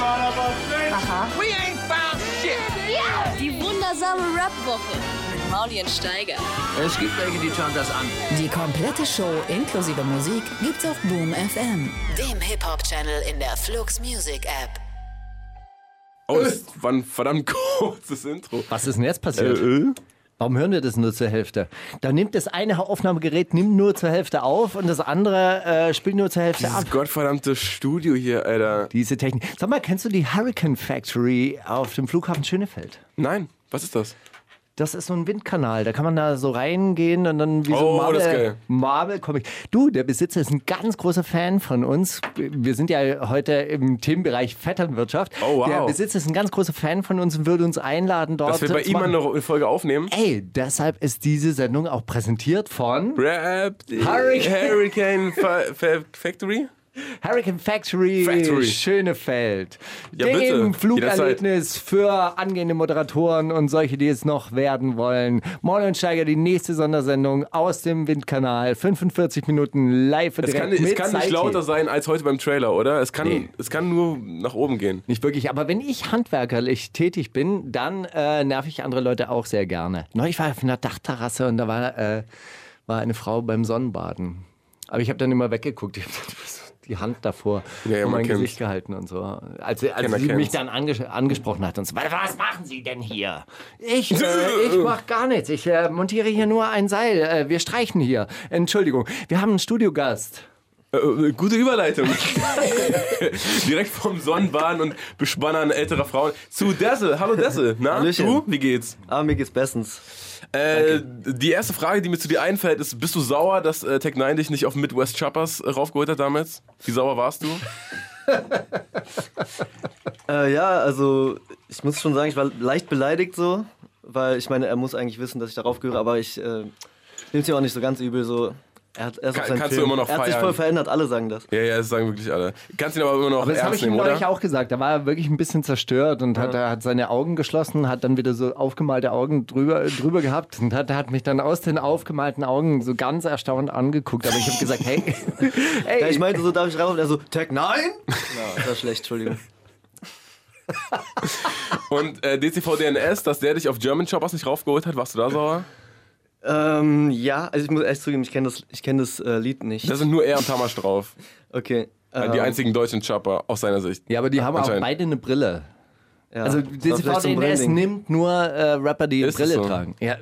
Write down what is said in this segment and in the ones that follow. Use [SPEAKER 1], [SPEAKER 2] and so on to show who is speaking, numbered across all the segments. [SPEAKER 1] Aha.
[SPEAKER 2] Die wundersame Rap-Woche mit Mauli und Steiger.
[SPEAKER 3] Es gibt welche, die schauen das an.
[SPEAKER 4] Die komplette Show inklusive Musik gibt's auf Boom FM, dem Hip-Hop-Channel in der Flux Music App.
[SPEAKER 5] Oh, das war ein verdammt kurzes Intro.
[SPEAKER 6] Was ist denn jetzt
[SPEAKER 5] Äh,
[SPEAKER 6] passiert?
[SPEAKER 5] äh?
[SPEAKER 6] Warum hören wir das nur zur Hälfte? Da nimmt das eine Aufnahmegerät nimmt nur zur Hälfte auf und das andere äh, spielt nur zur Hälfte ab.
[SPEAKER 5] Dieses gottverdammte Studio hier, Alter.
[SPEAKER 6] Diese Technik. Sag mal, kennst du die Hurricane Factory auf dem Flughafen Schönefeld?
[SPEAKER 5] Nein, was ist das?
[SPEAKER 6] Das ist so ein Windkanal, da kann man da so reingehen und dann wie so
[SPEAKER 5] Oh, das ist
[SPEAKER 6] Marvel,
[SPEAKER 5] geil.
[SPEAKER 6] Marvel Comic. Du, der Besitzer ist ein ganz großer Fan von uns. Wir sind ja heute im Themenbereich Vetternwirtschaft.
[SPEAKER 5] Oh, wow.
[SPEAKER 6] Der Besitzer ist ein ganz großer Fan von uns und würde uns einladen dort.
[SPEAKER 5] Dass wir bei
[SPEAKER 6] zu
[SPEAKER 5] ihm mal
[SPEAKER 6] machen.
[SPEAKER 5] eine Folge aufnehmen?
[SPEAKER 6] Ey, deshalb ist diese Sendung auch präsentiert von
[SPEAKER 5] Rap, die
[SPEAKER 6] Hurricane-
[SPEAKER 5] Hurricane Fa Fa Factory?
[SPEAKER 6] Hurricane Factory,
[SPEAKER 5] Factory.
[SPEAKER 6] Schönefeld.
[SPEAKER 5] Ja,
[SPEAKER 6] Dem
[SPEAKER 5] bitte.
[SPEAKER 6] Flugerlebnis für angehende Moderatoren und solche, die es noch werden wollen. Moin und Steiger, die nächste Sondersendung aus dem Windkanal. 45 Minuten live und
[SPEAKER 5] Es kann,
[SPEAKER 6] direkt
[SPEAKER 5] es
[SPEAKER 6] mit
[SPEAKER 5] kann nicht
[SPEAKER 6] Seite.
[SPEAKER 5] lauter sein als heute beim Trailer, oder? Es kann,
[SPEAKER 6] Nee.
[SPEAKER 5] es kann nur nach oben gehen.
[SPEAKER 6] Nicht wirklich, aber wenn ich handwerkerlich tätig bin, dann äh, nerv ich andere Leute auch sehr gerne. Neulich war ich auf einer Dachterrasse und da war, äh, war eine Frau beim Sonnenbaden. Aber ich habe dann immer weggeguckt. Ich hab die Hand davor
[SPEAKER 5] Ja, ja,
[SPEAKER 6] und
[SPEAKER 5] man
[SPEAKER 6] mein
[SPEAKER 5] kennt's.
[SPEAKER 6] Gesicht gehalten und so. Als, sie- als
[SPEAKER 5] Kenner
[SPEAKER 6] sie mich
[SPEAKER 5] kennt's.
[SPEAKER 6] dann anges angesprochen hat und so, was machen Sie denn hier? Ich, äh, ich mach gar nichts. Ich äh, montiere hier nur ein Seil. Äh, wir streichen hier. Entschuldigung, wir haben einen Studiogast.
[SPEAKER 5] Äh, äh, gute Überleitung. Direkt vom Sonnenbahn und Bespannern älterer Frauen zu Dessel. Hallo Dessel. Na,
[SPEAKER 7] Hallöchen.
[SPEAKER 5] du? Wie geht's?
[SPEAKER 7] Ah, mir geht's bestens.
[SPEAKER 5] Äh, die erste Frage, die mir zu dir einfällt, ist: Bist du sauer, dass äh, Tech 9 dich nicht auf Midwest Choppers äh, raufgeholt hat damals? Wie sauer warst du?
[SPEAKER 7] Äh, ja, also ich muss schon sagen, ich war leicht beleidigt so, weil ich meine, er muss eigentlich wissen, dass ich darauf gehöre, aber ich äh, nehme es ja auch nicht so ganz übel so. Er hat, er ist
[SPEAKER 5] Kann-
[SPEAKER 7] auf seinen
[SPEAKER 5] kannst du
[SPEAKER 7] Film.
[SPEAKER 5] immer noch
[SPEAKER 7] Er hat sich
[SPEAKER 5] feiern.
[SPEAKER 7] voll verändert, alle sagen das.
[SPEAKER 5] ja, ja, das sagen wirklich alle. Kannst ihn aber immer noch
[SPEAKER 6] Aber das habe
[SPEAKER 5] ernst
[SPEAKER 6] ich ihm
[SPEAKER 5] nehmen,
[SPEAKER 6] neulich
[SPEAKER 5] oder?
[SPEAKER 6] auch gesagt. Da war er wirklich ein bisschen zerstört und hat, er hat seine Augen geschlossen, hat dann wieder so aufgemalte Augen drüber, drüber gehabt und hat, hat mich dann aus den aufgemalten Augen so ganz erstaunt angeguckt. Aber ich habe gesagt, hey, hey
[SPEAKER 7] Ja, ich meinte so, darf ich rauf? Und er so, Tag 9? Na, das war schlecht, Entschuldigung.
[SPEAKER 5] Und äh, DCV DNS, dass der dich auf German Choppers nicht raufgeholt hat, warst du da sauer?
[SPEAKER 7] ähm, ja, also ich muss echt zugeben, ich kenne das, ich kenn das äh, Lied nicht.
[SPEAKER 5] Da sind nur er und Tamasch drauf.
[SPEAKER 7] okay.
[SPEAKER 5] Äh,
[SPEAKER 7] ähm,
[SPEAKER 5] Die einzigen deutschen Chopper, aus seiner Sicht.
[SPEAKER 6] ja, aber die haben auch
[SPEAKER 5] Anscheinend.
[SPEAKER 6] beide eine Brille.
[SPEAKER 7] ja,
[SPEAKER 6] Also
[SPEAKER 7] das war vielleicht so ein
[SPEAKER 6] DCVDNS
[SPEAKER 7] Branding.
[SPEAKER 6] nimmt nur äh, Rapper, die
[SPEAKER 5] Ist
[SPEAKER 6] Brille
[SPEAKER 5] es so?
[SPEAKER 6] tragen. Ja.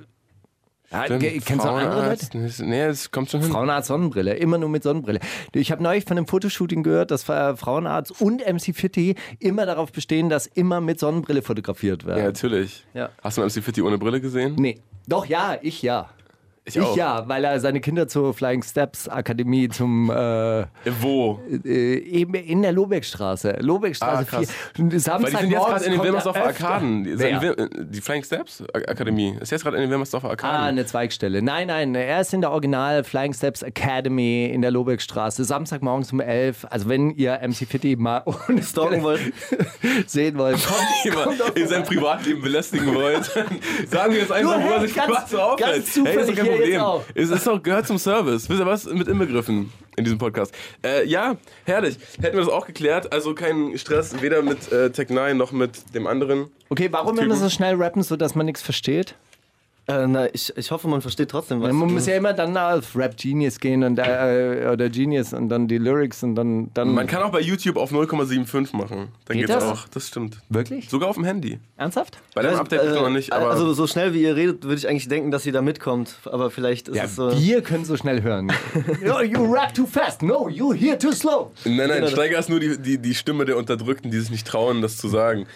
[SPEAKER 6] Ja,
[SPEAKER 5] Stimmt,
[SPEAKER 6] ge- kennst du auch andere Leute?
[SPEAKER 5] Frauenarzt, nicht- Nee, das kommt schon hin.
[SPEAKER 6] Frauenarzt Sonnenbrille, immer nur mit Sonnenbrille. Ich habe neulich von einem Fotoshooting gehört, dass äh, Frauenarzt und MC Fitti immer darauf bestehen, dass immer mit Sonnenbrille fotografiert
[SPEAKER 5] ja,
[SPEAKER 6] werden.
[SPEAKER 5] natürlich.
[SPEAKER 6] Ja.
[SPEAKER 5] Hast du mal MC Fitti ohne Brille gesehen?
[SPEAKER 6] Nee. Doch, ja, ich ja.
[SPEAKER 5] Ich
[SPEAKER 6] Ich
[SPEAKER 5] auch.
[SPEAKER 6] ja, weil er seine Kinder zur Flying Steps Akademie zum äh, äh,
[SPEAKER 5] Äh, Wo?
[SPEAKER 6] eben in der Lobeckstraße,
[SPEAKER 5] Ah,
[SPEAKER 6] Lobeckstraße
[SPEAKER 5] krass.
[SPEAKER 6] 4.
[SPEAKER 5] Weil die
[SPEAKER 6] Samstag
[SPEAKER 5] sind jetzt gerade in den Wilmersdorfer
[SPEAKER 6] Arkaden.
[SPEAKER 5] Arkaden. Die, sind in Wil- äh, die Flying Steps Ak- Akademie ist jetzt gerade in den Wilmersdorfer
[SPEAKER 6] Ah,
[SPEAKER 5] Arkaden.
[SPEAKER 6] eine Zweigstelle. Nein, nein, er ist in der Original Flying Steps Academy in der Lobeckstraße, Samstagmorgens um 11. Also wenn ihr MC Fitti mal ohne
[SPEAKER 7] Stalken wollt.
[SPEAKER 6] sehen wollt, kommt, kommt
[SPEAKER 5] Jemand
[SPEAKER 6] auf
[SPEAKER 5] in seinem Privatleben belästigen wollt, dann sagen wir es einfach,
[SPEAKER 6] Nur,
[SPEAKER 5] wo er
[SPEAKER 6] hey,
[SPEAKER 5] sich
[SPEAKER 6] ganz-
[SPEAKER 5] privat so aufhält.
[SPEAKER 6] ganz zufällig
[SPEAKER 5] hey, ist doch kein
[SPEAKER 6] hier jetzt
[SPEAKER 5] Problem.
[SPEAKER 6] auch.
[SPEAKER 5] Es ist doch, gehört zum Service. Wisst ihr was? Mit inbegriffen in diesem Podcast. Äh, ja, herrlich. Hätten wir das auch geklärt. Also kein Stress, weder mit äh, Tech9 noch mit dem anderen.
[SPEAKER 6] Okay, warum
[SPEAKER 5] Typen.
[SPEAKER 6] immer so schnell rappen, sodass man nichts versteht?
[SPEAKER 7] Äh, na, ich, ich hoffe, man versteht trotzdem was.
[SPEAKER 6] Man muss ja immer dann auf Rap Genius gehen und äh, oder Genius und dann die Lyrics und dann dann
[SPEAKER 5] Man kann auch bei YouTube auf 0,75 machen. Dann
[SPEAKER 6] Geht
[SPEAKER 5] geht's
[SPEAKER 6] das?
[SPEAKER 5] auch. Das stimmt.
[SPEAKER 6] wirklich
[SPEAKER 5] Sogar auf dem Handy.
[SPEAKER 6] ernsthaft?
[SPEAKER 5] Bei deinem
[SPEAKER 7] Also,
[SPEAKER 5] Update
[SPEAKER 7] äh,
[SPEAKER 5] noch nicht, aber.
[SPEAKER 7] also so schnell wie ihr redet, würde ich eigentlich denken, dass ihr da mitkommt. Aber vielleicht ist
[SPEAKER 6] Ja,
[SPEAKER 7] es so.
[SPEAKER 6] wir können so schnell hören. Also no, you rap too fast. No, you hear too slow.
[SPEAKER 5] Nein, nein, Steiger ist nur die, die, die Stimme der Unterdrückten, die sich nicht trauen, das zu sagen.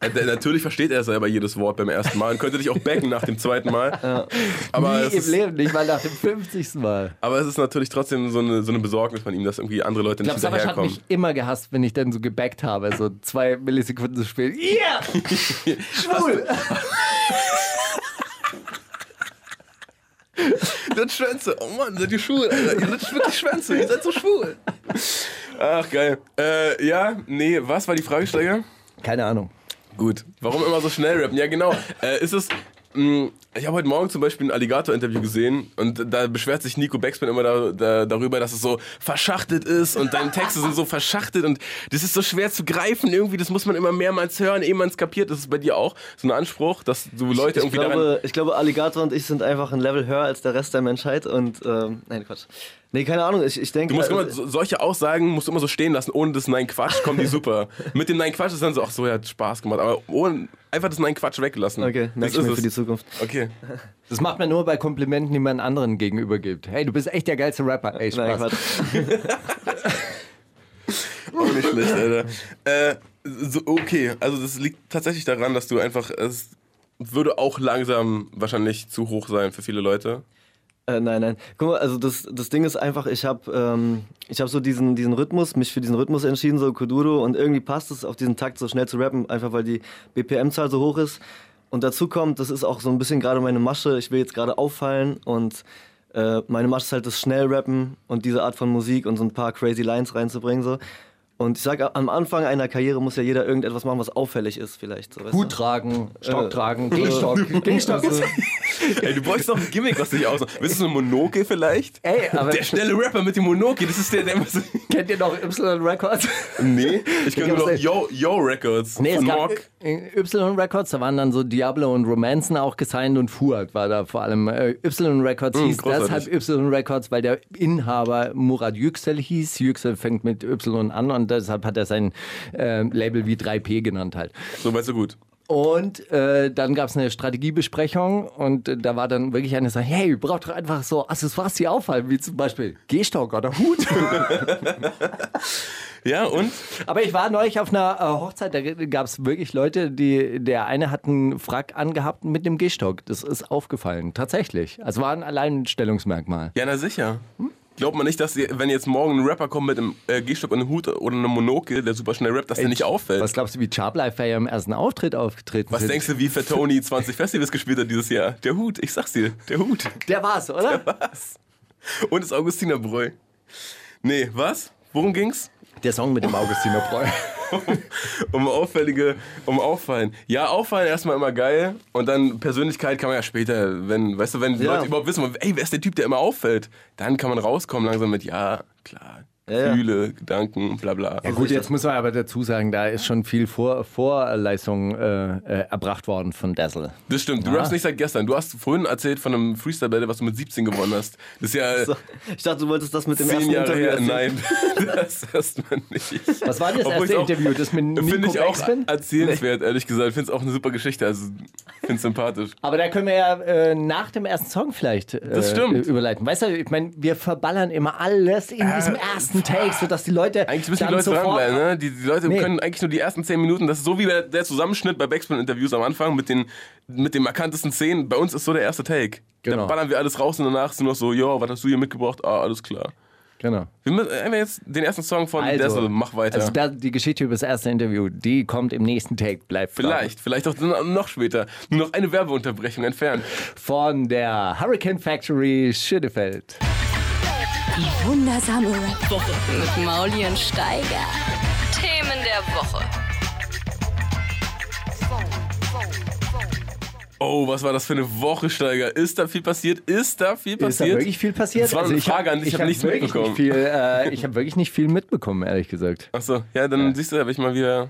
[SPEAKER 5] Äh, der- Natürlich versteht er selber jedes Wort beim ersten Mal und könnte dich auch backen nach dem zweiten Mal. Aber, es
[SPEAKER 6] Nie im
[SPEAKER 5] ist,
[SPEAKER 6] Leben, nicht mal nach dem 50. Mal.
[SPEAKER 5] aber es ist natürlich trotzdem so eine, so eine Besorgnis von ihm, dass irgendwie andere Leute
[SPEAKER 6] Ich
[SPEAKER 5] nicht
[SPEAKER 6] glaube, Savasch hat
[SPEAKER 5] hinterherkommen.
[SPEAKER 6] mich immer gehasst, wenn ich dann so gebackt habe, so zwei Millisekunden zu spät. Yeah! Schwul!
[SPEAKER 5] Ihr seid Schwänze, oh Mann, seid ihr schwul, Alter. Ihr seid wirklich Schwänze, ihr seid so schwul. Ach, geil. Äh, ja, nee, was war die Frage, Steiger?
[SPEAKER 6] Keine Ahnung.
[SPEAKER 5] Gut. Warum immer so schnell rappen? Ja, genau. Äh, ist es. Mh, Ich habe heute Morgen zum Beispiel ein Alligator-Interview gesehen und da beschwert sich Nico Beckspin immer da, da, darüber, dass es so verschachtelt ist und deine Texte sind so verschachtelt und das ist so schwer zu greifen irgendwie, das muss man immer mehrmals hören, ehe man es kapiert. Das ist bei dir auch so ein Anspruch, dass du Leute
[SPEAKER 7] Ich
[SPEAKER 5] irgendwie daran...
[SPEAKER 7] glaube, ich glaube, Alligator und ich sind einfach ein Level höher als der Rest der Menschheit und ähm, nein, Quatsch. Nee, keine Ahnung, ich, ich denke. äh,
[SPEAKER 5] Du musst immer so, solche Aussagen musst du immer so stehen lassen, ohne das Nein Quatsch kommen die super. Mit dem Nein Quatsch ist dann so, ach so, ja, hat Spaß gemacht, aber ohne, einfach das Nein Quatsch weglassen.
[SPEAKER 7] okay, merke
[SPEAKER 5] das
[SPEAKER 7] ich mir
[SPEAKER 5] es.
[SPEAKER 7] für die Zukunft.
[SPEAKER 5] Okay.
[SPEAKER 6] Das macht man nur bei Komplimenten, die man anderen gegenüber gibt. Hey, du bist echt der geilste Rapper. Ey,
[SPEAKER 7] Nein,
[SPEAKER 6] Spaß.
[SPEAKER 7] Quatsch.
[SPEAKER 5] Auch nicht schlecht, Alter. Äh, so, okay, also das liegt tatsächlich daran, dass du einfach, es würde auch langsam wahrscheinlich zu hoch sein für viele Leute.
[SPEAKER 7] Äh, nein, nein. Guck mal, also das, das Ding ist einfach, ich habe ähm, ich hab so diesen, diesen Rhythmus, mich für diesen Rhythmus entschieden, so Kuduro, und irgendwie passt es auf diesen Takt so schnell zu rappen, einfach weil die BPM-Zahl so hoch ist. Und dazu kommt, das ist auch so ein bisschen gerade meine Masche, ich will jetzt gerade auffallen und äh, meine Masche ist halt das Schnellrappen und diese Art von Musik und so ein paar crazy Lines reinzubringen. So. Und ich sag, am Anfang einer Karriere muss ja jeder irgendetwas machen, was auffällig ist vielleicht. So, weißt
[SPEAKER 6] Hut
[SPEAKER 7] du?
[SPEAKER 6] tragen,
[SPEAKER 7] Äh,
[SPEAKER 6] Stock tragen, Gehstock. Gehstock.
[SPEAKER 7] Also,
[SPEAKER 5] Ey, du brauchst doch ein Gimmick, was dich ausmacht. Bist du so ein Monoke vielleicht?
[SPEAKER 6] Ey, aber
[SPEAKER 5] Der schnelle Rapper mit dem Monoke, das ist der, der immer so.
[SPEAKER 6] kennt ihr noch Y Records?
[SPEAKER 5] Nee, ich kenne nur noch
[SPEAKER 6] nicht.
[SPEAKER 5] Yo, Yo Records
[SPEAKER 6] Nee, es
[SPEAKER 5] von
[SPEAKER 6] gab
[SPEAKER 5] Mock.
[SPEAKER 6] äh, Y Records, da waren dann so Diablo und Romanzen auch gesigned und Fuad war da vor allem. Äh, Y Records
[SPEAKER 5] Mm,
[SPEAKER 6] hieß
[SPEAKER 5] großartig.
[SPEAKER 6] deshalb Y Records, weil der Inhaber Murat Yüksel hieß. Yüksel fängt mit Y an und deshalb hat er sein äh, Label wie 3P genannt halt.
[SPEAKER 5] So weit, so gut.
[SPEAKER 6] Und äh, dann gab es eine Strategiebesprechung und äh, da war dann wirklich eine Sache, hey, ihr braucht doch einfach so Accessoires, die auffallen, wie zum Beispiel Gehstock oder Hut.
[SPEAKER 5] Ja, und?
[SPEAKER 6] Aber ich war neulich auf einer äh, Hochzeit, da gab es wirklich Leute, die, der eine hat einen Frack angehabt mit einem Gehstock. Das ist aufgefallen, tatsächlich. Also war ein Alleinstellungsmerkmal.
[SPEAKER 5] Ja, na sicher. Glaubt man Hm? nicht, dass ihr- wenn jetzt morgen ein Rapper kommt mit einem äh, Gehstock und einem Hut oder einem Monoke, der super schnell rappt, dass der nicht auffällt?
[SPEAKER 6] Was glaubst du, wie Charblife ja im ersten Auftritt aufgetreten
[SPEAKER 5] Was
[SPEAKER 6] sind?
[SPEAKER 5] denkst du, wie Fat Tony 20 Festivals gespielt hat dieses Jahr? Der Hut, ich sag's dir, der Hut.
[SPEAKER 6] Der war's, oder?
[SPEAKER 5] Und das Augustinerbräu. Nee, was? Worum ging's?
[SPEAKER 6] Der Song mit dem Augustiner Breu.
[SPEAKER 5] Um auffällige, um auffallen. Ja, auffallen erstmal immer geil und dann Persönlichkeit kann man ja später, wenn, weißt du, wenn die
[SPEAKER 7] Ja.
[SPEAKER 5] Leute überhaupt wissen, ey, wer ist der Typ, der immer auffällt, dann kann man rauskommen langsam mit, ja, klar,
[SPEAKER 7] ja.
[SPEAKER 5] Gefühle, Gedanken, bla bla.
[SPEAKER 6] Ja, gut, jetzt muss man aber dazu sagen, da ist schon viel Vor Vorleistung äh, äh, erbracht worden von Dazzle.
[SPEAKER 5] Das stimmt, du rappst nicht seit gestern. Du hast vorhin erzählt von einem Freestyle-Battle, was du mit 17 gewonnen hast. Das ist ja
[SPEAKER 7] so. Ich dachte, du wolltest das mit dem
[SPEAKER 5] zehn
[SPEAKER 7] ersten
[SPEAKER 5] Jahre
[SPEAKER 7] Interview
[SPEAKER 5] her.
[SPEAKER 7] erzählen.
[SPEAKER 5] Nein, das erst mal nicht.
[SPEAKER 6] Was war denn das
[SPEAKER 5] Obwohl
[SPEAKER 6] erste
[SPEAKER 5] ich auch-
[SPEAKER 6] Interview? Das mit Nico
[SPEAKER 5] Finde ich auch
[SPEAKER 6] Beckspin?
[SPEAKER 5] erzählenswert, ehrlich gesagt. Finde es auch eine super Geschichte. Also, finde es sympathisch.
[SPEAKER 6] Aber da können wir ja äh, nach dem ersten Song vielleicht äh,
[SPEAKER 5] Das stimmt.
[SPEAKER 6] überleiten. Weißt du, ich meine, wir verballern immer alles in diesem ersten Take, sodass die Leute
[SPEAKER 5] Äh, Eigentlich müssen
[SPEAKER 6] dann
[SPEAKER 5] die Leute
[SPEAKER 6] sofort
[SPEAKER 5] dranbleiben, ne? Die, die Leute
[SPEAKER 6] Nee.
[SPEAKER 5] können eigentlich nur die ersten zehn Minuten, das ist so wie der, der Zusammenschnitt bei Backspin-Interviews am Anfang mit den, mit den markantesten Szenen. Bei uns ist so der erste Take.
[SPEAKER 6] Genau.
[SPEAKER 5] Dann ballern wir alles raus und danach ist nur noch so, jo, was hast du hier mitgebracht? Ah, alles klar.
[SPEAKER 6] Genau.
[SPEAKER 5] Wir müssen einfach jetzt den ersten Song von also,
[SPEAKER 6] Also,
[SPEAKER 5] mach weiter.
[SPEAKER 6] Also da, die Geschichte über das erste Interview, die kommt im nächsten Take, bleibt dran.
[SPEAKER 5] Vielleicht, vielleicht auch noch später. Nur noch eine Werbeunterbrechung entfernt.
[SPEAKER 6] Von der Hurricane Factory Schödefeld.
[SPEAKER 4] Die wundersame Rap
[SPEAKER 2] Woche mit Mauli und Steiger. Themen der Woche.
[SPEAKER 5] Oh, was war das für eine Woche, Steiger? Ist da viel passiert? Ist da viel
[SPEAKER 6] Ist da
[SPEAKER 5] passiert?
[SPEAKER 6] wirklich viel passiert? Also
[SPEAKER 5] Das war eine
[SPEAKER 6] hab-
[SPEAKER 5] Frage an dich, ich hab nichts
[SPEAKER 6] wirklich
[SPEAKER 5] mitbekommen.
[SPEAKER 6] Nicht viel, äh, ich habe wirklich nicht viel mitbekommen, ehrlich gesagt.
[SPEAKER 5] Achso, ja, dann siehst du, habe ich mal wieder.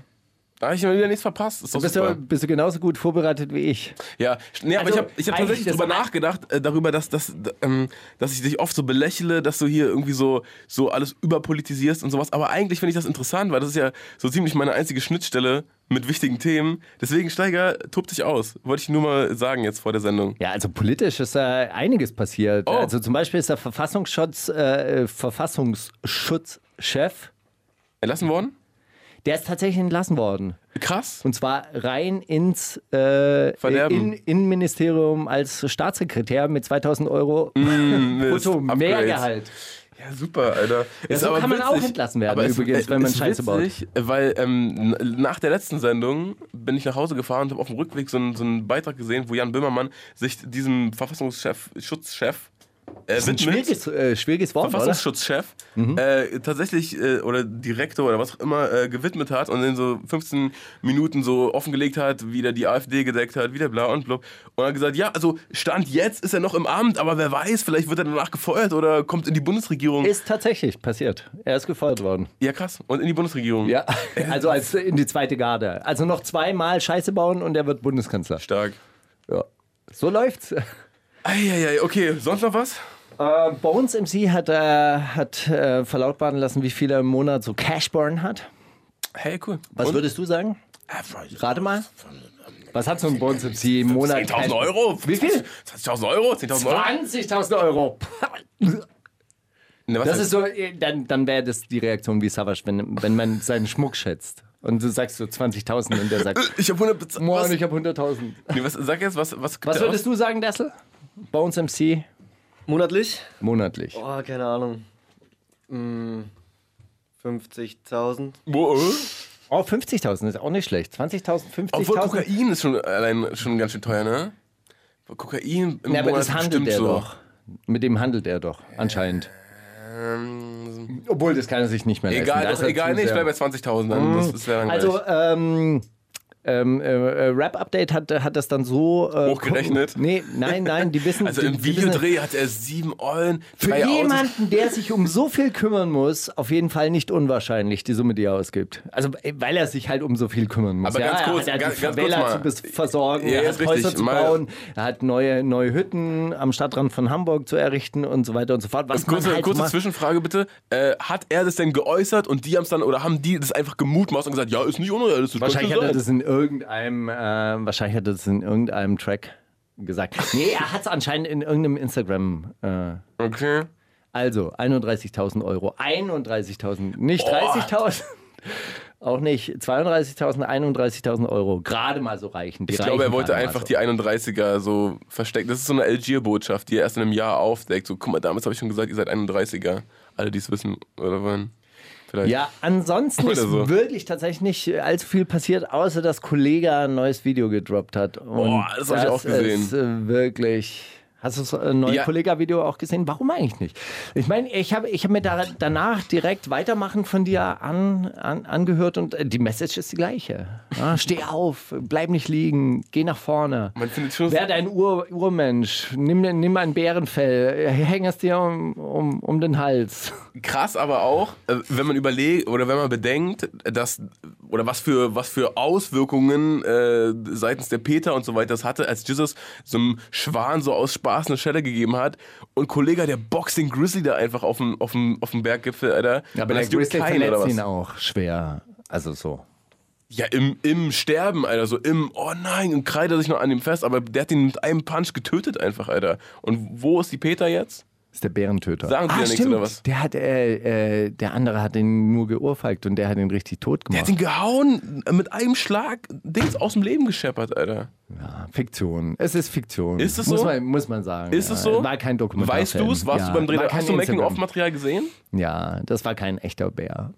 [SPEAKER 5] Da habe ich mal wieder nichts verpasst. Ist doch
[SPEAKER 6] Bist
[SPEAKER 5] super.
[SPEAKER 6] du, bist du genauso gut vorbereitet wie ich?
[SPEAKER 5] Ja, nee, aber
[SPEAKER 6] Also,
[SPEAKER 5] ich habe
[SPEAKER 6] eigentlich
[SPEAKER 5] ich hab tatsächlich
[SPEAKER 6] das
[SPEAKER 5] drüber
[SPEAKER 6] ein-
[SPEAKER 5] nachgedacht, äh, darüber, dass, dass, d- ähm, dass ich dich oft so belächle, dass du hier irgendwie so, so alles überpolitisierst und sowas. Aber eigentlich finde ich das interessant, weil das ist ja so ziemlich meine einzige Schnittstelle mit wichtigen Themen. Deswegen, Steiger, tob dich aus. Wollte ich nur mal sagen jetzt vor der Sendung.
[SPEAKER 6] Ja, also politisch ist da einiges passiert.
[SPEAKER 5] Oh.
[SPEAKER 6] Also zum Beispiel ist der Verfassungsschutz, äh, Verfassungsschutzchef,
[SPEAKER 5] Entlassen worden?
[SPEAKER 6] der ist tatsächlich entlassen worden.
[SPEAKER 5] Krass.
[SPEAKER 6] Und zwar rein ins äh, in,
[SPEAKER 5] Verderben.
[SPEAKER 6] Innenministerium als Staatssekretär mit 2000 Euro
[SPEAKER 5] Mist,
[SPEAKER 6] brutto
[SPEAKER 5] Upgrades.
[SPEAKER 6] Mehrgehalt.
[SPEAKER 5] Ja, super, Alter. ist
[SPEAKER 6] so kann man auch entlassen werden, übrigens, wenn man Scheiße baut.
[SPEAKER 5] witzig, Weil ähm, n- nach der letzten Sendung bin ich nach Hause gefahren und habe auf dem Rückweg so einen, so einen Beitrag gesehen, wo Jan Böhmermann sich diesem Verfassungschef, Schutzchef äh,
[SPEAKER 6] Ein schwieriges, äh, schwieriges Wort, oder? Mhm.
[SPEAKER 5] Verfassungsschutzchef äh, tatsächlich äh, oder Direktor oder was auch immer äh, gewidmet hat und in so 15 Minuten so offengelegt hat, wie der die AfD gedeckt hat, wieder bla und blub. Und hat gesagt, ja, also Stand jetzt ist er noch im Amt, aber wer weiß, vielleicht wird er danach gefeuert oder kommt in die Bundesregierung.
[SPEAKER 6] Ist tatsächlich passiert. Er ist gefeuert worden.
[SPEAKER 5] ja, krass. Und in die Bundesregierung.
[SPEAKER 6] Ja, also als in die zweite Garde. Also noch zweimal Scheiße bauen und er wird Bundeskanzler.
[SPEAKER 5] Stark.
[SPEAKER 6] Ja. So läuft's.
[SPEAKER 5] Eieiei, okay, sonst noch was?
[SPEAKER 6] Äh, Bones MC hat, äh, hat äh, verlautbaren lassen, wie viel er im Monat so Cashburn hat.
[SPEAKER 5] Hey, cool.
[SPEAKER 6] Was würdest du sagen? Rate mal. Was hat so ein Bones MC im Monat?
[SPEAKER 5] 10.000 Euro?
[SPEAKER 6] Wie viel?
[SPEAKER 5] 20.000 Euro? 10.000 Euro?
[SPEAKER 6] 20.000 Euro.
[SPEAKER 5] Ne, was
[SPEAKER 6] Das
[SPEAKER 5] denn?
[SPEAKER 6] ist so, äh, dann, dann wäre das die Reaktion wie Savage, wenn, wenn man seinen Schmuck schätzt. Und du sagst so 20.000 und der sagt,
[SPEAKER 5] ich habe 100 bezahlt.
[SPEAKER 6] Mann,
[SPEAKER 5] Was?
[SPEAKER 6] ich habe 100.000.
[SPEAKER 5] Nee, was, sag jetzt, was, was,
[SPEAKER 6] Was würdest du sagen, Dessel? Bones MC
[SPEAKER 7] Monatlich?
[SPEAKER 6] monatlich.
[SPEAKER 7] Oh, keine Ahnung. Hm, 50.000.
[SPEAKER 5] Wow.
[SPEAKER 6] Oh, 50.000 ist auch nicht schlecht. 20.000,
[SPEAKER 5] äh? Obwohl
[SPEAKER 6] 50.000.
[SPEAKER 5] Kokain ist schon allein schon ganz schön teuer, ne? Kokain im
[SPEAKER 6] Ja, aber
[SPEAKER 5] Monat
[SPEAKER 6] das handelt
[SPEAKER 5] bestimmt
[SPEAKER 6] er
[SPEAKER 5] so.
[SPEAKER 6] doch. Mit dem handelt er doch, anscheinend.
[SPEAKER 5] Ähm,
[SPEAKER 6] Obwohl, das kann er sich nicht mehr leisten.
[SPEAKER 5] egal,
[SPEAKER 6] Da
[SPEAKER 5] doch,
[SPEAKER 6] ist er
[SPEAKER 5] egal,
[SPEAKER 6] zu
[SPEAKER 5] nee, ich
[SPEAKER 6] sehr-
[SPEAKER 5] bleib bei 20.000 dann. Das, das wäre dann
[SPEAKER 6] Also,
[SPEAKER 5] gleich.
[SPEAKER 6] ähm, ähm, äh, äh, Rap Update hat, hat das dann so. Äh,
[SPEAKER 5] Hochgerechnet?
[SPEAKER 6] Nee, nein, nein, die wissen.
[SPEAKER 5] Also
[SPEAKER 6] die,
[SPEAKER 5] im
[SPEAKER 6] die wissen-
[SPEAKER 5] Videodreh hat er sieben Eulen,
[SPEAKER 6] Für
[SPEAKER 5] drei Autos.
[SPEAKER 6] jemanden, der sich um so viel kümmern muss, auf jeden Fall nicht unwahrscheinlich, die Summe, die er ausgibt. Also, äh, weil er sich halt um so viel kümmern muss.
[SPEAKER 5] Aber
[SPEAKER 6] ja,
[SPEAKER 5] ganz kurz,
[SPEAKER 6] er hat
[SPEAKER 5] ganz-
[SPEAKER 6] die
[SPEAKER 5] ganz
[SPEAKER 6] Favela
[SPEAKER 5] kurz mal.
[SPEAKER 6] zu bes- versorgen,
[SPEAKER 5] Ja,
[SPEAKER 6] er
[SPEAKER 5] ist
[SPEAKER 6] hat Häuser
[SPEAKER 5] richtig.
[SPEAKER 6] zu
[SPEAKER 5] Mal-
[SPEAKER 6] bauen, er hat neue, neue Hütten am Stadtrand von Hamburg zu errichten und so weiter und so fort. Was
[SPEAKER 5] Kurze,
[SPEAKER 6] man halt
[SPEAKER 5] kurze
[SPEAKER 6] macht.
[SPEAKER 5] Zwischenfrage bitte. Äh, hat er das denn geäußert und die haben es dann, oder haben die das einfach gemutmaßt und gesagt, ja, ist nicht unrealistisch.
[SPEAKER 6] Wahrscheinlich hat
[SPEAKER 5] könnte
[SPEAKER 6] er
[SPEAKER 5] sein.
[SPEAKER 6] das in irgendeinem, äh, wahrscheinlich hat er das in irgendeinem Track gesagt. Nee, er hat es anscheinend in irgendeinem Instagram. Äh,
[SPEAKER 5] Okay.
[SPEAKER 6] also 31.000 Euro, 31.000, nicht
[SPEAKER 5] Oh.
[SPEAKER 6] 30.000. Auch nicht 32.000, 31.000 Euro. Gerade mal so reichen. Die
[SPEAKER 5] Ich glaube, er
[SPEAKER 6] reichen
[SPEAKER 5] wollte
[SPEAKER 6] gerade mal
[SPEAKER 5] einfach
[SPEAKER 6] so.
[SPEAKER 5] die 31er so verstecken. Das ist so eine Algier-Botschaft, die er erst in einem Jahr aufdeckt. So, guck mal, damals habe ich schon gesagt, ihr seid 31er. Alle, die es wissen oder wollen. Vielleicht.
[SPEAKER 6] Ja, ansonsten
[SPEAKER 5] Oder
[SPEAKER 6] ist
[SPEAKER 5] so.
[SPEAKER 6] wirklich tatsächlich nicht allzu viel passiert, außer dass Kollega ein neues Video gedroppt hat. Und
[SPEAKER 5] Boah, das hab ich auch gesehen.
[SPEAKER 6] Ist, äh, wirklich. Hast du das äh, neue
[SPEAKER 5] Ja.
[SPEAKER 6] Kollega-Video auch gesehen? Warum eigentlich nicht? Ich meine, ich habe ich hab mir da, danach direkt Weitermachen von dir an, an, angehört und äh, die Message ist die gleiche. Ja, steh auf, bleib nicht liegen, geh nach vorne.
[SPEAKER 5] Man findet schon.
[SPEAKER 6] Werde ein Ur Urmensch, nimm, nimm ein Bärenfell, häng es dir um, um, um den Hals.
[SPEAKER 5] krass aber auch, äh, wenn man überlegt oder wenn man bedenkt, dass oder was für was für Auswirkungen äh, seitens der Peter und so weiter das hatte, als Jesus so einem Schwan so aus Spaß eine Schelle gegeben hat und Kollege der Boxing Grizzly da einfach auf dem auf dem auf dem Berggipfel, Alter.
[SPEAKER 6] Ja, aber
[SPEAKER 5] Und
[SPEAKER 6] der
[SPEAKER 5] das juckt
[SPEAKER 6] Grizzly
[SPEAKER 5] keinen,
[SPEAKER 6] verletzt ihn auch schwer. Also so.
[SPEAKER 5] Ja, im, im Sterben, Alter, so im oh nein, und kreit er sich noch an ihm fest, aber der hat ihn mit einem Punch getötet einfach, Alter. Und wo ist die Peter jetzt?
[SPEAKER 6] Ist der Bärentöter. Ah,
[SPEAKER 5] Sagen die ja nichts, oder was?
[SPEAKER 6] Der hat, äh, äh, der andere hat ihn nur geohrfeigt und der hat ihn richtig tot
[SPEAKER 5] Der hat
[SPEAKER 6] gemacht.
[SPEAKER 5] ihn gehauen, äh, mit einem Schlag Dings aus dem Leben gescheppert, Alter.
[SPEAKER 6] Ja, Ah, Fiktion. Es ist Fiktion.
[SPEAKER 5] Ist es
[SPEAKER 6] muss
[SPEAKER 5] so?
[SPEAKER 6] Man, muss man sagen.
[SPEAKER 5] Ist
[SPEAKER 6] ja.
[SPEAKER 5] es so?
[SPEAKER 6] War kein Dokumentarfilm.
[SPEAKER 5] Weißt du es?
[SPEAKER 6] ja.
[SPEAKER 5] Warst du beim Dreh?
[SPEAKER 6] war kein
[SPEAKER 5] Hast du
[SPEAKER 6] Instagram.
[SPEAKER 5] Making-of-Material gesehen?
[SPEAKER 6] Ja, das war kein echter Bär.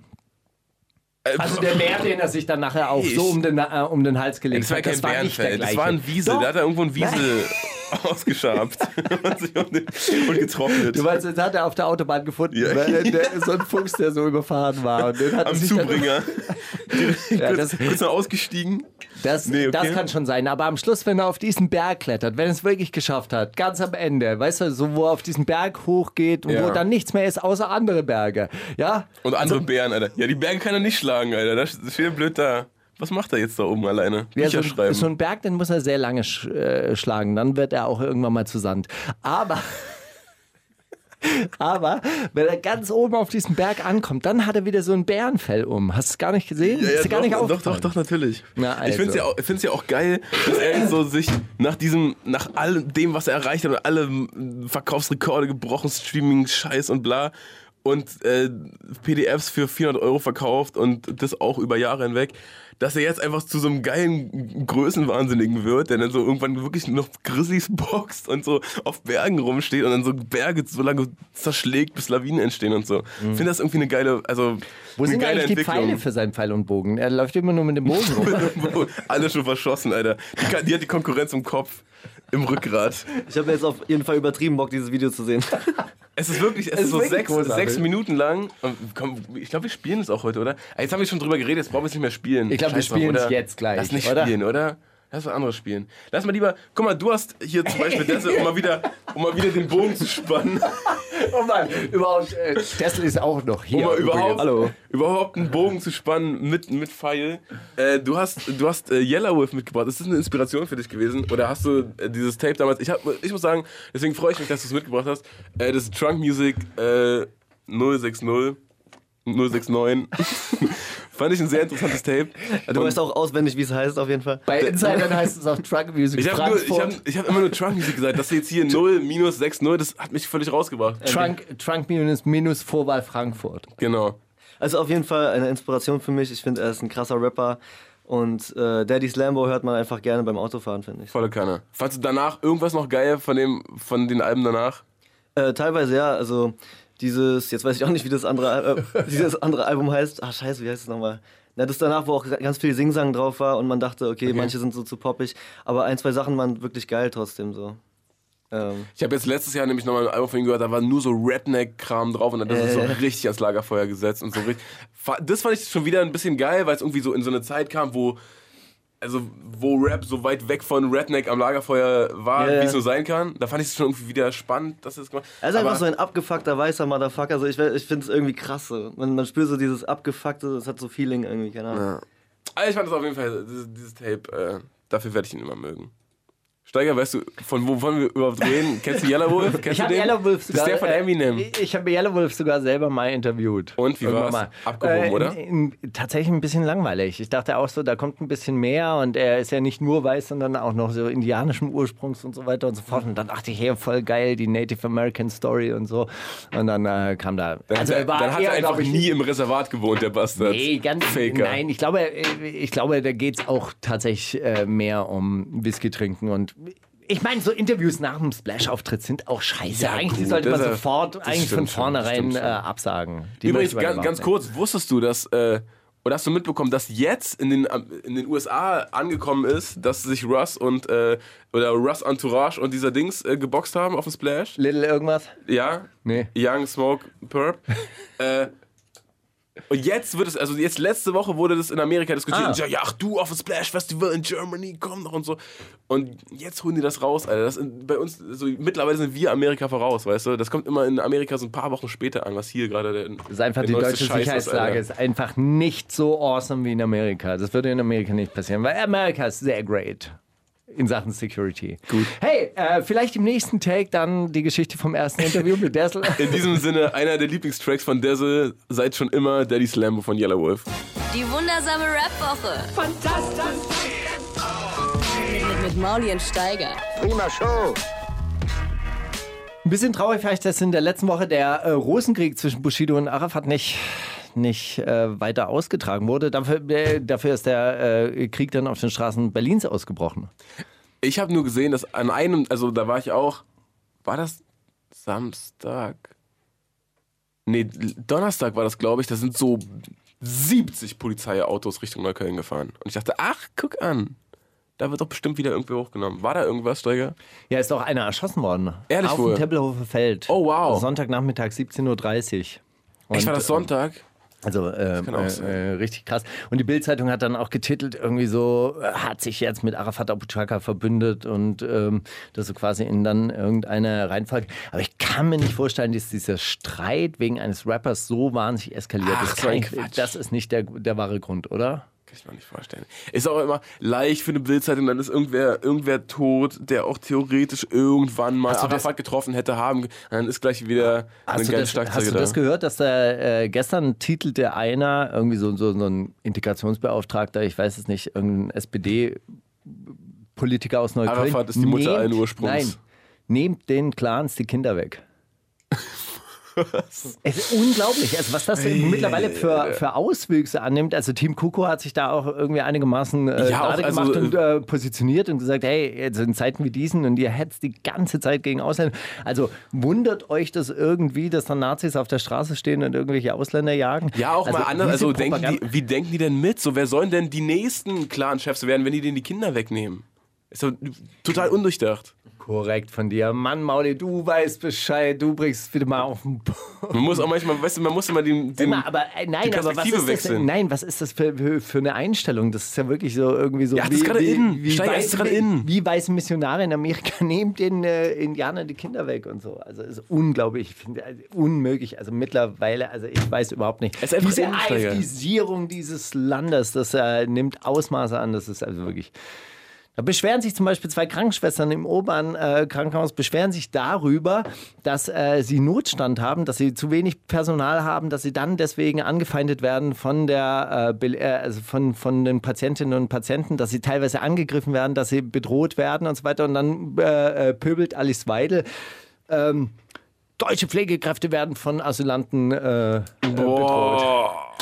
[SPEAKER 5] Äh,
[SPEAKER 6] Also der Bär, den er sich dann nachher auch
[SPEAKER 5] Ich-
[SPEAKER 6] so um den, äh, um den Hals gelegt
[SPEAKER 5] das war
[SPEAKER 6] hat,
[SPEAKER 5] kein
[SPEAKER 6] das war nicht der
[SPEAKER 5] Bärenfell, das
[SPEAKER 6] gleiche.
[SPEAKER 5] war ein Wiesel.
[SPEAKER 6] Doch.
[SPEAKER 5] Da hat er irgendwo ein Wiesel ausgeschabt und sich um den- und getrocknet.
[SPEAKER 6] Du meinst, jetzt hat er auf der Autobahn gefunden,
[SPEAKER 5] Ja.
[SPEAKER 6] weil der, der, so ein Fuchs, der so überfahren war. Und den hat er
[SPEAKER 5] Am
[SPEAKER 6] sich dann-
[SPEAKER 5] Zubringer.
[SPEAKER 6] Ja,
[SPEAKER 5] kurz,
[SPEAKER 6] das-
[SPEAKER 5] kurz noch ausgestiegen.
[SPEAKER 6] Das,
[SPEAKER 5] Nee, okay.
[SPEAKER 6] das kann schon sein, aber am Schluss, wenn er auf diesen Berg klettert, wenn er es wirklich geschafft hat, ganz am Ende, weißt du, so wo er auf diesen Berg hochgeht und
[SPEAKER 5] Ja.
[SPEAKER 6] wo dann nichts mehr ist, außer andere Berge. Ja?
[SPEAKER 5] Und andere
[SPEAKER 6] Also-
[SPEAKER 5] Bären, Alter. Ja, die Bären kann er nicht schlagen, Alter. Das steht er blöd da. Was macht er jetzt da oben alleine?
[SPEAKER 6] Ja,
[SPEAKER 5] Bücher
[SPEAKER 6] so,
[SPEAKER 5] schreiben.
[SPEAKER 6] ein- so ein Berg, den muss er sehr lange sch äh, schlagen, dann wird er auch irgendwann mal zu Sand. Aber, aber wenn er ganz oben auf diesen Berg ankommt, dann hat er wieder so ein Bärenfell um. Hast du es gar nicht gesehen?
[SPEAKER 5] Ja, ja,
[SPEAKER 6] Ist dir gar
[SPEAKER 5] doch,
[SPEAKER 6] nicht
[SPEAKER 5] doch, doch,
[SPEAKER 6] aufgefallen?
[SPEAKER 5] doch, natürlich.
[SPEAKER 6] Na, also.
[SPEAKER 5] Ich finde es ja, auch- ich find's ja auch geil, dass er jetzt so sich nach diesem, nach all dem, was er erreicht hat und alle mm, Verkaufsrekorde gebrochen, Streaming, Scheiß und bla und äh, PDFs für 400 Euro verkauft und das auch über Jahre hinweg, dass er jetzt einfach zu so einem geilen Größenwahnsinnigen wird, der dann so irgendwann wirklich noch Grizzlies boxt und so auf Bergen rumsteht und dann so Berge so lange zerschlägt, bis Lawinen entstehen und so. Ich finde das irgendwie eine geile, also
[SPEAKER 6] Mhm. Wo
[SPEAKER 5] eine
[SPEAKER 6] sind
[SPEAKER 5] geile
[SPEAKER 6] eigentlich die
[SPEAKER 5] Entwicklung.
[SPEAKER 6] Pfeile für seinen Pfeil und Bogen? Er läuft immer nur mit dem Bogen rum.
[SPEAKER 5] Alle schon verschossen, Alter. Die, kann- die hat die Konkurrenz im Kopf. im Rückgrat.
[SPEAKER 7] Ich habe jetzt auf jeden Fall übertrieben Bock, dieses Video zu sehen.
[SPEAKER 5] Es ist wirklich, es, ist so
[SPEAKER 6] wirklich
[SPEAKER 5] sechs,
[SPEAKER 6] großartig.
[SPEAKER 5] sechs Minuten lang. Und komm, ich glaube, wir spielen es auch heute, oder? Ah, Jetzt haben wir schon drüber geredet, jetzt brauchen wir es nicht mehr spielen.
[SPEAKER 6] Ich glaube, wir
[SPEAKER 5] Scheiß drauf,
[SPEAKER 6] spielen's
[SPEAKER 5] oder?
[SPEAKER 6] jetzt gleich,
[SPEAKER 5] Lass nicht
[SPEAKER 6] oder?
[SPEAKER 5] spielen, oder? Lass mal anderes spielen. Lass mal lieber, guck mal, du hast hier zum Beispiel das, um mal wieder, um mal wieder den Bogen zu spannen.
[SPEAKER 6] Oh Mann, überhaupt, äh, Tesla ist auch noch hier.
[SPEAKER 5] Um mal überhaupt,
[SPEAKER 6] übrigens.
[SPEAKER 7] Hallo.
[SPEAKER 5] überhaupt einen Bogen zu spannen mit, mit Pfeil. Äh, du hast, du hast äh, Yellowwolf mitgebracht. Ist das eine Inspiration für dich gewesen? Oder hast du äh, dieses Tape damals? Ich, hab, ich muss sagen, deswegen freue ich mich, dass du es mitgebracht hast. Äh, das Trunk Music äh, 060 069. Fand ich ein sehr interessantes Tape.
[SPEAKER 7] Du
[SPEAKER 5] Und-
[SPEAKER 7] weißt auch auswendig, wie es heißt, auf jeden Fall.
[SPEAKER 6] Bei Insidern heißt es auch Truck Music
[SPEAKER 5] ich habe
[SPEAKER 6] Frankfurt.
[SPEAKER 5] hab, ich hab immer nur Trunk Music gesagt. Das jetzt hier 0 minus 60, das hat mich völlig rausgebracht.
[SPEAKER 6] Trunk, Trunk minus, minus Vorwahl Frankfurt.
[SPEAKER 5] Genau.
[SPEAKER 7] Also auf jeden Fall eine Inspiration für mich. Ich finde, er ist ein krasser Rapper. Und äh, Daddy's Lambo hört man einfach gerne beim Autofahren, finde ich.
[SPEAKER 5] Volle Kanne. Fandst du danach irgendwas noch geil von, dem, von den Alben danach?
[SPEAKER 7] Äh, teilweise ja, also dieses, jetzt weiß ich auch nicht, wie das andere, äh, dieses andere Album heißt. Ah, scheiße, wie heißt es nochmal? Na, das danach, wo auch ganz viel Singsang drauf war und man dachte, okay, manche sind so zu poppig, aber ein, zwei Sachen waren wirklich geil trotzdem so. Ähm,
[SPEAKER 5] Ich habe jetzt letztes Jahr nämlich nochmal ein Album von ihm gehört, da war nur so Redneck-Kram drauf und dann das ist so
[SPEAKER 7] Äh.
[SPEAKER 5] richtig ans Lagerfeuer gesetzt und so richtig. Fa- Das fand ich schon wieder ein bisschen geil, weil es irgendwie so in so eine Zeit kam, wo. Also, wo Rap so weit weg von Redneck am Lagerfeuer war,
[SPEAKER 7] Ja, ja.
[SPEAKER 5] wie es nur sein kann. Da fand ich es schon irgendwie wieder spannend, dass er das gemacht
[SPEAKER 7] er ist
[SPEAKER 5] Aber-
[SPEAKER 7] einfach so ein abgefuckter weißer Motherfucker, so ich, we- ich finde es irgendwie krass so. Man, man spürt so dieses abgefuckte, es hat so Feeling irgendwie, keine Ahnung.
[SPEAKER 5] Also ich fand das auf jeden Fall, dieses, dieses Tape, äh, dafür werde ich ihn immer mögen. Steiger, weißt du, von wo wollen wir überhaupt reden? Kennst du Yellow Wolf? Kennst
[SPEAKER 6] Ich
[SPEAKER 5] du
[SPEAKER 6] habe
[SPEAKER 5] den?
[SPEAKER 6] Yellow Wolf
[SPEAKER 5] das
[SPEAKER 6] sogar.
[SPEAKER 5] ist der von
[SPEAKER 6] äh,
[SPEAKER 5] Eminem.
[SPEAKER 6] Ich, ich habe Yellow Wolf sogar selber mal interviewt.
[SPEAKER 5] Und, wie
[SPEAKER 6] Irgendwann
[SPEAKER 5] war's?
[SPEAKER 6] mal.
[SPEAKER 5] Abgehoben, oder?
[SPEAKER 6] in- in- tatsächlich ein bisschen langweilig. Ich dachte auch so, da kommt ein bisschen mehr und er ist ja nicht nur weiß, sondern auch noch so indianischen Ursprungs und so weiter und so fort. Und dann dachte ich, hey, voll geil, die Native American Story und so. Und dann äh, kam da.
[SPEAKER 5] Dann, also,
[SPEAKER 6] er war
[SPEAKER 5] dann hat
[SPEAKER 6] eher,
[SPEAKER 5] er einfach
[SPEAKER 6] glaub ich,
[SPEAKER 5] nie im Reservat gewohnt, der Bastard.
[SPEAKER 6] Nee, ganz
[SPEAKER 5] Faker.
[SPEAKER 6] Nein, ich glaube, äh, ich glaube, da geht es auch tatsächlich äh, mehr um Whisky trinken und ich meine, so Interviews nach dem Splash-Auftritt sind auch scheiße.
[SPEAKER 5] Ja,
[SPEAKER 6] eigentlich
[SPEAKER 5] gut,
[SPEAKER 6] sollte man
[SPEAKER 5] das, äh,
[SPEAKER 6] sofort
[SPEAKER 5] das
[SPEAKER 6] eigentlich von
[SPEAKER 5] stimmt schon, das
[SPEAKER 6] vornherein
[SPEAKER 5] stimmt schon.
[SPEAKER 6] äh, absagen. Die
[SPEAKER 5] Übrigens,
[SPEAKER 6] möchte man
[SPEAKER 5] ganz,
[SPEAKER 6] überhaupt
[SPEAKER 5] ganz
[SPEAKER 6] nicht.
[SPEAKER 5] kurz, wusstest du, dass, äh, oder hast du mitbekommen, dass jetzt in den, in den USA angekommen ist, dass sich Russ und, äh, oder Russ Entourage und dieser Dings äh, geboxt haben auf dem Splash?
[SPEAKER 6] Little irgendwas?
[SPEAKER 5] Ja?
[SPEAKER 6] Nee.
[SPEAKER 5] Young Smoke Perp. äh, und jetzt wird es, also jetzt letzte Woche wurde das in Amerika diskutiert.
[SPEAKER 6] Ah.
[SPEAKER 5] Und so, ja, ach du auf dem Splash Festival in Germany, komm doch und so. Und jetzt holen die das raus, Alter. Das in, bei uns, so, mittlerweile sind wir Amerika voraus, weißt du? Das kommt immer in Amerika so ein paar Wochen später an, was hier gerade der.
[SPEAKER 6] Das ist einfach
[SPEAKER 5] der
[SPEAKER 6] die
[SPEAKER 5] neueste
[SPEAKER 6] deutsche
[SPEAKER 5] Scheiß ist,
[SPEAKER 6] Sicherheitslage
[SPEAKER 5] Alter.
[SPEAKER 6] ist, einfach nicht so awesome wie in Amerika. Das würde in Amerika nicht passieren, weil Amerika ist sehr great in Sachen Security. Gut. Hey, äh, vielleicht im nächsten Take dann die Geschichte vom ersten Interview mit Dessel.
[SPEAKER 5] In diesem Sinne, einer der Lieblingstracks von Dessel, seid schon immer Daddy Slambo von Yellow Wolf.
[SPEAKER 2] Die wundersame Rap-Woche. Fantastisch. Mit, mit Mauli und Steiger.
[SPEAKER 6] Ein bisschen traurig vielleicht, dass in der letzten Woche der äh, Rosenkrieg zwischen Bushido und Arafat nicht, nicht äh, weiter ausgetragen wurde. Dafür, äh, dafür ist der äh, Krieg dann auf den Straßen Berlins ausgebrochen.
[SPEAKER 5] Ich habe nur gesehen, dass an einem, also da war ich auch, war das Samstag? Nee, Donnerstag war das, glaube ich. Da sind so 70 Polizeiautos Richtung Neukölln gefahren. Und ich dachte, ach, guck an. Da wird doch bestimmt wieder irgendwer hochgenommen. War da irgendwas, Steiger?
[SPEAKER 6] Ja, ist auch einer erschossen worden.
[SPEAKER 5] Ehrlich
[SPEAKER 6] auf
[SPEAKER 5] wohl?
[SPEAKER 6] dem Tempelhofer Feld.
[SPEAKER 5] Oh, wow.
[SPEAKER 6] Sonntagnachmittag, 17.30 Uhr.
[SPEAKER 5] Echt, war das Sonntag?
[SPEAKER 6] Also äh,
[SPEAKER 5] kann auch sein.
[SPEAKER 6] äh, äh, richtig krass. Und die Bild-Zeitung hat dann auch getitelt, irgendwie so, äh, hat sich jetzt mit Arafat Abu Chaka verbündet und ähm, das so quasi in dann irgendeine Reihenfolge. Aber ich kann mir nicht vorstellen, dass dieser Streit wegen eines Rappers so wahnsinnig eskaliert
[SPEAKER 5] Ach,
[SPEAKER 6] ist.
[SPEAKER 5] so ein Quatsch.
[SPEAKER 6] das ist nicht der, der wahre Grund, oder?
[SPEAKER 5] Kann ich mir auch nicht vorstellen. Ist auch immer leicht für eine Bildzeitung, dann ist irgendwer, irgendwer tot, der auch theoretisch irgendwann mal
[SPEAKER 6] Hast du das-
[SPEAKER 5] Arafat getroffen hätte haben. Dann ist gleich wieder eine
[SPEAKER 6] Hast, du
[SPEAKER 5] geile
[SPEAKER 6] das, hast
[SPEAKER 5] Schlagzeile
[SPEAKER 6] du
[SPEAKER 5] da.
[SPEAKER 6] das gehört, dass da äh, gestern titelte einer, irgendwie so, so, so ein Integrationsbeauftragter, ich weiß es nicht, irgendein SPD-Politiker aus Neukölln.
[SPEAKER 5] Arafat ist die Mutter
[SPEAKER 6] nehmt-
[SPEAKER 5] allen Ursprungs.
[SPEAKER 6] Nein, nehmt den Clans die Kinder weg. Es ist unglaublich, also was das mittlerweile
[SPEAKER 5] Äh.
[SPEAKER 6] für, für Auswüchse annimmt. Also Team Kuko hat sich da auch irgendwie einigermaßen äh,
[SPEAKER 5] Ja, auch,
[SPEAKER 6] gerade
[SPEAKER 5] also,
[SPEAKER 6] gemacht und äh, positioniert und gesagt, hey, jetzt in Zeiten wie diesen und ihr hetzt die ganze Zeit gegen Ausländer. Also wundert euch das irgendwie, dass dann Nazis auf der Straße stehen und irgendwelche Ausländer jagen?
[SPEAKER 5] Ja, auch mal anders.
[SPEAKER 6] diese
[SPEAKER 5] Also denken
[SPEAKER 6] Propaganda-
[SPEAKER 5] die, wie denken die denn mit? So, wer sollen denn die nächsten Clan-Chefs werden, wenn die denen die Kinder wegnehmen? Ist doch total undurchdacht.
[SPEAKER 6] Korrekt von dir. Mann, Mauli, du weißt Bescheid. Du bringst wieder mal auf den Punkt.
[SPEAKER 5] Man muss auch manchmal, weißt du, man muss immer den, den
[SPEAKER 6] Immer, aber, äh, nein,
[SPEAKER 5] die
[SPEAKER 6] aber was
[SPEAKER 5] Perspektive
[SPEAKER 6] ist das,
[SPEAKER 5] wechseln.
[SPEAKER 6] nein, was ist das für, für, für eine Einstellung? Das ist ja wirklich so irgendwie so.
[SPEAKER 5] Ja, das ist gerade in. Steiger, das
[SPEAKER 6] weiße-
[SPEAKER 5] ist gerade in.
[SPEAKER 6] Wie weiße Missionare in Amerika nehmen den äh, Indianern die Kinder weg und so. Also ist unglaublich, ich finde also, unmöglich. Also mittlerweile, also ich weiß überhaupt nicht.
[SPEAKER 5] Es ist einfach
[SPEAKER 6] Diese
[SPEAKER 5] in, Steiger.
[SPEAKER 6] AfDisierung dieses Landes, das äh, nimmt Ausmaße an. Das ist also wirklich. Da beschweren sich zum Beispiel zwei Krankenschwestern im Obern-Krankenhaus, beschweren sich darüber, dass äh, sie Notstand haben, dass sie zu wenig Personal haben, dass sie dann deswegen angefeindet werden von, der, äh, Bel- äh, also von, von den Patientinnen und Patienten, dass sie teilweise angegriffen werden, dass sie bedroht werden und so weiter. Und dann äh, äh, pöbelt Alice Weidel. Ähm, Deutsche Pflegekräfte werden von Asylanten äh, äh, bedroht.
[SPEAKER 5] Boah. Oh,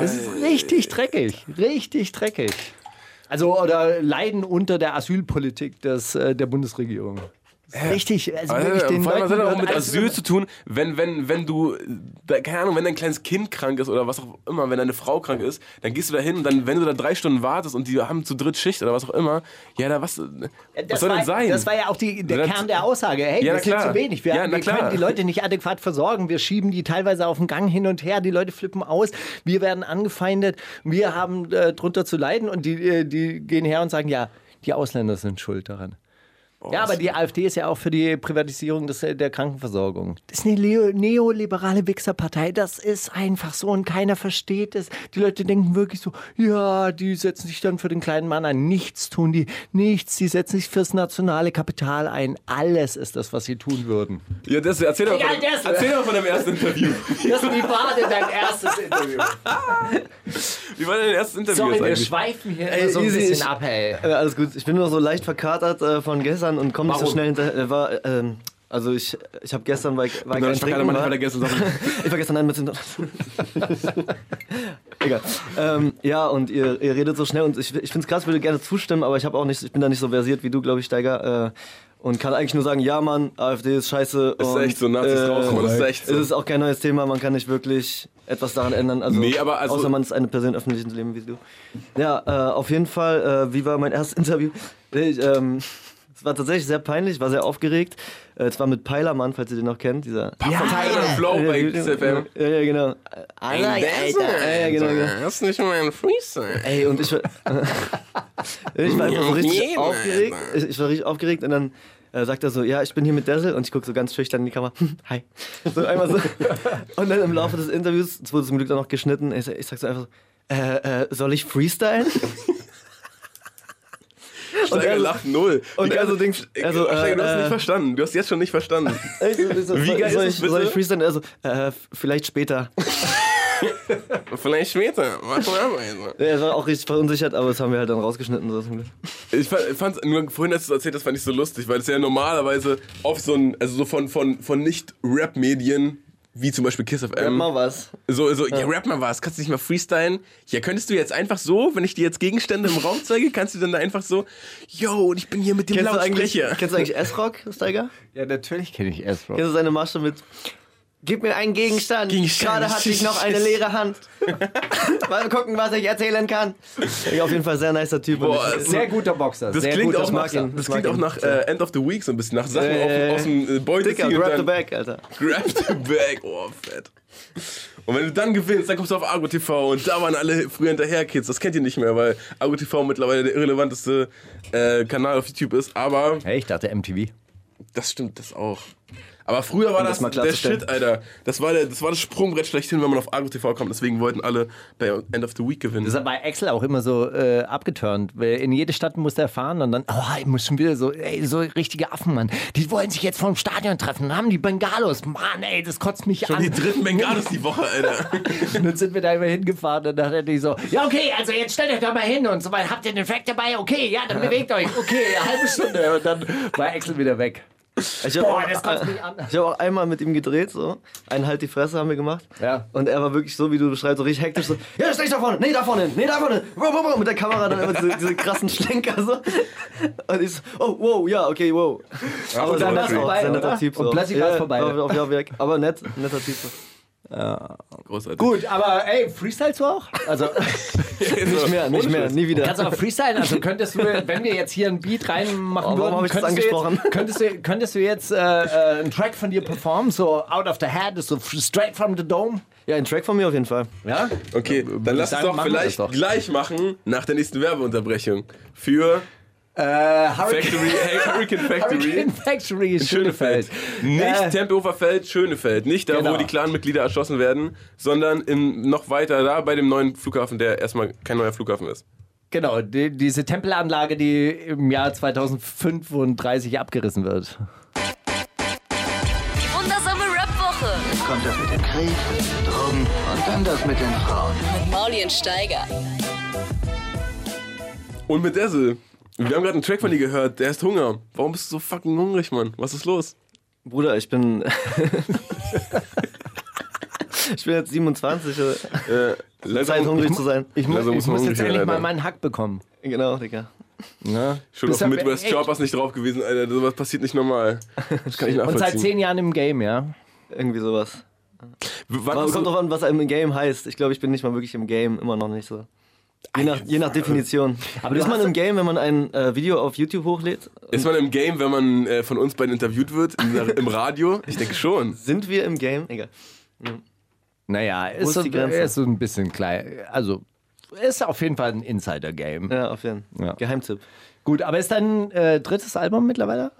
[SPEAKER 6] Das ist richtig dreckig, richtig dreckig. Also oder leiden unter der Asylpolitik des, äh, der Bundesregierung. Das ist Richtig, also
[SPEAKER 5] Also,
[SPEAKER 6] wirklich den
[SPEAKER 5] vor allem,
[SPEAKER 6] Leuten
[SPEAKER 5] was hat das auch
[SPEAKER 6] gehört Also,
[SPEAKER 5] mit
[SPEAKER 6] alles
[SPEAKER 5] Asyl zu tun, wenn, wenn, wenn du, da, keine Ahnung, wenn dein kleines Kind krank ist oder was auch immer, wenn deine Frau krank ist, dann gehst du da hin und dann, wenn du da drei Stunden wartest und die haben zu dritt Schicht oder was auch immer, ja, da was, was
[SPEAKER 6] Das
[SPEAKER 5] soll
[SPEAKER 6] war,
[SPEAKER 5] denn sein?
[SPEAKER 6] Das war ja auch die, der
[SPEAKER 5] Das-
[SPEAKER 6] Kern der Aussage. Hey,
[SPEAKER 5] Ja,
[SPEAKER 6] wir
[SPEAKER 5] na
[SPEAKER 6] sind
[SPEAKER 5] klar.
[SPEAKER 6] zu wenig. Wir,
[SPEAKER 5] Ja, na
[SPEAKER 6] wir
[SPEAKER 5] klar.
[SPEAKER 6] können die Leute nicht adäquat versorgen. Wir schieben die teilweise auf den Gang hin und her. Die Leute flippen aus. Wir werden angefeindet. Wir haben äh, drunter zu leiden. Und die, äh, die gehen her und sagen, ja, die Ausländer sind schuld daran. Ja, aber die AfD Oh, ist ja auch für die Privatisierung des, äh, der Krankenversorgung. Das ist eine Leo, neoliberale Wichserpartei. Das ist einfach so und keiner versteht es. Die Leute denken wirklich so, ja, die setzen sich dann für den kleinen Mann ein. Nichts tun die, nichts. Die setzen sich fürs nationale Kapital ein. Alles ist das, was sie tun würden.
[SPEAKER 5] ja, das, erzähl, doch
[SPEAKER 6] Egal,
[SPEAKER 5] von, dem-
[SPEAKER 6] das-
[SPEAKER 5] erzähl doch von deinem ersten Interview.
[SPEAKER 6] Das, wie war denn dein erstes Interview?
[SPEAKER 5] Wie war denn dein erstes Interview
[SPEAKER 6] Sorry,
[SPEAKER 5] jetzt
[SPEAKER 6] wir
[SPEAKER 5] eigentlich?
[SPEAKER 6] schweifen hier
[SPEAKER 7] Ey,
[SPEAKER 6] immer so ein
[SPEAKER 7] easy,
[SPEAKER 6] bisschen
[SPEAKER 7] ich-
[SPEAKER 6] ab, ey.
[SPEAKER 7] Äh, alles gut. Ich bin nur so leicht verkatert äh, von gestern und komme nicht so
[SPEAKER 6] Warum?
[SPEAKER 7] schnell hinterher. Äh, war, äh, ähm, also ich, ich habe gestern bei, bei
[SPEAKER 5] Nein, ich kann
[SPEAKER 7] trinken
[SPEAKER 5] aber nicht
[SPEAKER 7] war.
[SPEAKER 5] weiter gestern sagen.
[SPEAKER 7] Ich war gestern ein bisschen. Egal. Ähm, ja, und ihr, ihr redet so schnell und ich, ich finde es krass, würde gerne zustimmen, aber ich habe auch nicht, ich bin da nicht so versiert wie du, glaube ich, Steiger. Äh, und kann eigentlich nur sagen, ja, Mann, AfD ist scheiße.
[SPEAKER 5] ist
[SPEAKER 7] und, äh,
[SPEAKER 5] echt so, Nazis raus, Mann, das ist echt so.
[SPEAKER 7] Es ist auch kein neues Thema, man kann nicht wirklich etwas daran ändern. Also,
[SPEAKER 5] Nee, aber also-
[SPEAKER 7] außer man ist eine Person öffentlichen Leben wie du. Ja, äh, auf jeden Fall, äh, wie war mein erstes Interview? Nee, Ich, ähm, es war tatsächlich sehr peinlich, war sehr aufgeregt. Äh, Es war mit Peilermann, falls ihr den noch kennt, dieser
[SPEAKER 5] Von Tyler and Flow bei XFM.
[SPEAKER 7] ja, ja, genau. Alter, Ja, ja, genau, genau.
[SPEAKER 5] Das ist nicht mein Freestyle.
[SPEAKER 7] Ey, und ich war, ich war einfach so richtig
[SPEAKER 5] Jeder,
[SPEAKER 7] aufgeregt. Ich, ich war richtig aufgeregt und dann äh, sagt er so, ja, ich bin hier mit Dazzle und ich gucke so ganz schüchtern in die Kamera. Hi. So einmal so. Und dann im Laufe des Interviews, es wurde zum Glück dann noch geschnitten, ich, sag- ich sag so einfach so, äh, äh, soll ich freestylen?
[SPEAKER 5] Und er
[SPEAKER 7] er so-
[SPEAKER 5] lacht null.
[SPEAKER 7] also- und er
[SPEAKER 5] Die ganze-
[SPEAKER 7] so denkt-
[SPEAKER 5] Ich-
[SPEAKER 7] also,
[SPEAKER 5] Steiger, du hast es
[SPEAKER 7] äh,
[SPEAKER 5] nicht verstanden. Du hast jetzt schon nicht verstanden.
[SPEAKER 7] Ich so- ich so,
[SPEAKER 5] Wie
[SPEAKER 7] soll-
[SPEAKER 5] geil
[SPEAKER 7] soll
[SPEAKER 5] ist es
[SPEAKER 7] ich, soll ich
[SPEAKER 5] bitte?
[SPEAKER 7] freestylen? Also, äh, vielleicht später.
[SPEAKER 5] Vielleicht später. Warte mal.
[SPEAKER 7] Er war auch richtig verunsichert, aber das haben wir halt dann rausgeschnitten. So zum Glück.
[SPEAKER 5] Ich fand nur vorhin, als du es erzählt hast, fand ich so lustig, weil es ja normalerweise oft so ein, also so von, von, von Nicht-Rap-Medien, wie zum Beispiel Kiss
[SPEAKER 7] Sag
[SPEAKER 5] FM,
[SPEAKER 7] mal was.
[SPEAKER 5] so, so, ja. rap mal was, kannst du nicht mal freestylen? Ja, könntest du jetzt einfach so, wenn ich dir jetzt Gegenstände im Raum zeige, kannst du dann da einfach so, yo, und ich bin hier mit dem
[SPEAKER 7] Kennst du eigentlich,
[SPEAKER 5] Lautsprecher.
[SPEAKER 7] kennst du eigentlich S-Rock, Steiger?
[SPEAKER 6] Ja, natürlich kenne ich Astro.
[SPEAKER 7] Kennst du seine Masche mit Gib mir einen Gegenstand.
[SPEAKER 5] Gegenstand.
[SPEAKER 7] Gerade hatte ich noch eine leere Hand. Mal gucken, was ich erzählen kann. Ja, auf jeden Fall sehr nicer Typ.
[SPEAKER 5] Boah,
[SPEAKER 7] Und ich-
[SPEAKER 5] sehr
[SPEAKER 6] guter Boxer.
[SPEAKER 5] Das klingt, auch nach,
[SPEAKER 7] mag ihn,
[SPEAKER 5] das
[SPEAKER 7] das mag
[SPEAKER 5] klingt auch
[SPEAKER 7] ihn.
[SPEAKER 5] nach äh, End of the Week so ein bisschen, nach Sachen
[SPEAKER 7] Äh,
[SPEAKER 5] auf, aus dem äh, Beutel
[SPEAKER 7] Dicker,
[SPEAKER 5] ziehen und
[SPEAKER 7] grab the
[SPEAKER 5] dann-
[SPEAKER 7] bag, Alter.
[SPEAKER 5] Grab the bag, oh fett. Und wenn du dann gewinnst, dann kommst du auf Argo TV und da waren alle früher hinterher Kids. Das kennt ihr nicht mehr, weil Argo TV mittlerweile der irrelevanteste äh, Kanal auf YouTube ist. Aber
[SPEAKER 6] Hey, ich dachte MTV.
[SPEAKER 5] das stimmt, das auch. Aber früher
[SPEAKER 6] Um
[SPEAKER 5] war
[SPEAKER 7] das
[SPEAKER 5] das,
[SPEAKER 7] mal
[SPEAKER 5] der
[SPEAKER 7] klarzustellen.
[SPEAKER 5] Shit, Alter. Das war, der, das war das Sprungbrett schlechthin, wenn man auf Argo TV kommt. Deswegen wollten alle bei End of the Week gewinnen.
[SPEAKER 6] Das ist bei Excel auch immer so äh, abgeturnt. weil In jede Stadt musste er fahren und dann, oh, ich muss schon wieder so, ey, so richtige Affen, Mann. Die wollen sich jetzt vorm Stadion treffen. Dann haben die Bengalos. Mann, ey, das kotzt mich
[SPEAKER 5] Schon die
[SPEAKER 6] an.
[SPEAKER 5] dritten Bengalos die Woche, Alter.
[SPEAKER 6] Und dann sind wir da immer hingefahren und dann hat die so, ja, okay, also jetzt stellt euch da mal hin und so weiter. Habt ihr den Fact dabei? Okay, ja, dann bewegt euch. Okay, eine halbe Stunde. Und dann war Excel wieder weg.
[SPEAKER 7] Ich hab,
[SPEAKER 6] Boah,
[SPEAKER 7] auch-
[SPEAKER 6] das kotzt mich an.
[SPEAKER 7] ich hab auch einmal mit ihm gedreht, so. Einen Halt die Fresse haben wir gemacht.
[SPEAKER 6] Ja.
[SPEAKER 7] Und er war wirklich so, wie du beschreibst, so richtig hektisch, so, ja, steh ich da vorne, nee, da vorne, hin, nee, da vorne, hin. Wow, wow, wow. mit der Kamera dann immer diese, diese krassen Schlenker, so. Und ich so, oh, wow, ja, okay, wow.
[SPEAKER 5] Aber
[SPEAKER 7] Sehr
[SPEAKER 6] dann war's
[SPEAKER 7] netter-
[SPEAKER 6] vorbei,
[SPEAKER 7] sehr netter
[SPEAKER 6] oder?
[SPEAKER 7] Typ, so.
[SPEAKER 6] Und plötzlich war's vorbei.
[SPEAKER 7] Auf, auf, auf, weg. Aber nett, netter Typ. So.
[SPEAKER 5] Großartig.
[SPEAKER 6] Gut, aber ey, freestylst du auch? Also
[SPEAKER 7] Nicht mehr, nicht mehr, nie wieder.
[SPEAKER 6] kannst du auch freestylen. Also könntest du, wenn wir jetzt hier einen Beat reinmachen
[SPEAKER 7] Oh, warum
[SPEAKER 6] würden,
[SPEAKER 7] hab ich das
[SPEAKER 6] könntest, du
[SPEAKER 7] angesprochen?
[SPEAKER 6] jetzt, könntest, du, könntest du jetzt äh, äh, einen Track von dir performen, so out of the head, so f- straight from the dome?
[SPEAKER 7] Ja, ein Track von mir auf jeden Fall.
[SPEAKER 6] Ja?
[SPEAKER 5] Okay, dann lass es
[SPEAKER 6] sagen,
[SPEAKER 5] doch
[SPEAKER 6] machen wir
[SPEAKER 5] vielleicht
[SPEAKER 6] das doch.
[SPEAKER 5] gleich machen nach der nächsten Werbeunterbrechung für
[SPEAKER 6] Äh, Hurricane,
[SPEAKER 5] Factory, hey, Hurricane Factory.
[SPEAKER 6] Hurricane Factory in
[SPEAKER 5] Schönefeld.
[SPEAKER 6] Schönefeld.
[SPEAKER 5] Nicht
[SPEAKER 6] Äh,
[SPEAKER 5] Tempelhofer Feld, Schönefeld. Nicht da,
[SPEAKER 6] Genau.
[SPEAKER 5] wo die Clanmitglieder erschossen werden, sondern im, noch weiter da bei dem neuen Flughafen, der erstmal kein neuer Flughafen ist.
[SPEAKER 6] Genau, die, diese Tempelanlage, die im Jahr 2035 abgerissen wird.
[SPEAKER 2] Die wundersame Rap-Woche
[SPEAKER 1] Kommt das mit dem Krieg, Drogen und dann das mit den Frauen.
[SPEAKER 2] mit Maulien Steiger.
[SPEAKER 5] Und mit Dessel. Wir haben gerade einen Track von dir gehört, der heißt Hunger. Warum bist du so fucking hungrig, Mann? Was ist los?
[SPEAKER 7] Bruder, ich bin. ich bin jetzt 27. oder?
[SPEAKER 5] Äh,
[SPEAKER 7] Zeit, hungrig zu sein.
[SPEAKER 6] Also Ich muss,
[SPEAKER 5] Also muss
[SPEAKER 6] ich
[SPEAKER 5] man
[SPEAKER 6] muss
[SPEAKER 5] hungrig
[SPEAKER 6] jetzt
[SPEAKER 5] sein,
[SPEAKER 6] endlich mal
[SPEAKER 5] Alter.
[SPEAKER 6] meinen Hack bekommen.
[SPEAKER 7] Genau, Digga.
[SPEAKER 6] Ne?
[SPEAKER 5] Schon
[SPEAKER 6] Bis
[SPEAKER 5] auf
[SPEAKER 6] am-
[SPEAKER 5] Midwest
[SPEAKER 6] echt.
[SPEAKER 5] Choppers nicht drauf gewesen, Alter. Sowas passiert nicht normal. Das kann ich
[SPEAKER 6] Und
[SPEAKER 5] nachvollziehen.
[SPEAKER 6] seit zehn Jahren im Game, ja.
[SPEAKER 7] Irgendwie sowas.
[SPEAKER 5] Wann
[SPEAKER 7] Aber
[SPEAKER 5] hast
[SPEAKER 7] kommt
[SPEAKER 6] also
[SPEAKER 5] du-
[SPEAKER 7] drauf an, was einem im Game heißt. Ich glaube, ich bin nicht mal wirklich im Game, immer noch nicht so. Je nach, je nach Definition. Aber
[SPEAKER 6] du
[SPEAKER 7] ist man
[SPEAKER 6] hast-
[SPEAKER 7] im Game, wenn man ein äh, Video auf YouTube hochlädt?
[SPEAKER 5] Ist man im Game, wenn man äh, von uns beiden interviewt wird, in der, im Radio? Ich denke schon.
[SPEAKER 7] Sind wir im Game? Egal.
[SPEAKER 6] Naja, ist,
[SPEAKER 7] ist
[SPEAKER 6] so,
[SPEAKER 7] die Grenze?
[SPEAKER 6] ist so ein bisschen klein. Also, ist auf jeden Fall ein Insider-Game.
[SPEAKER 7] Ja, auf jeden Fall.
[SPEAKER 6] Ja.
[SPEAKER 7] Geheimtipp.
[SPEAKER 6] Gut, aber ist dein äh, drittes Album mittlerweile?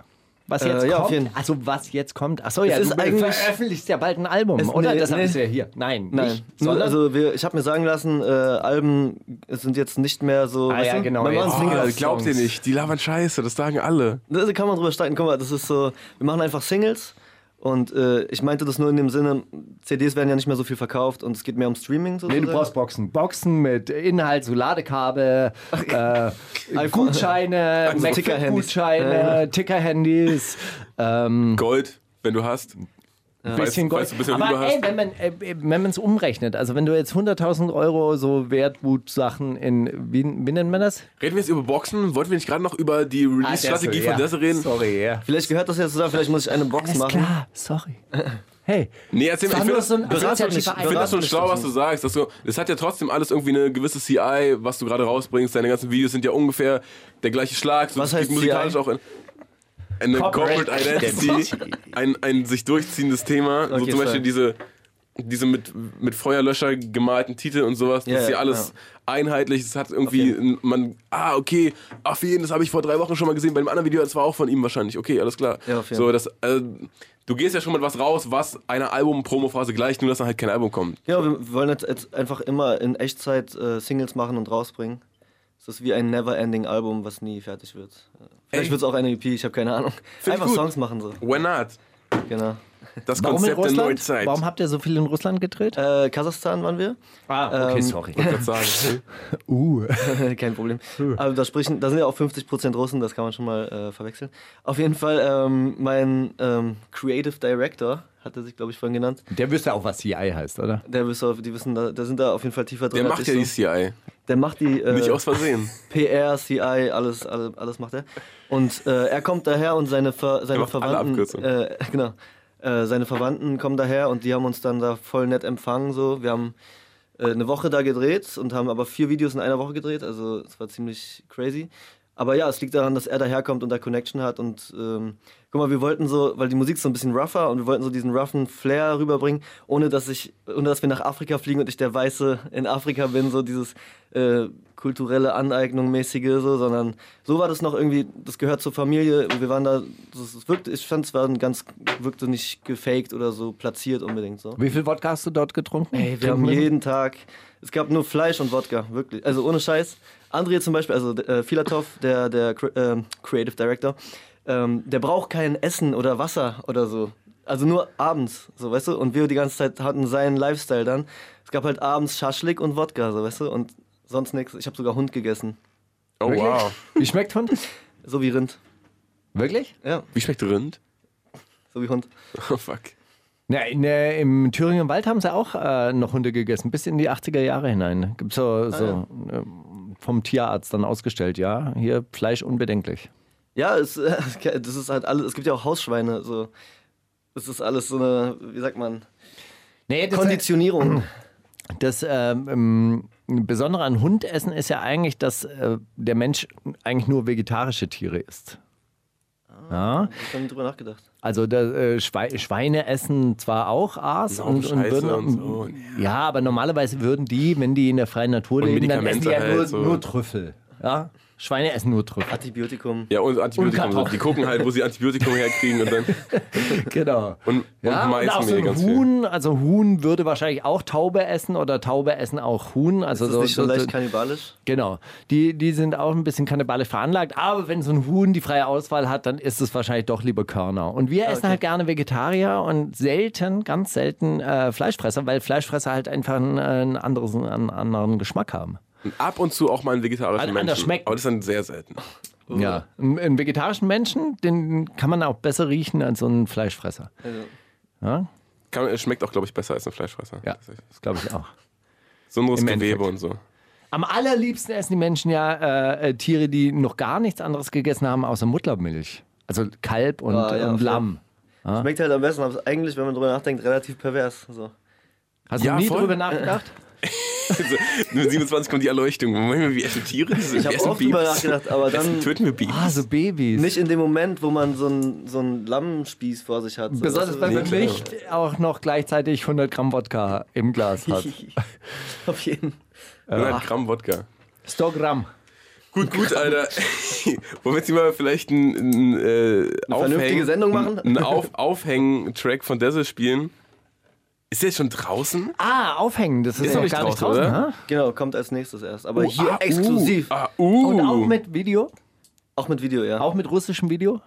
[SPEAKER 6] Was
[SPEAKER 7] Äh,
[SPEAKER 6] jetzt
[SPEAKER 7] ja, auf
[SPEAKER 6] kommt?
[SPEAKER 7] jeden Fall.
[SPEAKER 6] Also, was jetzt kommt? Achso, ja,
[SPEAKER 7] Es
[SPEAKER 6] du
[SPEAKER 7] ist eigentlich-
[SPEAKER 6] veröffentlichst ja bald ein Album,
[SPEAKER 7] Es-
[SPEAKER 6] oder?
[SPEAKER 7] nee,
[SPEAKER 6] Deshalb
[SPEAKER 7] nee.
[SPEAKER 6] ist er hier. Nein,
[SPEAKER 7] Nein,
[SPEAKER 6] nicht.
[SPEAKER 7] nur,
[SPEAKER 6] sondern-
[SPEAKER 7] also wir, ich habe mir sagen lassen, äh, Alben sind jetzt nicht mehr so.
[SPEAKER 6] Ah,
[SPEAKER 7] weißt
[SPEAKER 6] ja,
[SPEAKER 7] du?
[SPEAKER 6] genau,
[SPEAKER 7] Man
[SPEAKER 6] ja. Ah.
[SPEAKER 7] macht
[SPEAKER 6] Oh,
[SPEAKER 7] Single-
[SPEAKER 5] Ah, das glaubt ihr nicht. Die labern scheiße, das sagen alle.
[SPEAKER 7] Da kann man drüber streiten. Guck mal, das ist so, wir machen einfach Singles. Und äh, ich meinte das nur in dem Sinne, CDs werden ja nicht mehr so viel verkauft und es geht mehr um Streaming
[SPEAKER 6] Nee,
[SPEAKER 7] sozusagen.
[SPEAKER 6] du brauchst Boxen. Boxen mit Inhalt, so Ladekabel, äh, Gutscheine,
[SPEAKER 7] Also Tickerhandys.
[SPEAKER 6] MacBook-Gutscheine, Tickerhandys, ähm,
[SPEAKER 5] Gold, wenn du hast.
[SPEAKER 6] ein
[SPEAKER 5] Weißt-
[SPEAKER 6] bisschen Gold.
[SPEAKER 5] weißt du, bis du
[SPEAKER 6] Aber
[SPEAKER 5] rüber
[SPEAKER 6] ey,
[SPEAKER 5] hast?
[SPEAKER 6] wenn man es umrechnet, also wenn du jetzt 100.000 Euro so Wertgutsachen in, wie, wie nennt man das?
[SPEAKER 5] Reden wir jetzt über Boxen? Wollten wir nicht gerade noch über
[SPEAKER 6] Ah,
[SPEAKER 5] die Release-Strategie von Dessel reden?
[SPEAKER 6] Sorry, ja.
[SPEAKER 7] Vielleicht gehört das ja zusammen, vielleicht muss ich eine Box
[SPEAKER 6] Alles
[SPEAKER 7] machen.
[SPEAKER 6] klar, sorry. Hey,
[SPEAKER 5] Nee, erzähl
[SPEAKER 6] Es
[SPEAKER 5] mal,
[SPEAKER 6] war
[SPEAKER 5] ich finde
[SPEAKER 6] nur
[SPEAKER 5] das,
[SPEAKER 6] so ein
[SPEAKER 5] ich find das,
[SPEAKER 6] assoziativer
[SPEAKER 5] ich find das schon schlau, was du sagst. Das, so, das hat ja trotzdem alles irgendwie eine gewisse CI, was du gerade rausbringst. Deine ganzen Videos sind ja ungefähr der gleiche Schlag. So,
[SPEAKER 7] Was
[SPEAKER 5] es gibt
[SPEAKER 7] heißt
[SPEAKER 5] musikalisch
[SPEAKER 7] CI?
[SPEAKER 5] auch in, eine
[SPEAKER 6] Corporate
[SPEAKER 5] Corporate, Identity, ein, ein sich durchziehendes Thema. so
[SPEAKER 7] Okay,
[SPEAKER 5] zum Beispiel
[SPEAKER 7] sorry.
[SPEAKER 5] diese, diese mit, mit Feuerlöscher gemalten Titel und sowas. Das
[SPEAKER 7] Ja,
[SPEAKER 5] ist ja
[SPEAKER 7] ja,
[SPEAKER 5] alles einheitlich. Es hat irgendwie, ein- man, ah, okay, auf jeden, das habe ich vor drei Wochen schon mal gesehen. Bei einem anderen Video, das war auch von ihm wahrscheinlich. Okay, alles klar.
[SPEAKER 7] Ja, auf jeden.
[SPEAKER 5] so, das, äh, du gehst ja schon mit was raus, was einer Album-Promo-Phase gleicht, nur dass dann halt kein Album kommt.
[SPEAKER 7] Genau, wir wollen jetzt, jetzt einfach immer in Echtzeit äh, Singles machen und rausbringen. Es ist wie ein never-ending Album, was nie fertig wird. Äh, Vielleicht wird es auch eine EP, ich habe keine Ahnung.
[SPEAKER 5] ich
[SPEAKER 7] einfach
[SPEAKER 5] gut.
[SPEAKER 7] Songs machen so,
[SPEAKER 5] Why not?
[SPEAKER 7] genau.
[SPEAKER 5] Das
[SPEAKER 6] warum in
[SPEAKER 5] Konzept der
[SPEAKER 6] Russland?
[SPEAKER 5] Neuzeit.
[SPEAKER 6] Warum habt ihr so viel in Russland gedreht?
[SPEAKER 7] Äh, Kasachstan waren wir.
[SPEAKER 6] ah, okay,
[SPEAKER 7] ähm,
[SPEAKER 6] sorry.
[SPEAKER 5] Ich würd sagen,
[SPEAKER 6] Uh.
[SPEAKER 7] Kein Problem. Aber da, sprechen, da sind ja auch 50% Russen, das kann man schon mal äh, verwechseln. Auf jeden Fall, ähm, mein ähm, Creative Director, hat er sich, glaube ich, vorhin genannt,
[SPEAKER 6] Der wüsste auch, was CI heißt, oder?
[SPEAKER 7] der wisst auf, die wissen, da, da sind da auf jeden Fall tiefer drin.
[SPEAKER 5] der
[SPEAKER 7] als
[SPEAKER 5] macht
[SPEAKER 7] ich
[SPEAKER 5] ja die
[SPEAKER 7] so.
[SPEAKER 5] CI.
[SPEAKER 7] Der macht die äh,
[SPEAKER 5] Nicht aus Versehen.
[SPEAKER 7] PR, CI, alles, alles, alles macht er. Und äh, er kommt daher und seine, Ver, seine
[SPEAKER 5] macht alle
[SPEAKER 7] Verwandten.
[SPEAKER 5] Abkürzungen.
[SPEAKER 7] Äh, genau. Äh, seine Verwandten kommen daher und die haben uns dann da voll nett empfangen. So. Wir haben äh, eine Woche da gedreht und haben aber vier Videos in einer Woche gedreht. Also es war ziemlich crazy. Aber ja, es liegt daran, dass er daherkommt und da Connection hat. Und ähm, guck mal, wir wollten so, weil die Musik ist so ein bisschen rougher und wir wollten so diesen roughen Flair rüberbringen, ohne dass ich, ohne dass wir nach Afrika fliegen und ich der Weiße in Afrika bin, so dieses äh, kulturelle Aneignung mäßige, so, sondern so war das noch irgendwie, das gehört zur Familie. Wir waren da, das, das wirkte, ich fand es war ein ganz, wirkte nicht gefaked oder so platziert unbedingt so.
[SPEAKER 6] Wie viel Wodka hast du dort getrunken?
[SPEAKER 7] Ey, wir haben jeden Tag. Es gab nur Fleisch und Wodka, wirklich. Also ohne Scheiß. André zum Beispiel, also äh, Filatov, der, der Cre- ähm, Creative Director, ähm, der braucht kein Essen oder Wasser oder so. Also nur abends, so weißt du. Und wir die ganze Zeit hatten seinen Lifestyle dann. Es gab halt abends Schaschlik und Wodka, so weißt du. Und sonst nichts. Ich habe sogar Hund gegessen.
[SPEAKER 5] Oh wow.
[SPEAKER 6] Wie schmeckt Hund?
[SPEAKER 7] So wie Rind.
[SPEAKER 6] Wirklich?
[SPEAKER 7] Ja,
[SPEAKER 5] Wie schmeckt Rind?
[SPEAKER 7] so wie Hund.
[SPEAKER 5] Oh fuck.
[SPEAKER 6] Na, in, äh, Im Thüringer Wald haben sie auch äh, noch Hunde gegessen, bis in die 80er Jahre hinein. Gibt so, so ähm, vom Tierarzt dann ausgestellt, ja. Hier Fleisch unbedenklich.
[SPEAKER 7] Ja, es, äh, das ist halt alles. Es gibt ja auch Hausschweine, so. Es ist alles so eine, wie sagt man,
[SPEAKER 6] Nee, das-
[SPEAKER 7] Konditionierung.
[SPEAKER 6] Das ähm, ähm, Besondere an Hundessen ist ja eigentlich, dass äh, der Mensch eigentlich nur vegetarische Tiere isst. Ja,
[SPEAKER 7] Ich habe drüber nachgedacht.
[SPEAKER 6] also da, äh, Schwei Schweine essen zwar auch Aas und, und
[SPEAKER 5] Oh, Scheiße
[SPEAKER 6] würden.
[SPEAKER 5] und so.
[SPEAKER 6] Ja, aber normalerweise würden die, wenn die in der freien Natur
[SPEAKER 5] Und
[SPEAKER 6] leben, dann essen die ja
[SPEAKER 5] Medikamente
[SPEAKER 6] nur,
[SPEAKER 5] halt so.
[SPEAKER 6] nur Trüffel. Ja? Schweine essen nur Trüffel.
[SPEAKER 7] Antibiotikum.
[SPEAKER 5] Ja, und Antibiotikum.
[SPEAKER 6] Kartoffeln.
[SPEAKER 5] die gucken halt, wo sie Antibiotikum herkriegen und dann.
[SPEAKER 6] genau.
[SPEAKER 5] Und,
[SPEAKER 6] Ja,
[SPEAKER 5] und
[SPEAKER 6] und,
[SPEAKER 5] Mais
[SPEAKER 6] auch
[SPEAKER 5] haben
[SPEAKER 6] so
[SPEAKER 5] die
[SPEAKER 6] ein
[SPEAKER 5] ganz viel.
[SPEAKER 6] Huhn, also Huhn würde wahrscheinlich auch Taube essen oder Taube essen auch Huhn. Also
[SPEAKER 7] Ist das
[SPEAKER 6] so,
[SPEAKER 7] nicht schon
[SPEAKER 6] so,
[SPEAKER 7] leicht
[SPEAKER 6] so,
[SPEAKER 7] kannibalisch?
[SPEAKER 6] Genau. Die, die sind auch ein bisschen kannibalisch veranlagt, aber wenn so ein Huhn die freie Auswahl hat, dann ist es wahrscheinlich doch lieber Körner. Und
[SPEAKER 7] Ah,
[SPEAKER 6] wir essen halt gerne Vegetarier und selten, ganz selten äh, Fleischfresser, weil Fleischfresser halt einfach ein, ein anderes, einen anderen Geschmack haben.
[SPEAKER 5] Ab und zu auch mal einen vegetarischen
[SPEAKER 6] An- anders
[SPEAKER 5] Menschen.
[SPEAKER 6] schmeckt.
[SPEAKER 5] Aber das ist dann sehr selten.
[SPEAKER 7] Oh.
[SPEAKER 6] Ja. Einen, einen vegetarischen Menschen, den kann man auch besser riechen als so einen Fleischfresser. Ja,
[SPEAKER 5] Kann, es schmeckt auch, glaube ich, besser als ein Fleischfresser.
[SPEAKER 6] ja das glaube ich auch.
[SPEAKER 5] Besonderes
[SPEAKER 6] Im
[SPEAKER 5] Gewebe
[SPEAKER 6] Endeffekt.
[SPEAKER 5] und so.
[SPEAKER 6] Am allerliebsten essen die Menschen ja äh, äh, Tiere, die noch gar nichts anderes gegessen haben außer Muttermilch. Also Kalb und,
[SPEAKER 7] Ah, ja,
[SPEAKER 6] und
[SPEAKER 7] voll.
[SPEAKER 6] Lamm. Ah.
[SPEAKER 7] Schmeckt halt am besten, aber eigentlich, wenn man drüber nachdenkt, relativ pervers. So.
[SPEAKER 6] Hast
[SPEAKER 5] Ja,
[SPEAKER 6] du nie
[SPEAKER 5] voll.
[SPEAKER 6] drüber nachgedacht?
[SPEAKER 5] Also, mit 27 kommt die Erleuchtung. Moment mal, wir essen Tiere. Das
[SPEAKER 7] Ich hab auch drüber nachgedacht, aber dann-
[SPEAKER 5] Töten wir Babys.
[SPEAKER 6] Ah, so Babys.
[SPEAKER 7] Nicht in dem Moment, wo man so einen so einen Lammspieß vor sich hat. So.
[SPEAKER 6] Besonders,
[SPEAKER 7] Das
[SPEAKER 6] weil
[SPEAKER 7] ist-
[SPEAKER 6] man nicht auch noch gleichzeitig 100 Gramm Wodka im Glas hat.
[SPEAKER 7] Auf jeden.
[SPEAKER 6] Ah.
[SPEAKER 5] 100 Gramm Wodka.
[SPEAKER 6] 100 Gramm.
[SPEAKER 5] Gut, gut, Alter. Wollen wir jetzt mal vielleicht einen, äh,
[SPEAKER 7] vernünftige Sendung machen?
[SPEAKER 5] Einen Auf, Aufhängen-Track von Dessel spielen? Ist der jetzt schon draußen?
[SPEAKER 6] Ah, aufhängen, das ist,
[SPEAKER 5] Ist
[SPEAKER 6] noch
[SPEAKER 5] noch nicht
[SPEAKER 6] gar nicht
[SPEAKER 5] draußen,
[SPEAKER 6] draußen.
[SPEAKER 5] oder?
[SPEAKER 6] ha?
[SPEAKER 7] Genau, kommt als nächstes erst. Aber hier
[SPEAKER 5] Ah, uh.
[SPEAKER 7] exklusiv.
[SPEAKER 5] Ah, uh.
[SPEAKER 6] Und auch mit Video?
[SPEAKER 7] Auch mit Video, ja.
[SPEAKER 6] Auch mit russischem Video?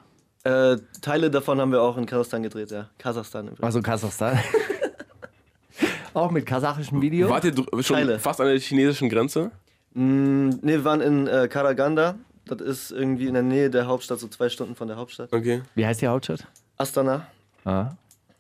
[SPEAKER 7] Äh, Teile davon haben wir auch in Kasachstan gedreht, ja. Kasachstan übrigens.
[SPEAKER 6] Also Kasachstan. auch mit kasachischem Video?
[SPEAKER 5] Wart ihr dr- schon
[SPEAKER 7] Teile.
[SPEAKER 5] fast an der chinesischen Grenze?
[SPEAKER 7] Mm, nee, wir waren in äh, Karaganda. Das ist irgendwie in der Nähe der Hauptstadt, so zwei Stunden von der Hauptstadt.
[SPEAKER 5] Okay.
[SPEAKER 6] Wie heißt die Hauptstadt?
[SPEAKER 7] Astana.
[SPEAKER 6] Ah,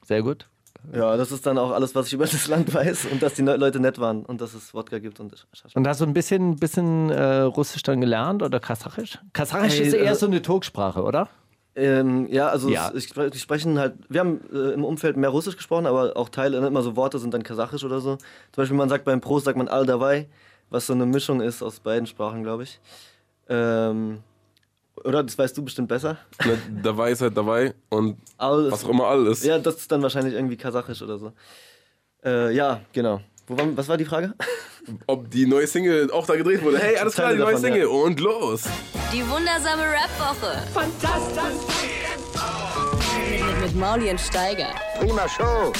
[SPEAKER 6] sehr gut.
[SPEAKER 7] Ja, das ist dann auch alles, was ich über das Land weiß und dass die ne Leute nett waren und dass es Wodka gibt und Schaschlik.
[SPEAKER 6] Und hast du ein bisschen, bisschen äh, Russisch dann gelernt oder Kasachisch? Kasachisch
[SPEAKER 7] Ey,
[SPEAKER 6] ist eher
[SPEAKER 7] äh,
[SPEAKER 6] so eine Turksprache, oder?
[SPEAKER 7] Ähm, ja, also
[SPEAKER 6] Ja.
[SPEAKER 7] Es, ich, spre- die sprechen halt, wir haben äh, im Umfeld mehr Russisch gesprochen, aber auch Teile, nicht mal so Worte sind dann Kasachisch oder so. Zum Beispiel, man sagt beim Prost, sagt man Al dabei, was so eine Mischung ist aus beiden Sprachen, glaube ich. Ähm, oder, das weißt du bestimmt besser.
[SPEAKER 5] Na, dabei ist halt dabei und
[SPEAKER 7] Al
[SPEAKER 5] was
[SPEAKER 7] ist,
[SPEAKER 5] auch immer alles.
[SPEAKER 7] ja, das ist dann wahrscheinlich irgendwie Kasachisch oder so. Äh, ja, genau. Wo waren, was war die Frage?
[SPEAKER 5] Ob die neue Single auch da gedreht wurde. Hey, alles klar, die
[SPEAKER 7] Teile
[SPEAKER 5] neue
[SPEAKER 7] davon,
[SPEAKER 5] Single.
[SPEAKER 7] ja.
[SPEAKER 5] Und los.
[SPEAKER 2] Die wundersame Rap-Woche. Fantastisch. Mit, mit Mauli und Steiger.
[SPEAKER 1] Prima Show.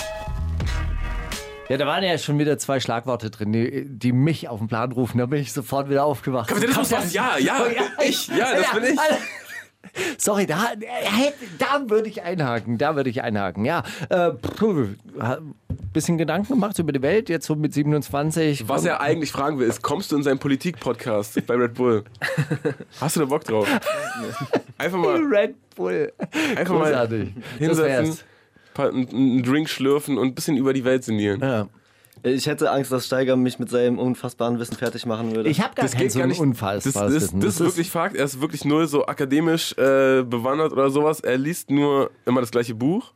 [SPEAKER 6] Ja, da waren ja schon wieder zwei Schlagworte drin, die, die mich auf den Plan rufen. Da bin ich sofort wieder aufgewacht.
[SPEAKER 5] Kapitalismus, was? Ja, ja, ich. Ja, das bin ich.
[SPEAKER 6] ich. Sorry, da, äh, da würde ich einhaken, da würde ich einhaken. Ja, äh, pff, ha- bisschen Gedanken gemacht über die Welt, jetzt so mit 27.
[SPEAKER 5] Was
[SPEAKER 6] Komm,
[SPEAKER 5] er eigentlich fragen will, ist, kommst du in seinen Politik-Podcast bei Red Bull? Hast du da Bock drauf? Einfach mal,
[SPEAKER 6] Red Bull.
[SPEAKER 5] einfach mal
[SPEAKER 6] Großartig. Das
[SPEAKER 5] hinsetzen,
[SPEAKER 6] wär's.
[SPEAKER 5] paar- einen- einen Drink schlürfen und ein bisschen über die Welt sinnieren.
[SPEAKER 6] Ja.
[SPEAKER 7] Ich hätte Angst, dass Steiger mich mit seinem unfassbaren Wissen fertig machen würde.
[SPEAKER 6] Ich habe gar keinen so einen Unfall.
[SPEAKER 5] Das, das, das, ist wirklich Fakt. Er ist wirklich null so akademisch äh, bewandert oder sowas. Er liest nur immer das gleiche Buch.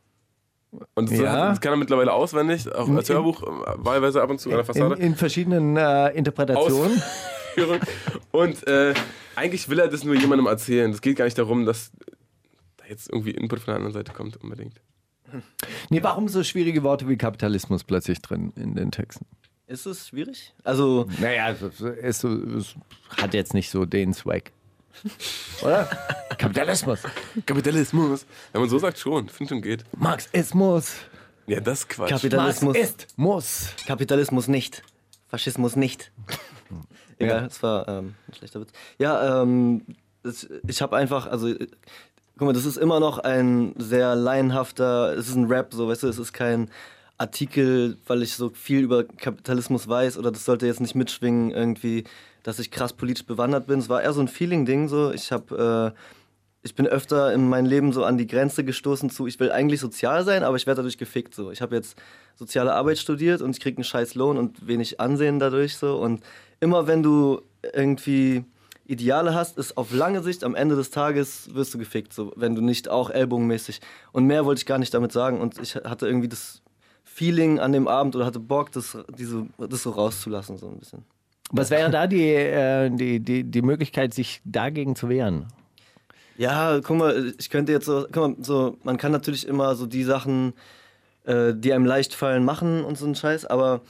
[SPEAKER 5] Und das,
[SPEAKER 6] Ja.
[SPEAKER 5] das kann er mittlerweile auswendig, auch als
[SPEAKER 6] In-
[SPEAKER 5] Hörbuch, äh, wahlweise ab und zu an der
[SPEAKER 6] in,
[SPEAKER 5] Fassade.
[SPEAKER 6] in verschiedenen äh, Interpretationen.
[SPEAKER 5] Führung. Und äh, eigentlich will er das nur jemandem erzählen. Es geht gar nicht darum, dass da jetzt irgendwie Input von der anderen Seite kommt, unbedingt.
[SPEAKER 6] Nee, warum so schwierige Worte wie Kapitalismus plötzlich drin in den Texten?
[SPEAKER 7] Ist es schwierig? Also,
[SPEAKER 6] Naja, es, es, es hat jetzt nicht so den Swag. Oder? Kapitalismus.
[SPEAKER 5] Kapitalismus. Wenn man so sagt, schon. Finde schon geht.
[SPEAKER 6] Marx ist muss.
[SPEAKER 5] Ja, das ist Quatsch.
[SPEAKER 7] Kapitalismus,
[SPEAKER 6] Marx ist muss.
[SPEAKER 7] Kapitalismus nicht. Faschismus nicht. Egal, das war ähm, ein schlechter Witz. Ja, ähm, das, ich habe einfach, also, äh, guck mal, das ist immer noch ein sehr laienhafter, es ist ein Rap, so, weißt du, es ist kein Artikel, weil ich so viel über Kapitalismus weiß oder das sollte jetzt nicht mitschwingen irgendwie, dass ich krass politisch bewandert bin. Es war eher so ein Feeling-Ding, so, ich habe... Äh, ich bin öfter in meinem Leben so an die Grenze gestoßen zu, ich will eigentlich sozial sein, aber ich werde dadurch gefickt. So. Ich habe jetzt soziale Arbeit studiert und ich kriege einen scheiß Lohn und wenig Ansehen dadurch. So. Und immer wenn du irgendwie Ideale hast, ist auf lange Sicht am Ende des Tages wirst du gefickt, so, wenn du nicht auch ellbogenmäßig. Und mehr wollte ich gar nicht damit sagen. Und ich hatte irgendwie das Feeling an dem Abend oder hatte Bock, das, diese, das so rauszulassen, so ein bisschen.
[SPEAKER 6] Was wäre da die, äh, die, die, die Möglichkeit, sich dagegen zu wehren?
[SPEAKER 7] Ja, guck mal, ich könnte jetzt so, guck mal, so man kann natürlich immer so die Sachen, äh, die einem leicht fallen, machen und so einen Scheiß, aber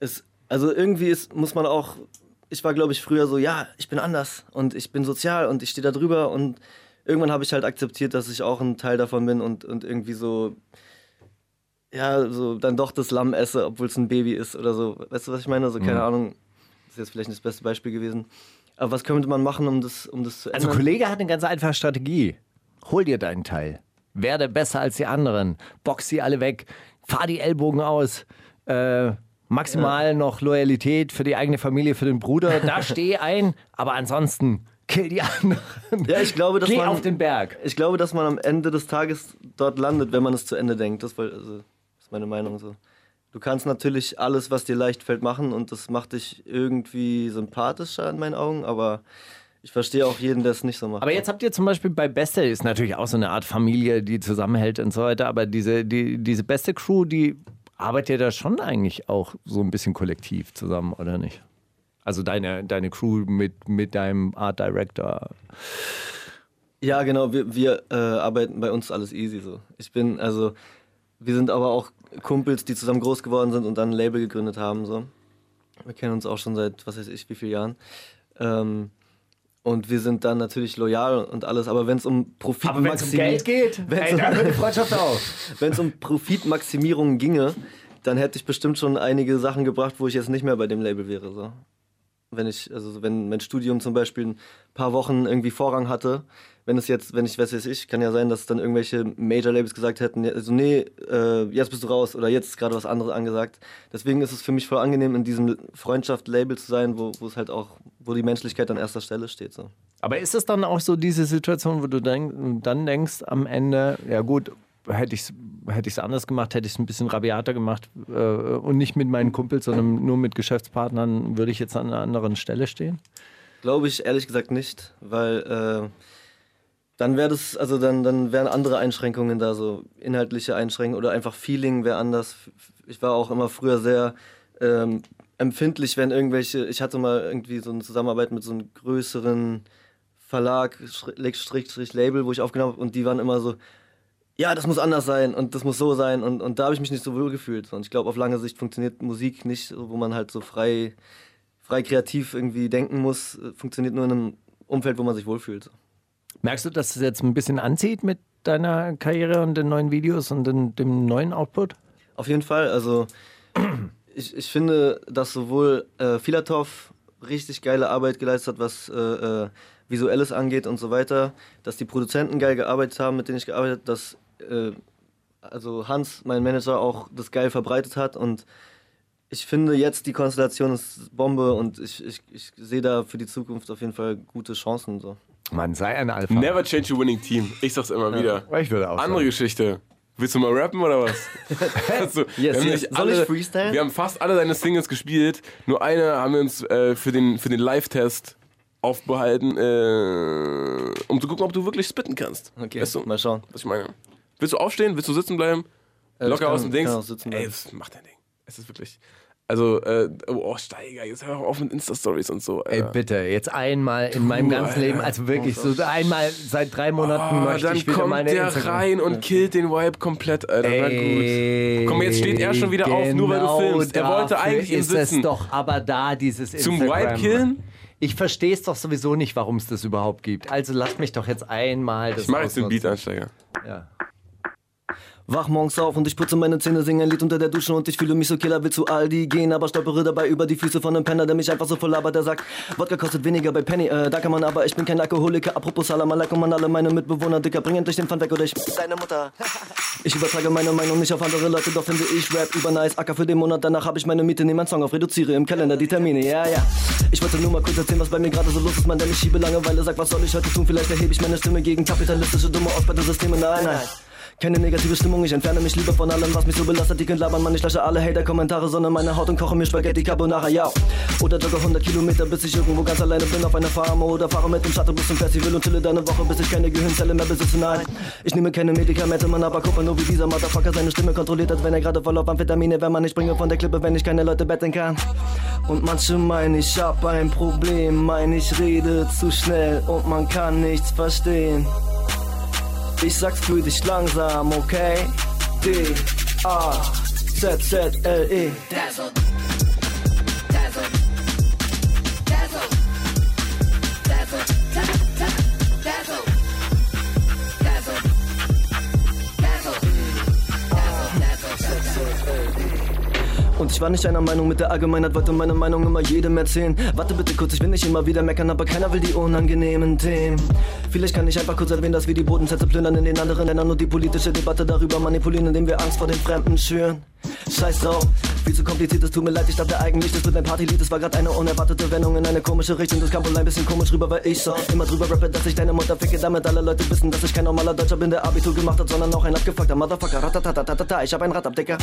[SPEAKER 7] es, also irgendwie ist, muss man auch, ich war glaube ich früher so, ja, ich bin anders und ich bin sozial und ich stehe da drüber und irgendwann habe ich halt akzeptiert, dass ich auch ein Teil davon bin und, und irgendwie so, ja, so dann doch das Lamm esse, obwohl es ein Baby ist oder so. Weißt du, was ich meine? Also keine Ahnung, das ist jetzt vielleicht nicht das beste Beispiel gewesen. Aber was könnte man machen, um das, um das zu ändern?
[SPEAKER 6] Also, ein Kollege hat eine ganz einfache Strategie. Hol dir deinen Teil. Werde besser als die anderen. Box sie alle weg. Fahr die Ellbogen aus. Äh, maximal noch Loyalität für die eigene Familie, für den Bruder. Da steh ein. Aber ansonsten, kill die anderen.
[SPEAKER 7] Ja, ich glaube, dass
[SPEAKER 6] Geh
[SPEAKER 7] man-
[SPEAKER 6] auf den Berg.
[SPEAKER 7] Ich glaube, dass man am Ende des Tages dort landet, wenn man es zu Ende denkt. Das woll- also, ist meine Meinung so. Du kannst natürlich alles, was dir leicht fällt, machen und das macht dich irgendwie sympathischer in meinen Augen, aber ich verstehe auch jeden, der es nicht so macht.
[SPEAKER 6] Aber jetzt habt ihr zum Beispiel bei Beste, ist natürlich auch so eine Art Familie, die zusammenhält und so weiter, aber diese, die, diese Beste Crew, die arbeitet ja schon eigentlich auch so ein bisschen kollektiv zusammen, oder nicht? Also deine, deine Crew mit, mit deinem Art Director.
[SPEAKER 7] Ja, genau, wir, wir äh, arbeiten bei uns alles easy so. Ich bin, also, wir sind aber auch Kumpels, die zusammen groß geworden sind und dann ein Label gegründet haben. So. Wir kennen uns auch schon seit, was weiß ich, wie vielen Jahren. Ähm, und wir sind dann natürlich loyal und alles, aber wenn es um Profitmaximierung
[SPEAKER 6] geht,
[SPEAKER 7] wenn's um-
[SPEAKER 6] die Freundschaft auf.
[SPEAKER 7] wenn's um Profitmaximierung ginge, dann hätte ich bestimmt schon einige Sachen gebracht, wo ich jetzt nicht mehr bei dem Label wäre. So. Wenn ich, also wenn mein Studium zum Beispiel ein paar Wochen irgendwie Vorrang hatte, wenn es jetzt, wenn ich, was weiß ich, kann ja sein, dass dann irgendwelche Major-Labels gesagt hätten, ja, also nee, äh, jetzt bist du raus oder jetzt ist gerade was anderes angesagt. Deswegen ist es für mich voll angenehm, in diesem Freundschaft-Label zu sein, wo wo es halt auch, wo die Menschlichkeit an erster Stelle steht. So.
[SPEAKER 6] Aber ist es dann auch so diese Situation, wo du denk, dann denkst am Ende, ja gut, hätte ich es hätte ich's anders gemacht, hätte ich es ein bisschen rabiater gemacht äh, und nicht mit meinen Kumpels, sondern nur mit Geschäftspartnern, würde ich jetzt an einer anderen Stelle stehen?
[SPEAKER 7] Glaube ich ehrlich gesagt nicht, weil äh, dann wäre das, also dann, dann wären andere Einschränkungen da, so inhaltliche Einschränkungen oder einfach Feeling wäre anders. Ich war auch immer früher sehr ähm, empfindlich, wenn irgendwelche, ich hatte mal irgendwie so eine Zusammenarbeit mit so einem größeren Verlag, Schri- Strich, Strich, Label, wo ich aufgenommen habe und die waren immer so, ja, das muss anders sein und das muss so sein und, und da habe ich mich nicht so wohl gefühlt. Und ich glaube, auf lange Sicht funktioniert Musik nicht, so, wo man halt so frei frei kreativ irgendwie denken muss, äh, funktioniert nur in einem Umfeld, wo man sich wohlfühlt.
[SPEAKER 6] Merkst du, dass es jetzt ein bisschen anzieht mit deiner Karriere und den neuen Videos und den, dem neuen Output?
[SPEAKER 7] Auf jeden Fall, also ich, ich finde, dass sowohl äh, Filatov richtig geile Arbeit geleistet hat, was äh, äh, Visuelles angeht und so weiter, dass die Produzenten geil gearbeitet haben, mit denen ich gearbeitet habe, dass äh, also Hans, mein Manager, auch das geil verbreitet hat und ich finde jetzt die Konstellation ist Bombe und ich, ich, ich sehe da für die Zukunft auf jeden Fall gute Chancen. So.
[SPEAKER 6] Man sei ein Alpha.
[SPEAKER 5] Never change your winning team. Ich sag's immer wieder.
[SPEAKER 6] Ich würde auch
[SPEAKER 5] Andere Geschichte. Willst du mal rappen oder was? also, wir
[SPEAKER 7] Yes,
[SPEAKER 5] haben
[SPEAKER 7] yes.
[SPEAKER 5] nicht
[SPEAKER 7] Soll ich freestylen?
[SPEAKER 5] Wir haben fast alle deine Singles gespielt. Nur eine haben wir uns äh, für den, für den Live-Test aufbehalten, äh, um zu gucken, ob du wirklich spitten kannst.
[SPEAKER 7] Okay,
[SPEAKER 5] Weißt du,
[SPEAKER 7] mal schauen.
[SPEAKER 5] was ich meine? Willst du aufstehen? Willst du sitzen bleiben?
[SPEAKER 6] Äh,
[SPEAKER 5] Locker
[SPEAKER 7] kann-
[SPEAKER 5] aus dem Dings.
[SPEAKER 6] genau
[SPEAKER 7] kann auch sitzen
[SPEAKER 5] Ey,
[SPEAKER 7] bleiben.
[SPEAKER 5] das macht dein Ding. Es ist wirklich. Also, äh, oh, oh, Steiger, jetzt hör auf mit Insta-Stories und so.
[SPEAKER 6] Ey,
[SPEAKER 5] Alter.
[SPEAKER 6] bitte, jetzt einmal in meinem ganzen
[SPEAKER 5] Alter. Oh,
[SPEAKER 6] Leben, also wirklich, so einmal seit drei Monaten
[SPEAKER 5] Ah,
[SPEAKER 6] möchte
[SPEAKER 5] dann
[SPEAKER 6] ich wieder
[SPEAKER 5] kommt
[SPEAKER 6] meine
[SPEAKER 5] der
[SPEAKER 6] Instagram.
[SPEAKER 5] rein und killt den Vibe komplett, Alter. Na
[SPEAKER 6] Ey,
[SPEAKER 5] gut. Komm, jetzt steht er schon wieder auf, nur weil du
[SPEAKER 6] genau
[SPEAKER 5] filmst. Er wollte
[SPEAKER 6] dafür
[SPEAKER 5] eigentlich im
[SPEAKER 6] ist
[SPEAKER 5] Sitzen.
[SPEAKER 6] es doch aber da, dieses
[SPEAKER 5] Zum
[SPEAKER 6] Instagram.
[SPEAKER 5] Vibe killen?
[SPEAKER 6] Ich verstehe es doch sowieso nicht, warum es das überhaupt gibt. Also lass mich doch jetzt einmal das
[SPEAKER 5] Ich mach jetzt den Beat
[SPEAKER 6] ausnutzen.
[SPEAKER 5] an, Steiger.
[SPEAKER 6] Ja.
[SPEAKER 7] Wach morgens auf und ich putze meine Zähne, singe ein Lied unter der Dusche und ich fühle mich so killer, will zu Aldi gehen, aber stolpere dabei über die Füße von einem Penner, der mich einfach so voll labert, der sagt, Wodka kostet weniger bei Penny, äh, da kann man aber, ich bin kein Alkoholiker, apropos Salamalek und man alle meine Mitbewohner, Dicker, bring endlich den Pfand weg oder ich, deine Mutter. Ich übertrage meine Meinung nicht auf andere Leute, doch finde ich Rap über nice, Acker für den Monat, danach habe ich meine Miete, nehme einen Song auf, reduziere im Kalender die Termine, ja, ja. Ich wollte nur mal kurz erzählen, was bei mir gerade so los ist, man, der mich schiebe Langeweile sagt, was soll ich heute tun, vielleicht erhebe ich meine Stimme gegen kapitalistische, dumme, ausbeutete Systeme, nein, nein. Keine negative Stimmung, ich entferne mich lieber von allem, was mich so belastet. Die könnt labern, man, ich lösche alle Hater-Kommentare, sondern meine Haut und koche mir Spaghetti Carbonara, ja. Oder jogge 100 Kilometer, bis ich irgendwo ganz alleine bin auf einer Farm. Oder fahre mit dem Shuttlebus zum Festival und chille deine Woche, bis ich keine Gehirnzelle mehr besitze, nein. Ich nehme keine Medikamente, man, aber guck mal nur, wie dieser Motherfucker seine Stimme kontrolliert, als wenn er gerade voll auf Amphetamine wäre, man, ich springe von der Klippe, wenn ich keine Leute betten kann. Und manche meinen, ich hab ein Problem, mein, ich rede zu schnell und man kann nichts verstehen. Ich sag's für dich langsam, okay? D, A, Z, Z, L, E. Und ich war nicht einer Meinung mit der Allgemeinheit, wollte meine Meinung immer jedem erzählen. Warte bitte kurz, ich will nicht immer wieder meckern, aber keiner will die unangenehmen Themen. Vielleicht kann ich einfach kurz erwähnen, dass wir die Bodensätze plündern in den anderen Ländern und die politische Debatte darüber manipulieren, indem wir Angst vor den Fremden schüren. Scheiß drauf, viel zu kompliziert, es tut mir leid, ich dachte eigentlich, das wird ein Partylied, es war gerade eine unerwartete Wendung in eine komische Richtung, das kam wohl ein bisschen komisch rüber, weil ich so immer drüber rappe, dass ich deine Mutter ficke, damit alle Leute wissen, dass ich kein normaler Deutscher bin, der Abitur gemacht hat, sondern auch ein abgefuckter Motherfucker, ratatatatata, ich hab ein Rad ab, Dicker.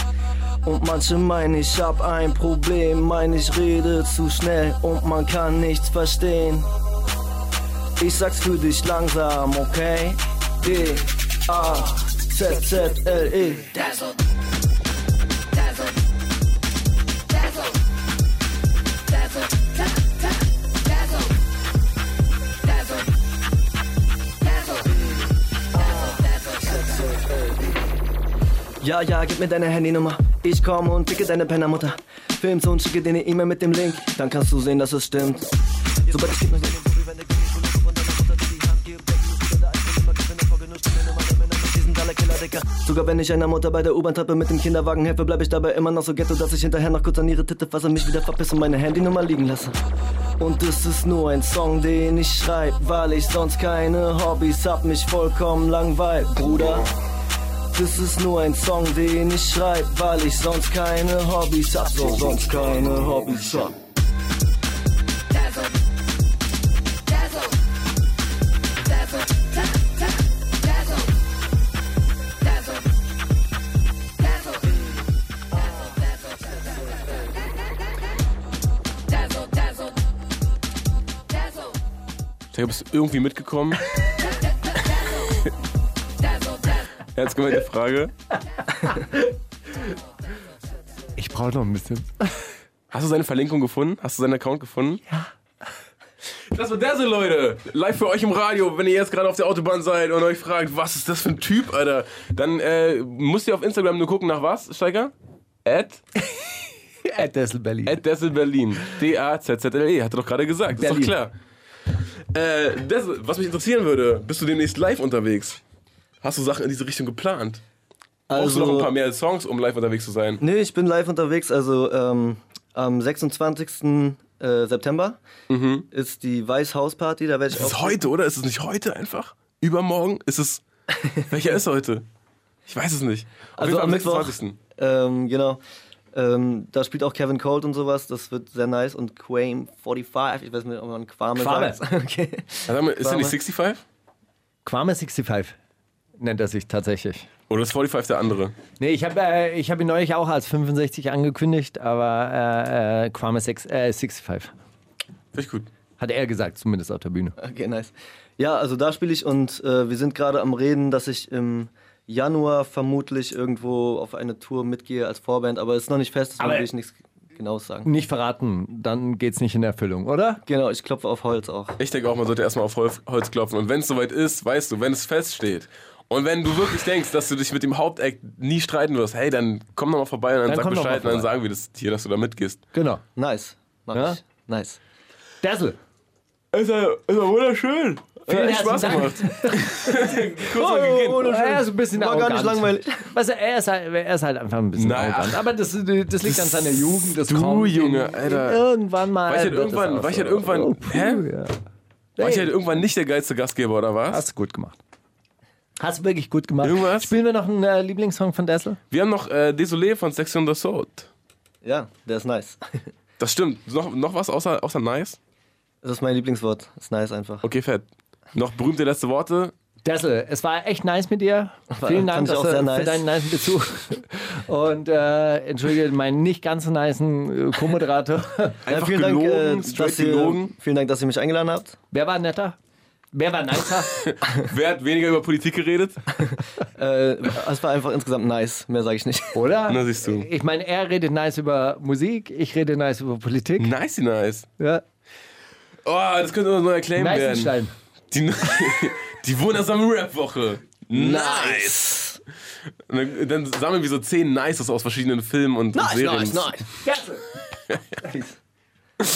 [SPEAKER 7] Und manche meinen, ich hab ein Problem, meinen, ich rede zu schnell und man kann nichts verstehen. Ich sag's für dich langsam, okay? D, A, Z, Z, L, E. Ja, ja, gib mir deine Handynummer. Ich komme und ficke deine Pennermutter. Film's und schicke dir eine E-Mail mit dem Link. Dann kannst du sehen, dass es stimmt. Sobald ich gebe, Sogar wenn ich einer Mutter bei der U-Bahn-Treppe mit dem Kinderwagen helfe, bleib ich dabei immer noch so ghetto, dass ich hinterher noch kurz an ihre Titte fasse, mich wieder verpiss und meine Handynummer liegen lasse. Und es ist nur ein Song, den ich schreib, weil ich sonst keine Hobbys hab, mich vollkommen langweilt, Bruder. Das ist nur ein Song, den ich schreib, weil ich sonst keine Hobbys hab. So, sonst keine Hobbys hab.
[SPEAKER 5] Ich glaube, bist du irgendwie mitgekommen. Ernst gemeinte Frage.
[SPEAKER 6] Ich brauche noch ein bisschen.
[SPEAKER 5] Hast du seine Verlinkung gefunden? Hast du seinen Account gefunden? Ja. Das war Dazzle, Leute. Live für euch im Radio. Wenn ihr jetzt gerade auf der Autobahn seid und euch fragt, was ist das für ein Typ, Alter, dann äh, müsst ihr auf Instagram nur gucken nach was, Steiger? At,
[SPEAKER 6] At Dessel Berlin.
[SPEAKER 5] at Dazzle Berlin. D-A-Z-Z-L-E. E, Hat er doch gerade gesagt.
[SPEAKER 6] Berlin.
[SPEAKER 5] Ist doch klar. Äh, Dazzle, was mich interessieren würde, bist du demnächst live unterwegs? Hast du Sachen in diese Richtung geplant? Brauchst du noch ein paar mehr Songs, um live unterwegs zu sein?
[SPEAKER 7] Also, Nee, ich bin live unterwegs. Also ähm, am 26. äh, September ist die Weißhausparty. Da werde ich
[SPEAKER 5] Mhm. Ist es
[SPEAKER 7] auch.
[SPEAKER 5] heute, oder? Ist es nicht heute einfach? Übermorgen? Ist es. Welcher ist heute? Ich weiß es nicht. Auf
[SPEAKER 7] Also am Mittwoch.
[SPEAKER 5] 26..
[SPEAKER 7] Ähm, genau. Ähm, da spielt auch Kevin Cold und sowas. Das wird sehr nice. Und Quame 45. Ich weiß nicht, ob man Quame,
[SPEAKER 6] Quame.
[SPEAKER 7] sagt. Okay.
[SPEAKER 5] Also, haben wir- ist er nicht 65?
[SPEAKER 6] Kwame 65 nennt er sich tatsächlich.
[SPEAKER 5] Oder ist 45 der andere?
[SPEAKER 6] Nee, ich habe äh, ich hab ihn neulich auch als 65 angekündigt, aber äh, äh, Kwame 6, äh, 65.
[SPEAKER 5] Finde ich gut.
[SPEAKER 6] Hat er gesagt, zumindest auf der Bühne.
[SPEAKER 7] Okay, nice. Ja, also da spiele ich und äh, wir sind gerade am Reden, dass ich im Januar vermutlich irgendwo auf eine Tour mitgehe als Vorband, aber ist noch nicht fest, deswegen
[SPEAKER 6] Aber-
[SPEAKER 7] will ich nichts Genaues sagen.
[SPEAKER 6] Nicht verraten, dann geht's nicht in Erfüllung, oder?
[SPEAKER 7] Genau, ich klopfe auf Holz auch.
[SPEAKER 5] Ich denke auch, man sollte erstmal auf Holz Holz klopfen. Und wenn es soweit ist, weißt du, wenn es feststeht. Und wenn du wirklich denkst, dass du dich mit dem Hauptact nie streiten wirst, hey, dann komm nochmal vorbei und dann,
[SPEAKER 6] Dann
[SPEAKER 5] sag
[SPEAKER 6] komm doch mal
[SPEAKER 5] Bescheid und dann
[SPEAKER 6] vorbei.
[SPEAKER 5] sagen wir das hier, dass du da mitgehst.
[SPEAKER 6] Genau.
[SPEAKER 7] Nice. Mach
[SPEAKER 6] Ja?
[SPEAKER 7] ich. Nice.
[SPEAKER 6] Dazzle.
[SPEAKER 5] Ist ja, ist ja wunderschön. Vielen
[SPEAKER 6] herzlichen
[SPEAKER 5] Spaß
[SPEAKER 6] Dank.
[SPEAKER 5] gemacht. Kurz mal gegeben.
[SPEAKER 6] er ist ein bisschen
[SPEAKER 7] War gar
[SPEAKER 6] arrogant.
[SPEAKER 7] nicht langweilig.
[SPEAKER 6] Weißt du, er, ist halt, er ist halt einfach ein bisschen
[SPEAKER 5] Nein,
[SPEAKER 6] arrogant.
[SPEAKER 5] ach.
[SPEAKER 6] Aber das, äh, das liegt an seiner Jugend. Das
[SPEAKER 5] Du,
[SPEAKER 6] kommt in-
[SPEAKER 5] Junge, Alter.
[SPEAKER 6] in Irgendwann mal.
[SPEAKER 5] War ich halt
[SPEAKER 6] Äh, wird das
[SPEAKER 5] irgendwann-
[SPEAKER 6] auch
[SPEAKER 5] war ich
[SPEAKER 6] so. Oh,
[SPEAKER 5] halt irgendwann-
[SPEAKER 6] puh,
[SPEAKER 5] Hä?
[SPEAKER 6] Ja.
[SPEAKER 5] War ich
[SPEAKER 6] Hey.
[SPEAKER 5] halt irgendwann nicht der geilste Gastgeber, oder was?
[SPEAKER 6] Hast du gut gemacht. Hast du wirklich gut gemacht.
[SPEAKER 5] Irgendwas?
[SPEAKER 6] Spielen wir noch einen äh, Lieblingssong von Dazzle?
[SPEAKER 5] Wir haben noch äh, Désolé von Section d'Assault.
[SPEAKER 7] Ja, der ist nice.
[SPEAKER 5] Das stimmt. Noch, noch was außer, außer nice?
[SPEAKER 7] Das ist mein Lieblingswort. Ist nice einfach.
[SPEAKER 5] Okay, fett. Noch berühmte letzte Worte.
[SPEAKER 6] Dessel, es war echt nice mit dir. Vielen Dank
[SPEAKER 7] fand ich auch
[SPEAKER 6] dass du-
[SPEAKER 7] sehr
[SPEAKER 6] für
[SPEAKER 7] nice.
[SPEAKER 6] deinen niceen Bezug. Und äh, entschuldige meinen nicht ganz so niceen äh, Co-Moderator.
[SPEAKER 5] Einfach
[SPEAKER 7] vielen
[SPEAKER 5] gelogen,
[SPEAKER 7] Dank, äh,
[SPEAKER 5] straight
[SPEAKER 7] dass ihr,
[SPEAKER 5] gelogen.
[SPEAKER 7] vielen Dank, dass ihr mich eingeladen habt.
[SPEAKER 6] Wer war netter? Wer war nicer?
[SPEAKER 5] Wer hat weniger über Politik geredet?
[SPEAKER 7] Äh, es war einfach insgesamt nice, mehr sage ich nicht.
[SPEAKER 6] Oder?
[SPEAKER 5] Na, siehst du.
[SPEAKER 6] Ich meine, er redet nice über Musik, ich rede nice über
[SPEAKER 7] Hm.
[SPEAKER 6] Politik.
[SPEAKER 5] Nice, nice.
[SPEAKER 6] Ja.
[SPEAKER 5] Oh, das könnte unser neuer Claim werden.
[SPEAKER 6] Neisenstein.
[SPEAKER 5] Die, ne- die wundersame Rap-Woche. Nice. Und Dann, dann sammeln wir so zehn Nices aus verschiedenen Filmen und Serien.
[SPEAKER 6] Dessel.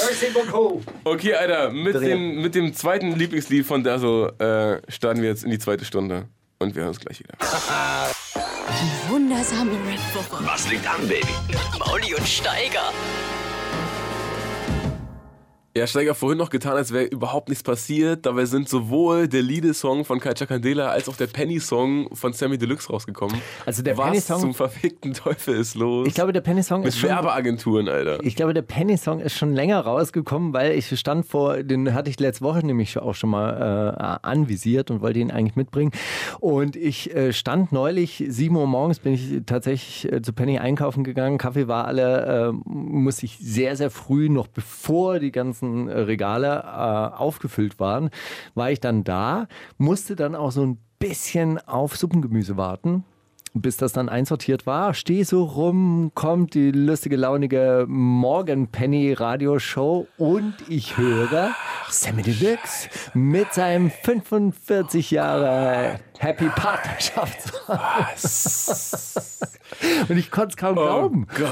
[SPEAKER 6] Merci beaucoup.
[SPEAKER 5] Okay, Alter, mit
[SPEAKER 7] Dreher.
[SPEAKER 5] dem, mit dem zweiten Lieblingslied von Daso äh, starten wir jetzt in die zweite Stunde. Und wir hören uns gleich wieder.
[SPEAKER 2] Wundersame Rap Woche.
[SPEAKER 3] Was liegt an, Baby?
[SPEAKER 2] Mit Mauli und Steiger.
[SPEAKER 5] Ja, Steiger vorhin noch getan, als wäre überhaupt nichts passiert. Dabei sind sowohl der Liedesong von Kaja Candela als auch der Penny-Song von Sammy Deluxe rausgekommen.
[SPEAKER 6] Also der
[SPEAKER 5] Was
[SPEAKER 6] Penny-Song-
[SPEAKER 5] zum verfickten Teufel ist los?
[SPEAKER 6] Ich glaube, der Penny-Song
[SPEAKER 5] Mit
[SPEAKER 6] ist schon
[SPEAKER 5] Werbeagenturen, Alter.
[SPEAKER 6] Ich glaube, der Penny-Song ist schon länger rausgekommen, weil ich stand vor, den hatte ich letzte Woche nämlich auch schon mal äh, anvisiert und wollte ihn eigentlich mitbringen. Und ich äh, stand neulich, 7 Uhr morgens bin ich tatsächlich äh, zu Penny einkaufen gegangen. Kaffee war alle, äh, musste ich sehr, sehr früh, noch bevor die ganzen äh, Regale äh, aufgefüllt waren, war ich dann da, musste dann auch so ein bisschen auf Suppengemüse warten bis das dann einsortiert war, stehe so rum, kommt die lustige, launige Morgenpenny-Radioshow und ich höre Sammy Deluxe mit seinem 45 Jahre Happy Partnerschaft. Und ich konnte es kaum
[SPEAKER 5] Oh
[SPEAKER 6] glauben.
[SPEAKER 5] Gott.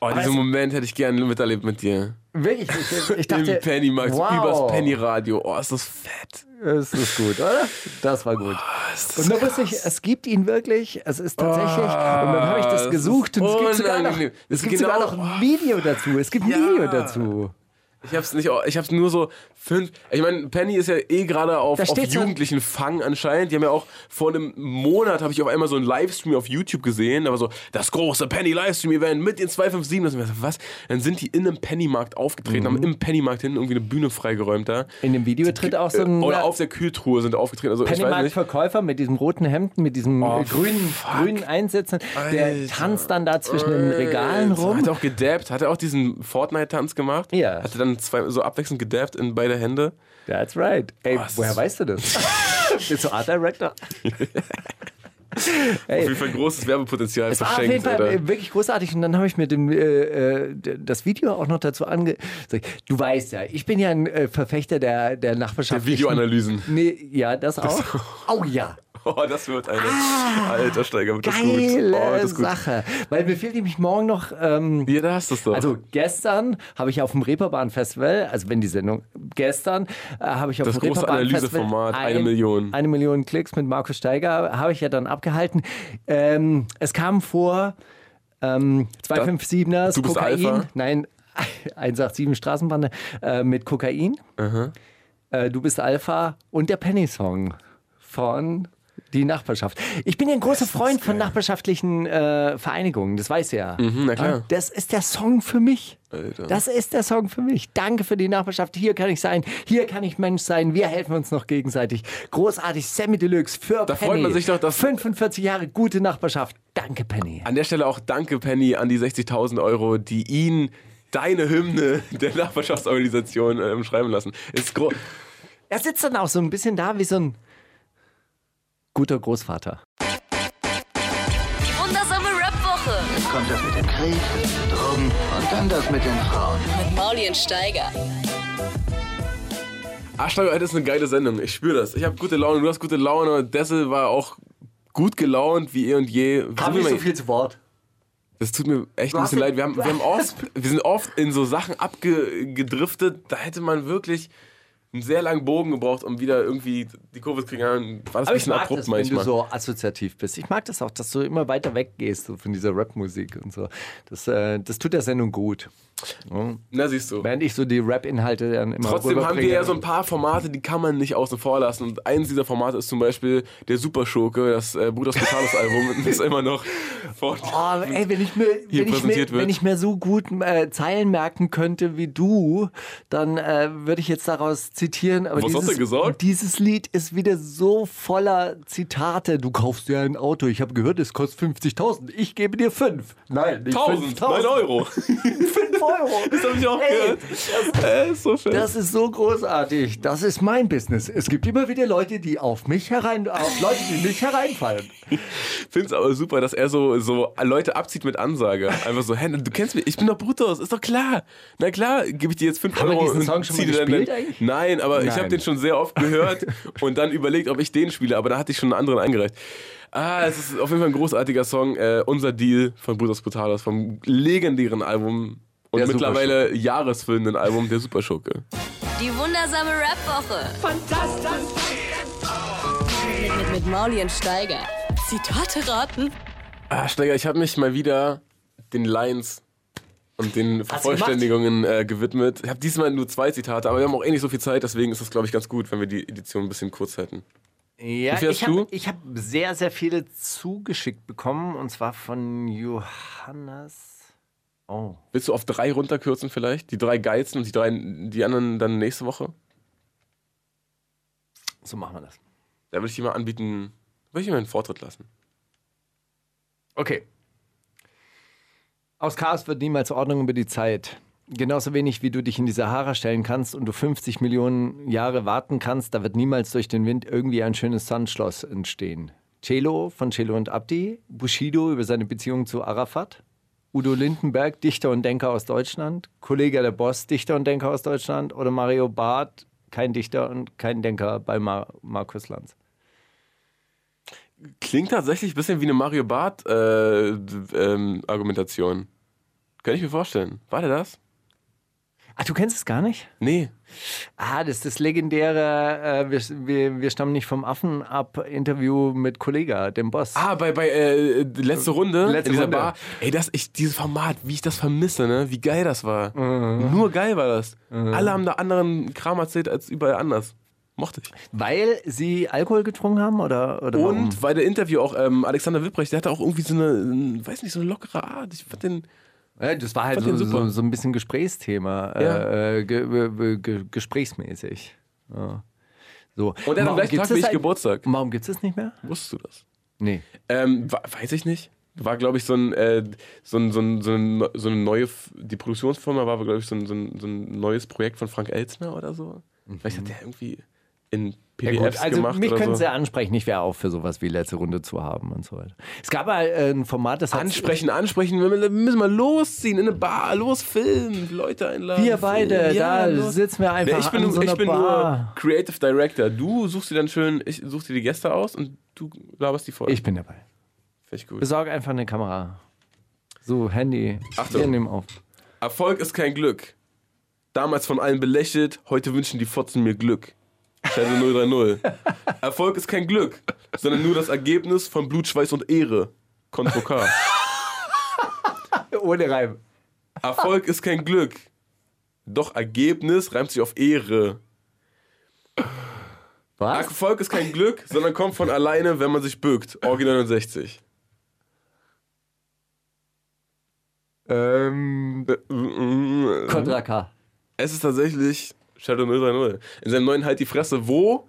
[SPEAKER 5] Oh, diesen Moment hätte ich gerne miterlebt mit dir.
[SPEAKER 6] Wirklich, ich, ich dachte,
[SPEAKER 5] Im Pennymarkt,
[SPEAKER 6] wow,
[SPEAKER 5] übers Penny-Radio. Oh, ist das fett.
[SPEAKER 6] Das ist gut, oder? Das war gut.
[SPEAKER 5] Oh, Ist das
[SPEAKER 6] Und da wusste ich, es gibt ihn wirklich, es ist tatsächlich, und dann habe ich
[SPEAKER 5] das
[SPEAKER 6] das
[SPEAKER 5] ist
[SPEAKER 6] gesucht und es gibt, sogar noch,
[SPEAKER 5] unangenehm.
[SPEAKER 6] es
[SPEAKER 5] Das
[SPEAKER 6] gibt
[SPEAKER 5] ist
[SPEAKER 6] sogar
[SPEAKER 5] genau-
[SPEAKER 6] noch ein Video dazu, es gibt ein
[SPEAKER 5] Ja.
[SPEAKER 6] Video dazu.
[SPEAKER 5] Ich hab's nicht, ich hab's nur so fünf. Ich meine, Penny ist ja eh gerade auf,
[SPEAKER 6] Da
[SPEAKER 5] auf
[SPEAKER 6] steht's ja.
[SPEAKER 5] jugendlichen Fang anscheinend. Die haben ja auch vor einem Monat habe ich auf einmal so einen Livestream auf YouTube gesehen, aber so das große Penny Livestream Event mit den 257. Da sind wir so, was? Dann sind die in einem Pennymarkt aufgetreten, haben im Pennymarkt hinten irgendwie eine Bühne freigeräumt da.
[SPEAKER 6] Mhm.
[SPEAKER 5] äh,
[SPEAKER 6] In dem Video tritt auch so ein
[SPEAKER 5] Oder auf der Kühltruhe sind aufgetreten. Also ich weiß nicht.
[SPEAKER 6] Pennymarkt-Verkäufer mit diesem roten Hemd, mit diesem
[SPEAKER 5] Oh,
[SPEAKER 6] äh, grünen,
[SPEAKER 5] fuck.
[SPEAKER 6] grünen Einsätzen. Der
[SPEAKER 5] Alter.
[SPEAKER 6] tanzt dann da zwischen den Regalen rum.
[SPEAKER 5] Hat er auch gedabbt, hat er auch diesen Fortnite-Tanz gemacht?
[SPEAKER 6] Ja.
[SPEAKER 5] Hat er dann zwei, so abwechselnd gedabbt in beide Hände?
[SPEAKER 6] That's right. Ey,
[SPEAKER 5] Was?
[SPEAKER 6] woher weißt du das? Bist du Art Director?
[SPEAKER 5] Auf jeden Fall großes Werbepotenzial
[SPEAKER 6] Es war auf
[SPEAKER 5] verschenkt.
[SPEAKER 6] jeden Fall
[SPEAKER 5] oder?
[SPEAKER 6] äh, wirklich großartig und dann habe ich mir den, äh, äh, d- das Video auch noch dazu angesagt. Du weißt ja, ich bin ja ein äh, Verfechter der, der Nachbarschaft.
[SPEAKER 5] Der Videoanalysen.
[SPEAKER 6] Nee, ja, das auch. Oh ja.
[SPEAKER 5] Oh, das wird eine. Alter Steiger, wird das
[SPEAKER 6] Ah, Geile
[SPEAKER 5] gut. Oh, wird das gut.
[SPEAKER 6] Sache. Weil mir fehlt nämlich morgen noch ähm,
[SPEAKER 5] Ja, da hast du es doch.
[SPEAKER 6] Also gestern habe ich auf dem Reeperbahn Festival, also wenn die Sendung gestern, äh, habe ich auf
[SPEAKER 5] Das
[SPEAKER 6] dem
[SPEAKER 5] große
[SPEAKER 6] Reeperbahn Festival
[SPEAKER 5] Analyseformat, eine Million.
[SPEAKER 6] eine Million Klicks mit Markus Steiger habe ich ja dann abgehalten. Ähm, es kam vor ähm, 257ers
[SPEAKER 5] Du bist
[SPEAKER 6] Kokain,
[SPEAKER 5] Alpha?
[SPEAKER 6] nein 187 Straßenbande äh, mit Kokain. Äh, du bist Alpha und der Penny Song von die Nachbarschaft. Ich bin ja ein großer Freund von nachbarschaftlichen äh, Vereinigungen, das weiß ja.
[SPEAKER 5] Mhm, na klar.
[SPEAKER 6] Das ist der Song für mich.
[SPEAKER 5] Alter.
[SPEAKER 6] Das ist der Song für mich. Danke für die Nachbarschaft. Hier kann ich sein. Hier kann ich Mensch sein. Wir helfen uns noch gegenseitig. Großartig. Sammy Deluxe für
[SPEAKER 5] Da freut
[SPEAKER 6] Penny.
[SPEAKER 5] man sich doch, dass-
[SPEAKER 6] 45 Jahre gute Nachbarschaft. Danke, Penny.
[SPEAKER 5] an der Stelle auch danke, Penny, an die 60.000 Euro, die ihn deine Hymne der Nachbarschaftsorganisation ähm, schreiben lassen. Ist gro
[SPEAKER 6] Er sitzt dann auch so ein bisschen da wie so ein guter Großvater.
[SPEAKER 2] Die wundersame Rap Woche.
[SPEAKER 1] Kommt das mit dem Krieg, Drogen und dann das mit den Frauen.
[SPEAKER 2] Mit Mauli und Steiger.
[SPEAKER 5] Arschlager, Ah, das ist eine geile Sendung. Ich spüre das. Ich habe gute Laune, du hast gute Laune. Dessel war auch gut gelaunt, wie eh und je. Sind wir mal-
[SPEAKER 6] zu Wort.
[SPEAKER 5] Das tut mir echt ein
[SPEAKER 6] hast
[SPEAKER 5] bisschen
[SPEAKER 6] den-
[SPEAKER 5] leid. Wir, haben, wir, haben oft, wir sind oft in so Sachen abgedriftet. Da hätte man wirklich einen sehr langen Bogen gebraucht, um wieder irgendwie die Kurve zu kriegen. Ja, War das ein
[SPEAKER 6] Aber ich
[SPEAKER 5] bisschen
[SPEAKER 6] mag
[SPEAKER 5] abrupt
[SPEAKER 6] das, wenn du
[SPEAKER 5] manchmal.
[SPEAKER 6] so assoziativ bist. Ich mag das auch, dass du immer weiter weggehst so von dieser Rap-Musik und so. Das, äh, das tut der Sendung gut.
[SPEAKER 5] Na, siehst du.
[SPEAKER 6] Während ich so die Rap-Inhalte dann immer
[SPEAKER 5] Trotzdem haben wir ja so ein
[SPEAKER 6] rüberbringe.
[SPEAKER 5] paar Formate, die kann man nicht außen vor lassen. Und eins dieser Formate ist zum Beispiel der Superschurke, das äh, Bruders Botanos Album, das immer noch fort.
[SPEAKER 6] Oh, ey, wenn ich mir,
[SPEAKER 5] hier
[SPEAKER 6] wenn ich
[SPEAKER 5] präsentiert
[SPEAKER 6] mir,
[SPEAKER 5] wird.
[SPEAKER 6] wenn ich mir so gut äh, Zeilen merken könnte wie du, dann äh, würde ich jetzt daraus zitieren. Aber
[SPEAKER 5] Was hast
[SPEAKER 6] dieses,
[SPEAKER 5] du gesagt?
[SPEAKER 6] Dieses Lied ist wieder so voller Zitate. Du kaufst dir ein Auto. Ich habe gehört, es kostet 50.000. Ich gebe dir 5. Nein, nicht
[SPEAKER 5] 1000,
[SPEAKER 6] 5.000.
[SPEAKER 5] 9 Euro.
[SPEAKER 6] 5 Euro.
[SPEAKER 5] Das habe ich auch gehört. Äh, ist so schön.
[SPEAKER 6] Das ist so großartig. Das ist mein Business. Es gibt immer wieder Leute, die auf mich herein, auf Leute, die nicht hereinfallen.
[SPEAKER 5] Find's aber super, dass er so, so Leute abzieht mit Ansage. Einfach so, hä, du kennst mich, ich bin doch Brutus, ist doch klar. Na klar, gebe ich dir jetzt 5
[SPEAKER 6] Haben wir
[SPEAKER 5] Euro.
[SPEAKER 6] diesen
[SPEAKER 5] und
[SPEAKER 6] Song schon mal
[SPEAKER 5] zieh dir dann-
[SPEAKER 6] gespielt eigentlich?
[SPEAKER 5] Nein, aber ich
[SPEAKER 6] Nein.
[SPEAKER 5] habe den schon sehr oft gehört und dann überlegt, ob ich den spiele, aber da hatte ich schon einen anderen eingereicht. Ah, es ist auf jeden Fall ein großartiger Song. Äh, Unser Deal von Brutus Brutalos, vom legendären Album und
[SPEAKER 6] Der
[SPEAKER 5] mittlerweile jahresfüllenden Album Der Superschurke.
[SPEAKER 2] Die wundersame Rap-Woche. Fantastisch. Mit, mit, mit Mauli und Steiger. Zitate raten.
[SPEAKER 5] Ah, Steiger, ich habe mich mal wieder den Lines und den Vervollständigungen äh, gewidmet. Ich habe diesmal nur zwei Zitate, aber wir haben auch eh nicht so viel Zeit, deswegen ist es, glaube ich, ganz gut, wenn wir die Edition ein bisschen kurz halten.
[SPEAKER 6] Ja,
[SPEAKER 5] Wie viel hast
[SPEAKER 6] ich
[SPEAKER 5] du?
[SPEAKER 6] habe hab sehr, sehr viele zugeschickt bekommen und zwar von Johannes. Oh.
[SPEAKER 5] Willst du auf drei runterkürzen vielleicht? Die drei geilsten und die, drei, die anderen dann nächste Woche?
[SPEAKER 6] So machen wir das.
[SPEAKER 5] Da würde ich dir mal anbieten, würde ich dir mal einen Vortritt lassen.
[SPEAKER 6] Okay. Aus Chaos wird niemals Ordnung über die Zeit. Genauso wenig wie du dich in die Sahara stellen kannst und du 50 Millionen Jahre warten kannst, da wird niemals durch den Wind irgendwie ein schönes Sandschloss entstehen. Celo von Celo und Abdi, Bushido über seine Beziehung zu Arafat, Udo Lindenberg, Dichter und Denker aus Deutschland, Kollega der Boss, Dichter und Denker aus Deutschland oder Mario Barth, kein Dichter und kein Denker bei Mar Markus Lanz.
[SPEAKER 5] Klingt tatsächlich ein bisschen wie eine Mario Barth äh, d- ähm, Argumentation. Könnte ich mir vorstellen. War der das?
[SPEAKER 6] Ach, Ah, du kennst es gar nicht?
[SPEAKER 5] Nee.
[SPEAKER 6] Ah, das ist das legendäre, äh, wir, wir, wir stammen nicht vom Affen ab, Interview mit Kollega, dem Boss.
[SPEAKER 5] Ah, bei, bei äh, letzte Runde
[SPEAKER 6] Letzte
[SPEAKER 5] in dieser
[SPEAKER 6] Runde.
[SPEAKER 5] Bar. Ey, das, ich, dieses Format, wie ich das vermisse, ne? Wie geil das war. Nur geil war das. Alle haben da anderen Kram erzählt als überall anders. Mochte ich.
[SPEAKER 6] Weil sie Alkohol getrunken haben oder, oder warum?
[SPEAKER 5] Und weil der Interview auch, ähm, Alexander Wipprecht, der hatte auch irgendwie so eine, ähm, weiß nicht, so eine lockere Art. Ich fand den.
[SPEAKER 6] Ja, das war halt
[SPEAKER 5] Fand den
[SPEAKER 6] so,
[SPEAKER 5] super.
[SPEAKER 6] so, so ein bisschen Gesprächsthema,
[SPEAKER 5] Ja.
[SPEAKER 6] äh, äh, ge, ge- ge, gesprächsmäßig. Ja. So.
[SPEAKER 5] Und dann am
[SPEAKER 6] Warum
[SPEAKER 5] gleichen
[SPEAKER 6] gibt's
[SPEAKER 5] Tag wie
[SPEAKER 6] das
[SPEAKER 5] ich
[SPEAKER 6] ein-
[SPEAKER 5] Geburtstag.
[SPEAKER 6] Warum gibt es das nicht mehr?
[SPEAKER 5] Wusstest du das?
[SPEAKER 6] Nee.
[SPEAKER 5] Ähm, wa- weiß ich nicht. War, glaube ich, so ein, äh, so ein, so ein, so ein, ne- so eine neue, F- die Produktionsfirma war, glaube ich, so ein, so, ein, so ein neues Projekt von Frank Elzner oder so. Vielleicht hat der irgendwie in
[SPEAKER 6] Mhm. Ja,
[SPEAKER 5] PDFs
[SPEAKER 6] gut, also
[SPEAKER 5] gemacht
[SPEAKER 6] mich
[SPEAKER 5] oder
[SPEAKER 6] könnte
[SPEAKER 5] so.
[SPEAKER 6] sie ansprechen, ich wäre auch für sowas wie letzte Runde zu haben und so weiter. Es gab mal äh, ein Format, das hat
[SPEAKER 5] Ansprechen, ansprechen, wir wir müssen mal losziehen in eine Bar, los filmen, Leute einladen.
[SPEAKER 6] Wir beide,
[SPEAKER 5] filmen.
[SPEAKER 6] da
[SPEAKER 5] Ja, los.
[SPEAKER 6] sitzen wir
[SPEAKER 5] Ja,
[SPEAKER 6] einfach
[SPEAKER 5] ich bin,
[SPEAKER 6] an so einer
[SPEAKER 5] ich bin
[SPEAKER 6] Bar.
[SPEAKER 5] nur Creative Director. Du suchst dir dann schön, ich such dir die Gäste aus und du laberst die voll.
[SPEAKER 6] Ich bin dabei.
[SPEAKER 5] Finde ich gut.
[SPEAKER 6] Besorg einfach eine Kamera. So, Handy.
[SPEAKER 5] Achtung.
[SPEAKER 6] Wir nehmen auf.
[SPEAKER 5] Erfolg ist kein Glück. Damals von allen belächelt, heute wünschen die Fotzen mir Glück. Scheiße 030. Erfolg ist kein Glück, sondern nur das Ergebnis von Blut, Schweiß und Ehre. Contro K.
[SPEAKER 6] Ohne Reim.
[SPEAKER 5] Erfolg ist kein Glück. Doch Ergebnis reimt sich auf Ehre.
[SPEAKER 6] Was?
[SPEAKER 5] Erfolg ist kein Glück, sondern kommt von alleine, wenn man sich bückt. Orgi 69.
[SPEAKER 6] Ähm, Contra K.
[SPEAKER 5] Es ist tatsächlich Shadow 030. In seinem neuen Halt die Fresse, wo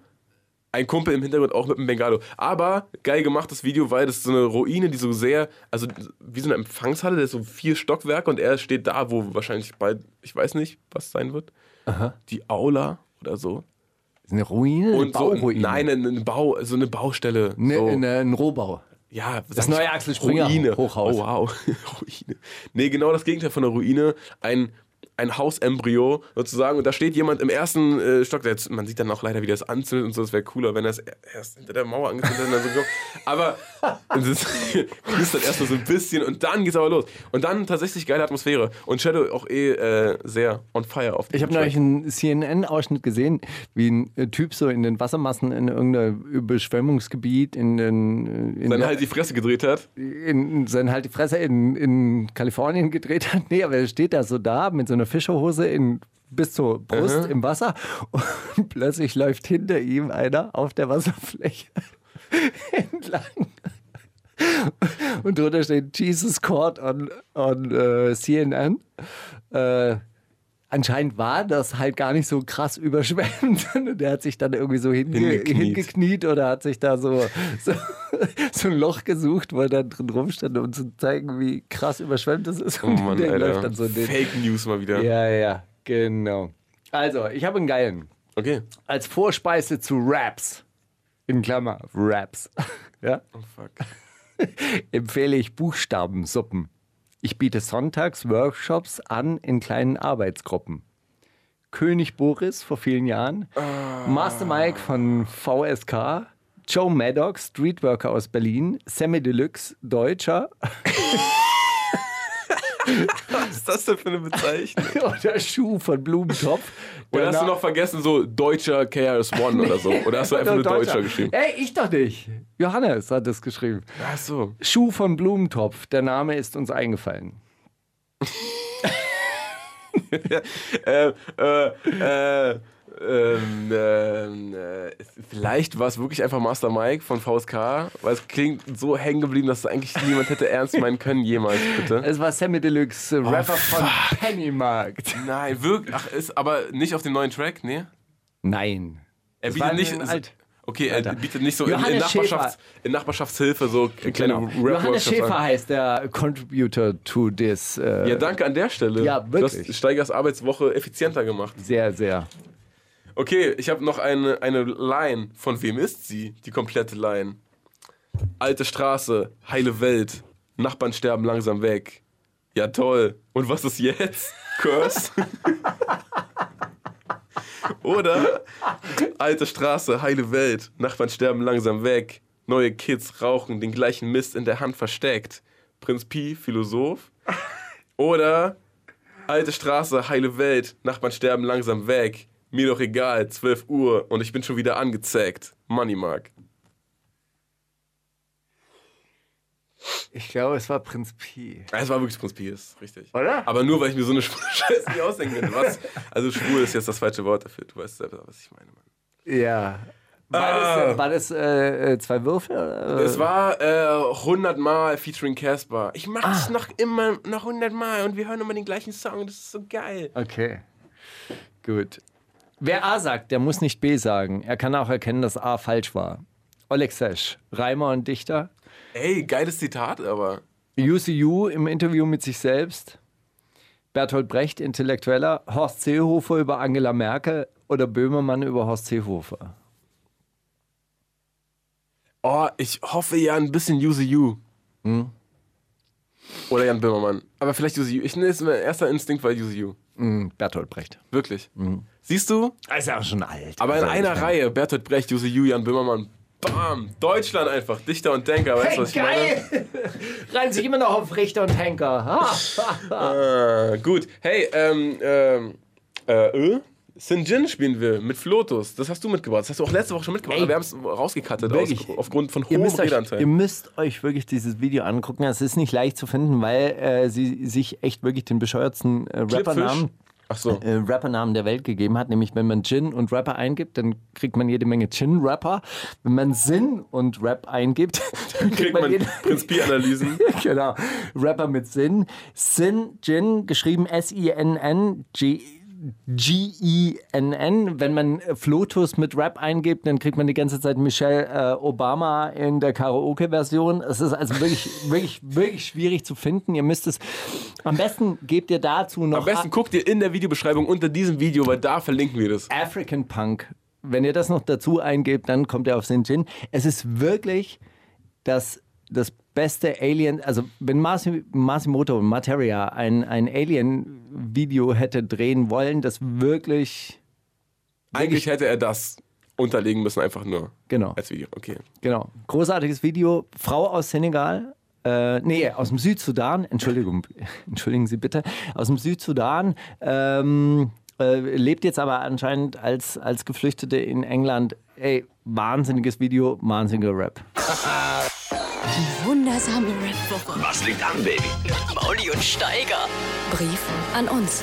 [SPEAKER 5] ein Kumpel im Hintergrund auch mit einem Bengalo. Aber geil gemachtes Video, weil das ist so eine Ruine, die so sehr, also wie so eine Empfangshalle, da ist so vier Stockwerke und er steht da, wo wahrscheinlich bald, ich weiß nicht, was sein wird. Die Aula oder so.
[SPEAKER 6] Ist eine Ruine?
[SPEAKER 5] Und
[SPEAKER 6] eine
[SPEAKER 5] so,
[SPEAKER 6] Bauruine?
[SPEAKER 5] nein, eine, eine Bau, so eine Baustelle.
[SPEAKER 6] Ne,
[SPEAKER 5] so.
[SPEAKER 6] ne, ein Rohbau.
[SPEAKER 5] Ja,
[SPEAKER 6] Das
[SPEAKER 5] sag ich-
[SPEAKER 6] neue Axel Springer
[SPEAKER 5] Ruine.
[SPEAKER 6] Hochhaus.
[SPEAKER 5] Oh, wow. Ruine. Nee, genau das Gegenteil von einer Ruine. Ein ein Hausembryo sozusagen und da steht jemand im ersten äh, Stock, der jetzt, man sieht dann auch leider, wie das anzündet und so, das wäre cooler, wenn das erst hinter der Mauer angezündet hätte und dann so gekommen. Aber es ist- knistert erstmal so ein bisschen und dann geht's aber los. Und dann tatsächlich geile Atmosphäre und Shadow auch eh äh, sehr on fire auf dem
[SPEAKER 6] Ich habe neulich einen CNN-Ausschnitt gesehen, wie ein äh, Typ so in den Wassermassen in irgendeinem Überschwemmungsgebiet in den. äh, In
[SPEAKER 5] dann
[SPEAKER 6] der-
[SPEAKER 5] halt die Fresse gedreht hat.
[SPEAKER 6] in sein halt die Fresse in, in Kalifornien gedreht hat. Nee, aber er steht da so da mit so einer Fischerhose in, bis zur Brust im Wasser und plötzlich läuft hinter ihm einer auf der Wasserfläche entlang. Und drunter steht Jesus Court on, on äh, CNN. Äh, anscheinend war das halt gar nicht so krass überschwemmend. Und der hat sich dann irgendwie so hinge
[SPEAKER 5] Hingekniet.
[SPEAKER 6] hingekniet. oder hat sich da so, so, so ein Loch gesucht, wo er dann drin rumstand, um zu zeigen, wie krass überschwemmt das ist.
[SPEAKER 5] Oh Mann,
[SPEAKER 6] der
[SPEAKER 5] Alter.
[SPEAKER 6] läuft dann so in den.
[SPEAKER 5] Fake News mal wieder.
[SPEAKER 6] Ja, ja, genau. Also, ich habe einen geilen.
[SPEAKER 5] Okay.
[SPEAKER 6] Als Vorspeise zu Raps. In Klammer, Raps. Ja?
[SPEAKER 5] Oh fuck.
[SPEAKER 6] empfehle ich Buchstabensuppen. Ich biete sonntags Workshops an in kleinen Arbeitsgruppen. König Boris vor vielen Jahren,
[SPEAKER 5] Ah.
[SPEAKER 6] Master Mike von VSK, Joe Maddox, Streetworker aus Berlin, Sammy Deluxe, Deutscher
[SPEAKER 5] Was ist das denn für eine Bezeichnung?
[SPEAKER 6] oder Schuh von Blumentopf.
[SPEAKER 5] Oder hast du
[SPEAKER 6] Danach-
[SPEAKER 5] noch vergessen, so deutscher KRS-One oder so? Oder hast du einfach nur Deutscher geschrieben?
[SPEAKER 6] Ey, ich doch nicht. Johannes hat das geschrieben.
[SPEAKER 5] Ach so.
[SPEAKER 6] Schuh von Blumentopf, der Name ist uns eingefallen.
[SPEAKER 5] äh, äh, äh, ähm, ähm, äh, vielleicht war es wirklich einfach Master Mike von VSK, weil es klingt so hängen geblieben, dass es eigentlich niemand hätte ernst meinen können jemals, bitte.
[SPEAKER 6] Es war Sammy Deluxe, äh,
[SPEAKER 5] Oh,
[SPEAKER 6] Rapper von Pennymarkt.
[SPEAKER 5] Nein, wirklich. Ach, ist aber nicht auf dem neuen Track, nee.
[SPEAKER 6] Nein.
[SPEAKER 5] Er
[SPEAKER 6] war
[SPEAKER 5] bietet
[SPEAKER 6] ein
[SPEAKER 5] nicht.
[SPEAKER 6] Alt-
[SPEAKER 5] Okay, er
[SPEAKER 6] Alter.
[SPEAKER 5] bietet nicht so in, in,
[SPEAKER 6] Johannes
[SPEAKER 5] Nachbarschafts, in Nachbarschaftsthilfe so kleine
[SPEAKER 6] Genau. Johannes
[SPEAKER 5] Rap-Workshops
[SPEAKER 6] Schäfer
[SPEAKER 5] an.
[SPEAKER 6] heißt der Contributor to this. Äh,
[SPEAKER 5] Ja, danke an der Stelle.
[SPEAKER 6] Ja,
[SPEAKER 5] Du hast
[SPEAKER 6] wirklich.
[SPEAKER 5] Steigers Arbeitswoche effizienter gemacht.
[SPEAKER 6] Sehr, sehr.
[SPEAKER 5] Okay, ich habe noch eine, eine Line. Von wem ist sie? Die komplette Line. Alte Straße, heile Welt. Nachbarn sterben langsam weg. Ja, toll. Und was ist jetzt? Curse? Oder alte Straße, heile Welt. Nachbarn sterben langsam weg. Neue Kids rauchen den gleichen Mist in der Hand versteckt. Prinz Pi, Philosoph. Oder Alte Straße, heile Welt, Nachbarn sterben langsam weg. Mir doch egal, 12 Uhr und ich bin schon wieder angezeigt. Money Mark.
[SPEAKER 6] Ich glaube, es war Prinz Pi.
[SPEAKER 5] Ja, Es war wirklich Prinz Pius, richtig.
[SPEAKER 6] Oder?
[SPEAKER 5] Aber nur, weil ich mir so eine schwule Scheiße nicht ausdenken könnte. Was? Also schwul ist jetzt das falsche Wort dafür. Du weißt selber, was ich meine. Mann.
[SPEAKER 6] Ja. War
[SPEAKER 5] Ah.
[SPEAKER 6] das, äh, war das äh, äh, zwei Würfel? Äh,
[SPEAKER 5] Es war äh, 100 Mal featuring Casper. Ich mach es noch immer noch 100 Mal und wir hören immer den gleichen Song. Das ist so geil.
[SPEAKER 6] Okay. Gut. Wer A sagt, der muss nicht B sagen. Er kann auch erkennen, dass A falsch war. Oleg Sesh, Reimer und Dichter.
[SPEAKER 5] Ey, geiles Zitat, aber.
[SPEAKER 6] UCU im Interview mit sich selbst, Bertolt Brecht, Intellektueller, Horst Seehofer über Angela Merkel oder Böhmermann über Horst Seehofer.
[SPEAKER 5] Oh, ich hoffe ja ein bisschen Use You. Oder Jan Böhmermann. Aber vielleicht Use You. Ich nenne es mein erster Instinkt, weil Use You.
[SPEAKER 6] Mm, Bertolt Brecht.
[SPEAKER 5] Wirklich. Siehst du?
[SPEAKER 6] Ist ja auch schon alt. Also,
[SPEAKER 5] Aber in einer Reihe. Bertolt Brecht, Use You, Jan Böhmermann. Bam! Deutschland einfach. Dichter und Denker. Weißt du, was ich
[SPEAKER 6] Geil! Reihen sich immer noch auf Richter und Henker. Ha.
[SPEAKER 5] meine? Äh, gut. Hey, ähm, ähm, äh, äh? Sinjin spielen wir mit Flotus. Das hast du mitgebracht. Das hast du auch letzte Woche schon mitgebracht.
[SPEAKER 6] Ey.
[SPEAKER 5] aber wir haben es rausgekattet
[SPEAKER 6] Wirklich.
[SPEAKER 5] aus, aufgrund von
[SPEAKER 6] Ihr
[SPEAKER 5] hohem
[SPEAKER 6] müsst, euch,
[SPEAKER 5] Redanteil.
[SPEAKER 6] ihr müsst euch wirklich dieses Video angucken. Es ist nicht leicht zu finden, weil äh, sie sich echt wirklich den bescheuertsten äh, Rappernamen
[SPEAKER 5] Ach so.
[SPEAKER 6] äh, Rappernamen der Welt gegeben hat. Nämlich, wenn man Gin und Rapper eingibt, dann kriegt man jede Menge Gin-Rapper. Wenn man Sin und Rap eingibt, dann kriegt,
[SPEAKER 5] Kriegt man
[SPEAKER 6] jede
[SPEAKER 5] Prinz Pi-Analysen.
[SPEAKER 6] genau, Rapper mit Sin. Sin, Gin, geschrieben S-I-N-N, G- G-I-N-N. Wenn man äh, Flotus mit Rap eingibt, dann kriegt man die ganze Zeit Michelle äh, Obama in der Karaoke-Version. Es ist also wirklich, wirklich, wirklich schwierig zu finden. Ihr müsst es, am besten gebt ihr dazu noch
[SPEAKER 5] Am besten guckt ihr in der Videobeschreibung unter diesem Video, weil da verlinken wir
[SPEAKER 6] Äh,
[SPEAKER 5] das.
[SPEAKER 6] African Punk. Wenn ihr das noch dazu eingebt, dann kommt ihr auf Sinjin. Es ist wirklich das das beste Alien, also wenn Masi- Masimoto und Materia ein, ein Alien-Video hätte drehen wollen, das wirklich,
[SPEAKER 5] Eigentlich hätte er das unterlegen müssen, einfach nur
[SPEAKER 6] genau,
[SPEAKER 5] als Video. Okay.
[SPEAKER 6] genau. Großartiges Video, Frau aus Senegal, äh, nee, aus dem Südsudan, Entschuldigung, entschuldigen Sie bitte, aus dem Südsudan, ähm, äh, lebt jetzt aber anscheinend als, als Geflüchtete in England. Ey, wahnsinniges Video, wahnsinniger Rap.
[SPEAKER 2] Wundersame Rap-Woche. Was liegt an, Baby? Mit Mauli und Steiger.
[SPEAKER 4] Brief an uns.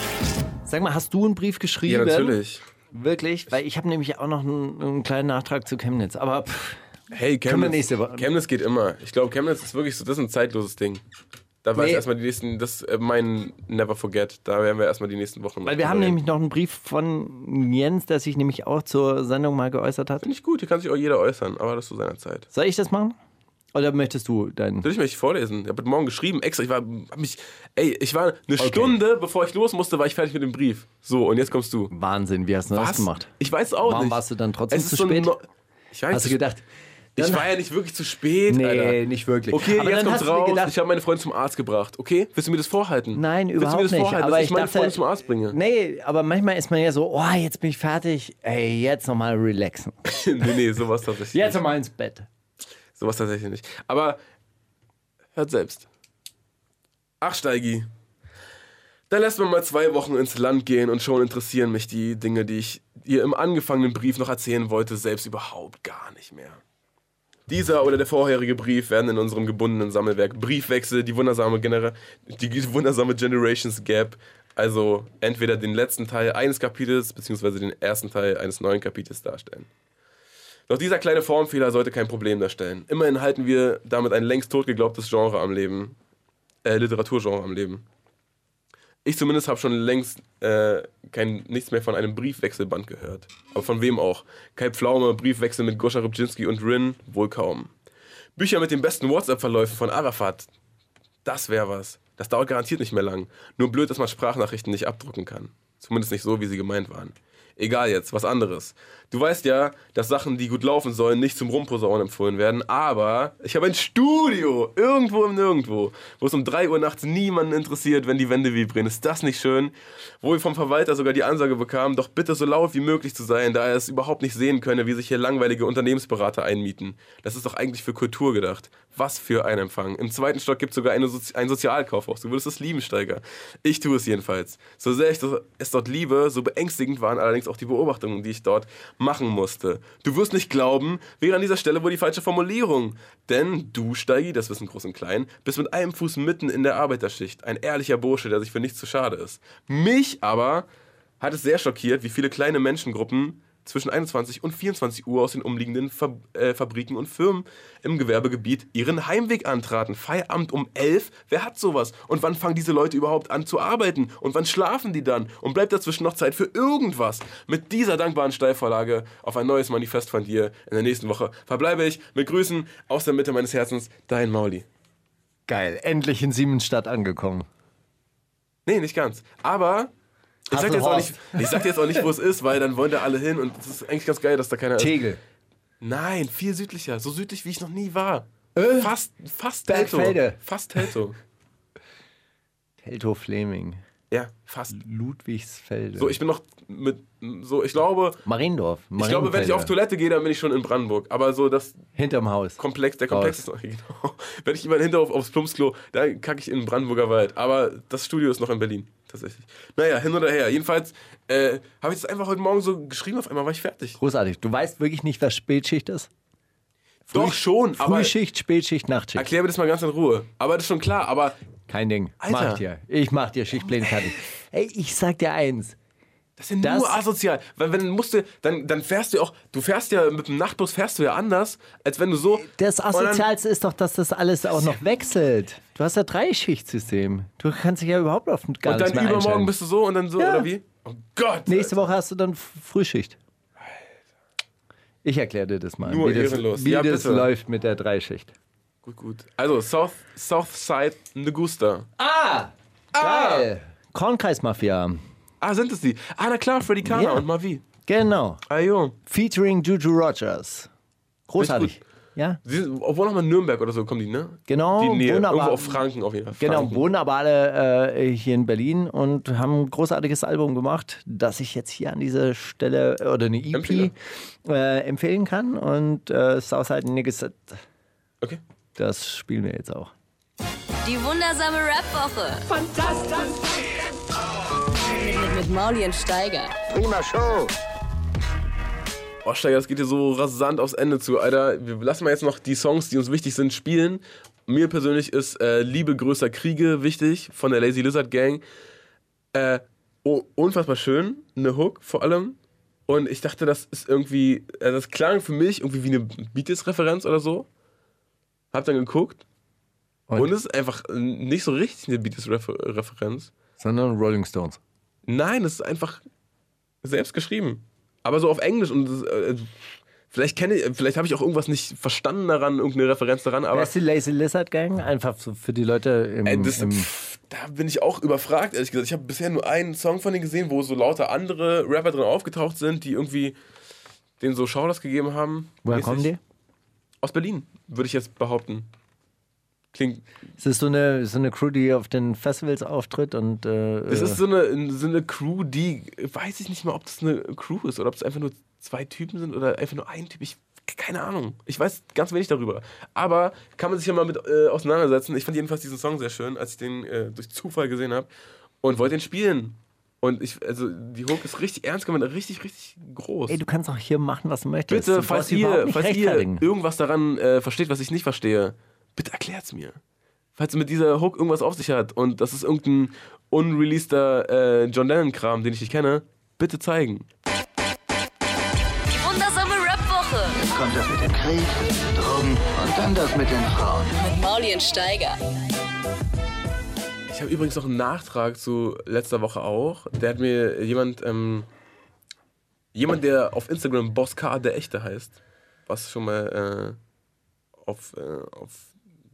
[SPEAKER 6] Sag mal, hast du einen Brief geschrieben?
[SPEAKER 5] Ja, natürlich.
[SPEAKER 6] Wirklich? Weil ich habe nämlich auch noch einen, einen kleinen Nachtrag zu Chemnitz. Aber pff,
[SPEAKER 5] Hey,
[SPEAKER 6] Können wir
[SPEAKER 5] Chemnitz,
[SPEAKER 6] nächste Woche-
[SPEAKER 5] Chemnitz geht immer. Ich glaube, Chemnitz ist wirklich so, das ist ein zeitloses Ding. Da weiß
[SPEAKER 6] Nee.
[SPEAKER 5] erstmal die nächsten, das ist äh, mein Never Forget. Da werden wir erstmal die nächsten Wochen.
[SPEAKER 6] weil wir haben nämlich noch einen Brief von Jens, der sich nämlich auch zur Sendung mal geäußert hat.
[SPEAKER 5] Finde ich gut, hier kann sich auch jeder äußern, aber das zu seiner Zeit.
[SPEAKER 6] Soll ich das machen? Oder möchtest du deinen?
[SPEAKER 5] Soll ich mir nicht vorlesen? Ich habe heute Morgen geschrieben, extra. Ich war, hab mich, ey, ich war eine Stunde, bevor ich los musste, war ich fertig mit dem Brief. So, und jetzt kommst du.
[SPEAKER 6] Wahnsinn, wie hast du das gemacht?
[SPEAKER 5] Ich weiß es auch
[SPEAKER 6] Warum
[SPEAKER 5] nicht.
[SPEAKER 6] warst du dann trotzdem
[SPEAKER 5] Es ist
[SPEAKER 6] zu
[SPEAKER 5] so ein
[SPEAKER 6] spät?
[SPEAKER 5] Neu- ich weiß
[SPEAKER 6] Hast du
[SPEAKER 5] nicht.
[SPEAKER 6] gedacht?
[SPEAKER 5] Ich
[SPEAKER 6] dann-
[SPEAKER 5] war ja nicht wirklich zu spät,
[SPEAKER 6] Nee,
[SPEAKER 5] Alter.
[SPEAKER 6] nicht wirklich.
[SPEAKER 5] Okay,
[SPEAKER 6] Aber
[SPEAKER 5] jetzt
[SPEAKER 6] dann
[SPEAKER 5] kommt's
[SPEAKER 6] hast du dir
[SPEAKER 5] raus.
[SPEAKER 6] gedacht-
[SPEAKER 5] ich habe meine Freundin zum Arzt gebracht. Okay, willst du mir das vorhalten?
[SPEAKER 6] Nein,
[SPEAKER 5] willst
[SPEAKER 6] überhaupt
[SPEAKER 5] du mir das
[SPEAKER 6] nicht.
[SPEAKER 5] Vorhalten,
[SPEAKER 6] aber
[SPEAKER 5] dass
[SPEAKER 6] ich
[SPEAKER 5] ich meine
[SPEAKER 6] dachte,
[SPEAKER 5] Freundin zum Arzt bringe?
[SPEAKER 6] Nee, aber manchmal ist man ja so, oh, jetzt bin ich fertig. Ey, jetzt nochmal relaxen.
[SPEAKER 5] nee, nee, sowas tatsächlich
[SPEAKER 6] Jetzt
[SPEAKER 5] nicht.
[SPEAKER 6] nochmal ins Bett.
[SPEAKER 5] Sowas tatsächlich nicht. Aber hört selbst. Ach, Steigi. Da lässt man mal zwei Wochen ins Land gehen und schon interessieren mich die Dinge, die ich ihr im angefangenen Brief noch erzählen wollte, selbst überhaupt gar nicht mehr. Dieser oder der vorherige Brief werden in unserem gebundenen Sammelwerk Briefwechsel, die wundersame, Genera die wundersame Generations Gap, also entweder den letzten Teil eines Kapitels beziehungsweise den ersten Teil eines neuen Kapitels darstellen. Doch dieser kleine Formfehler sollte kein Problem darstellen. Immerhin halten wir damit ein längst totgeglaubtes Genre am Leben. Äh, Literaturgenre am Leben. Ich zumindest habe schon längst äh, kein, nichts mehr von einem Briefwechselband gehört. Aber von wem auch? Kai Pflaume, Briefwechsel mit Goscha Rybczynski und Rin? Wohl kaum. Bücher mit den besten WhatsApp-Verläufen von Arafat? Das wäre was. Das dauert garantiert nicht mehr lang. Nur blöd, dass man Sprachnachrichten nicht abdrucken kann. Zumindest nicht so, wie sie gemeint waren. Egal jetzt, was anderes. Du weißt ja, dass Sachen, die gut laufen sollen, nicht zum Rumposaunen empfohlen werden, aber ich habe ein Studio, irgendwo im Nirgendwo, wo es um 3 Uhr nachts niemanden interessiert, wenn die Wände vibrieren. Ist das nicht schön? Wo wir vom Verwalter sogar die Ansage bekamen, doch bitte so laut wie möglich zu sein, da er es überhaupt nicht sehen könne, wie sich hier langweilige Unternehmensberater einmieten. Das ist doch eigentlich für Kultur gedacht. Was für ein Empfang. Im zweiten Stock gibt es sogar eine Sozi ein Sozialkaufhaus. Du würdest es lieben, Steiger. Ich tue es jedenfalls. So sehr ich das- es dort liebe, so beängstigend waren allerdings auch die Beobachtungen, die ich dort machen musste. Du wirst nicht glauben, wäre an dieser Stelle wohl die falsche Formulierung. Denn du, Steigi, das wissen Groß und Klein, bist mit einem Fuß mitten in der Arbeiterschicht. Ein ehrlicher Bursche, der sich für nichts zu schade ist. Mich aber hat es sehr schockiert, wie viele kleine Menschengruppen zwischen 21 und 24 Uhr aus den umliegenden Fab äh, Fabriken und Firmen im Gewerbegebiet ihren Heimweg antraten. Feierabend um 11? Wer hat sowas? Und wann fangen diese Leute überhaupt an zu arbeiten? Und wann schlafen die dann? Und bleibt dazwischen noch Zeit für irgendwas? Mit dieser dankbaren Steilvorlage auf ein neues Manifest von dir in der nächsten Woche verbleibe ich mit Grüßen aus der Mitte meines Herzens, dein Mauli.
[SPEAKER 6] Geil, endlich in Siemensstadt angekommen.
[SPEAKER 5] Nee, nicht ganz. Aber ich sag, dir jetzt auch nicht,
[SPEAKER 6] Hasselhorst.
[SPEAKER 5] ich sag dir jetzt auch nicht, wo es ist, weil dann wollen da alle hin und es ist eigentlich ganz geil, dass da keiner ist.
[SPEAKER 6] Tegel.
[SPEAKER 5] Nein, viel südlicher. So südlich, wie ich noch nie war. Fast, fast Telto.
[SPEAKER 6] Bergfelde.
[SPEAKER 5] Fast Telto.
[SPEAKER 6] Teltow Fleming.
[SPEAKER 5] Ja, fast.
[SPEAKER 6] Ludwigsfelde.
[SPEAKER 5] So, ich bin noch mit, so, ich glaube,
[SPEAKER 6] Mariendorf.
[SPEAKER 5] ich glaube, wenn ich auf Toilette gehe, dann bin ich schon in Brandenburg. Aber so das
[SPEAKER 6] Hinterm Haus.
[SPEAKER 5] Komplex, der Komplex ist noch, genau. Wenn ich über den Hinterhof aufs Plumpsklo, dann kacke ich in den Brandenburger Wald. Aber das Studio ist noch in Berlin, tatsächlich. Naja, hin oder her. Jedenfalls äh, habe ich das einfach heute Morgen so geschrieben, auf einmal war ich fertig.
[SPEAKER 6] Großartig. Du weißt wirklich nicht, was Spätschicht ist?
[SPEAKER 5] Doch schon, aber
[SPEAKER 6] Frühschicht, Spätschicht, Nachtschicht.
[SPEAKER 5] erklär mir das mal ganz in Ruhe. Aber das ist schon klar, aber
[SPEAKER 6] Kein Ding.
[SPEAKER 5] Alter.
[SPEAKER 6] Mach ich dir. Ich mach dir Schichtpläne fertig. Ey, ich sag dir eins.
[SPEAKER 5] Das ist ja
[SPEAKER 6] Das-
[SPEAKER 5] nur asozial. Weil wenn musst du, dann, dann fährst du auch, du fährst ja mit dem Nachtbus fährst du ja anders, als wenn du so.
[SPEAKER 6] Äh, Das
[SPEAKER 5] Und dann-
[SPEAKER 6] Asozialste ist doch, dass das alles auch noch wechselt. Du hast ja Dreischichtsystem. Du kannst dich ja überhaupt auf gar
[SPEAKER 5] Und dann
[SPEAKER 6] nichts mehr einstellen.
[SPEAKER 5] übermorgen bist du so und dann so,
[SPEAKER 6] Ja.
[SPEAKER 5] oder wie? Oh Gott!
[SPEAKER 6] Nächste Woche hast du dann F- Frühschicht. Ich erkläre dir das mal,
[SPEAKER 5] Nur
[SPEAKER 6] wie das,
[SPEAKER 5] ehrenlos.
[SPEAKER 6] wie
[SPEAKER 5] Ja,
[SPEAKER 6] das
[SPEAKER 5] bitte.
[SPEAKER 6] läuft mit der Dreischicht.
[SPEAKER 5] Gut, gut. Also, South, Southside Negusta.
[SPEAKER 6] Geil. Kornkreismafia.
[SPEAKER 5] Ah, sind es die? Ah, na klar, Freddy Kana
[SPEAKER 6] Ja.
[SPEAKER 5] und Mavi.
[SPEAKER 6] Genau.
[SPEAKER 5] Ah, jo.
[SPEAKER 6] Featuring Juju Rogers.
[SPEAKER 5] Ist
[SPEAKER 6] Großartig.
[SPEAKER 5] gut.
[SPEAKER 6] Ja.
[SPEAKER 5] Sie sind, obwohl nochmal Nürnberg oder so kommen die, ne?
[SPEAKER 6] Genau,
[SPEAKER 5] Die Nähe,
[SPEAKER 6] wunderbar.
[SPEAKER 5] irgendwo auf Franken auf jeden Fall.
[SPEAKER 6] Genau,
[SPEAKER 5] Franken.
[SPEAKER 6] wunderbar äh, hier in Berlin und haben ein großartiges Album gemacht, das ich jetzt hier an dieser Stelle äh, oder eine EP
[SPEAKER 5] Empfehle.
[SPEAKER 6] äh, empfehlen kann. Und äh, Southside Niggas,
[SPEAKER 5] Okay.
[SPEAKER 6] das spielen wir jetzt auch.
[SPEAKER 2] Die wundersame Rap-Woche. Fantastisch. Mit, mit Mauli und Steiger.
[SPEAKER 5] Oh, Steiger, das geht hier so rasant aufs Ende zu, Alter. Wir lassen mal jetzt noch die Songs, die uns wichtig sind, spielen. Mir persönlich ist äh, Liebe größer Kriege wichtig von der Lazy Lizard Gang. Äh, oh, unfassbar schön, eine Hook vor allem. Und ich dachte, das ist irgendwie, äh, das klang für mich irgendwie wie eine Beatles-Referenz oder so. Hab dann geguckt.
[SPEAKER 6] Und?
[SPEAKER 5] Und, es ist einfach äh, nicht so richtig eine Beatles-Referenz.
[SPEAKER 6] Sondern Rolling Stones.
[SPEAKER 5] Nein, es ist einfach selbst geschrieben. Aber so auf Englisch und das, äh, vielleicht kenne ich, vielleicht habe ich auch irgendwas nicht verstanden daran, irgendeine Referenz daran, aber
[SPEAKER 6] Das Mhm. ist die Lazy Lizard Gang, einfach so für die Leute im,
[SPEAKER 5] äh, das,
[SPEAKER 6] im
[SPEAKER 5] pff, da bin ich auch überfragt, ehrlich gesagt. Ich habe bisher nur einen Song von denen gesehen, wo so lauter andere Rapper drin aufgetaucht sind, die irgendwie denen so Schauders gegeben haben.
[SPEAKER 6] woher
[SPEAKER 5] Mäßig.
[SPEAKER 6] kommen die?
[SPEAKER 5] Aus Berlin, würde ich jetzt behaupten. Klingt.
[SPEAKER 6] Ist das so eine, so eine Crew, die auf den Festivals auftritt und äh,
[SPEAKER 5] Es ist so eine, so eine Crew, die weiß ich nicht mal, ob das eine Crew ist oder ob es einfach nur zwei Typen sind oder einfach nur ein Typ. Ich keine Ahnung. Ich weiß ganz wenig darüber. Aber kann man sich ja mal mit äh, auseinandersetzen. Ich fand jedenfalls diesen Song sehr schön, als ich den äh, durch Zufall gesehen habe und wollte ihn spielen. Und ich, also die Hook ist richtig ernst gemeint, richtig, richtig groß.
[SPEAKER 6] Ey, du kannst auch hier machen, was du möchtest.
[SPEAKER 5] Bitte,
[SPEAKER 6] Du brauchst
[SPEAKER 5] falls
[SPEAKER 6] überhaupt
[SPEAKER 5] ihr,
[SPEAKER 6] nicht
[SPEAKER 5] falls ihr
[SPEAKER 6] rechtfertigen.
[SPEAKER 5] irgendwas daran äh, versteht, was ich nicht verstehe, bitte erklärt's mir. Falls mit dieser Hook irgendwas auf sich hat und das ist irgendein unreleaster äh, John Lennon-Kram, den ich nicht kenne, bitte zeigen.
[SPEAKER 2] Die wundersame Rap-Woche.
[SPEAKER 1] Jetzt kommt das mit dem Krieg, Drogen und dann das mit den Frauen.
[SPEAKER 2] Mit Mauli und Steiger.
[SPEAKER 5] Ich habe übrigens noch einen Nachtrag zu letzter Woche auch. Der hat mir jemand, ähm, jemand, der auf Instagram Boss K der Echte heißt, was schon mal äh, auf, äh, auf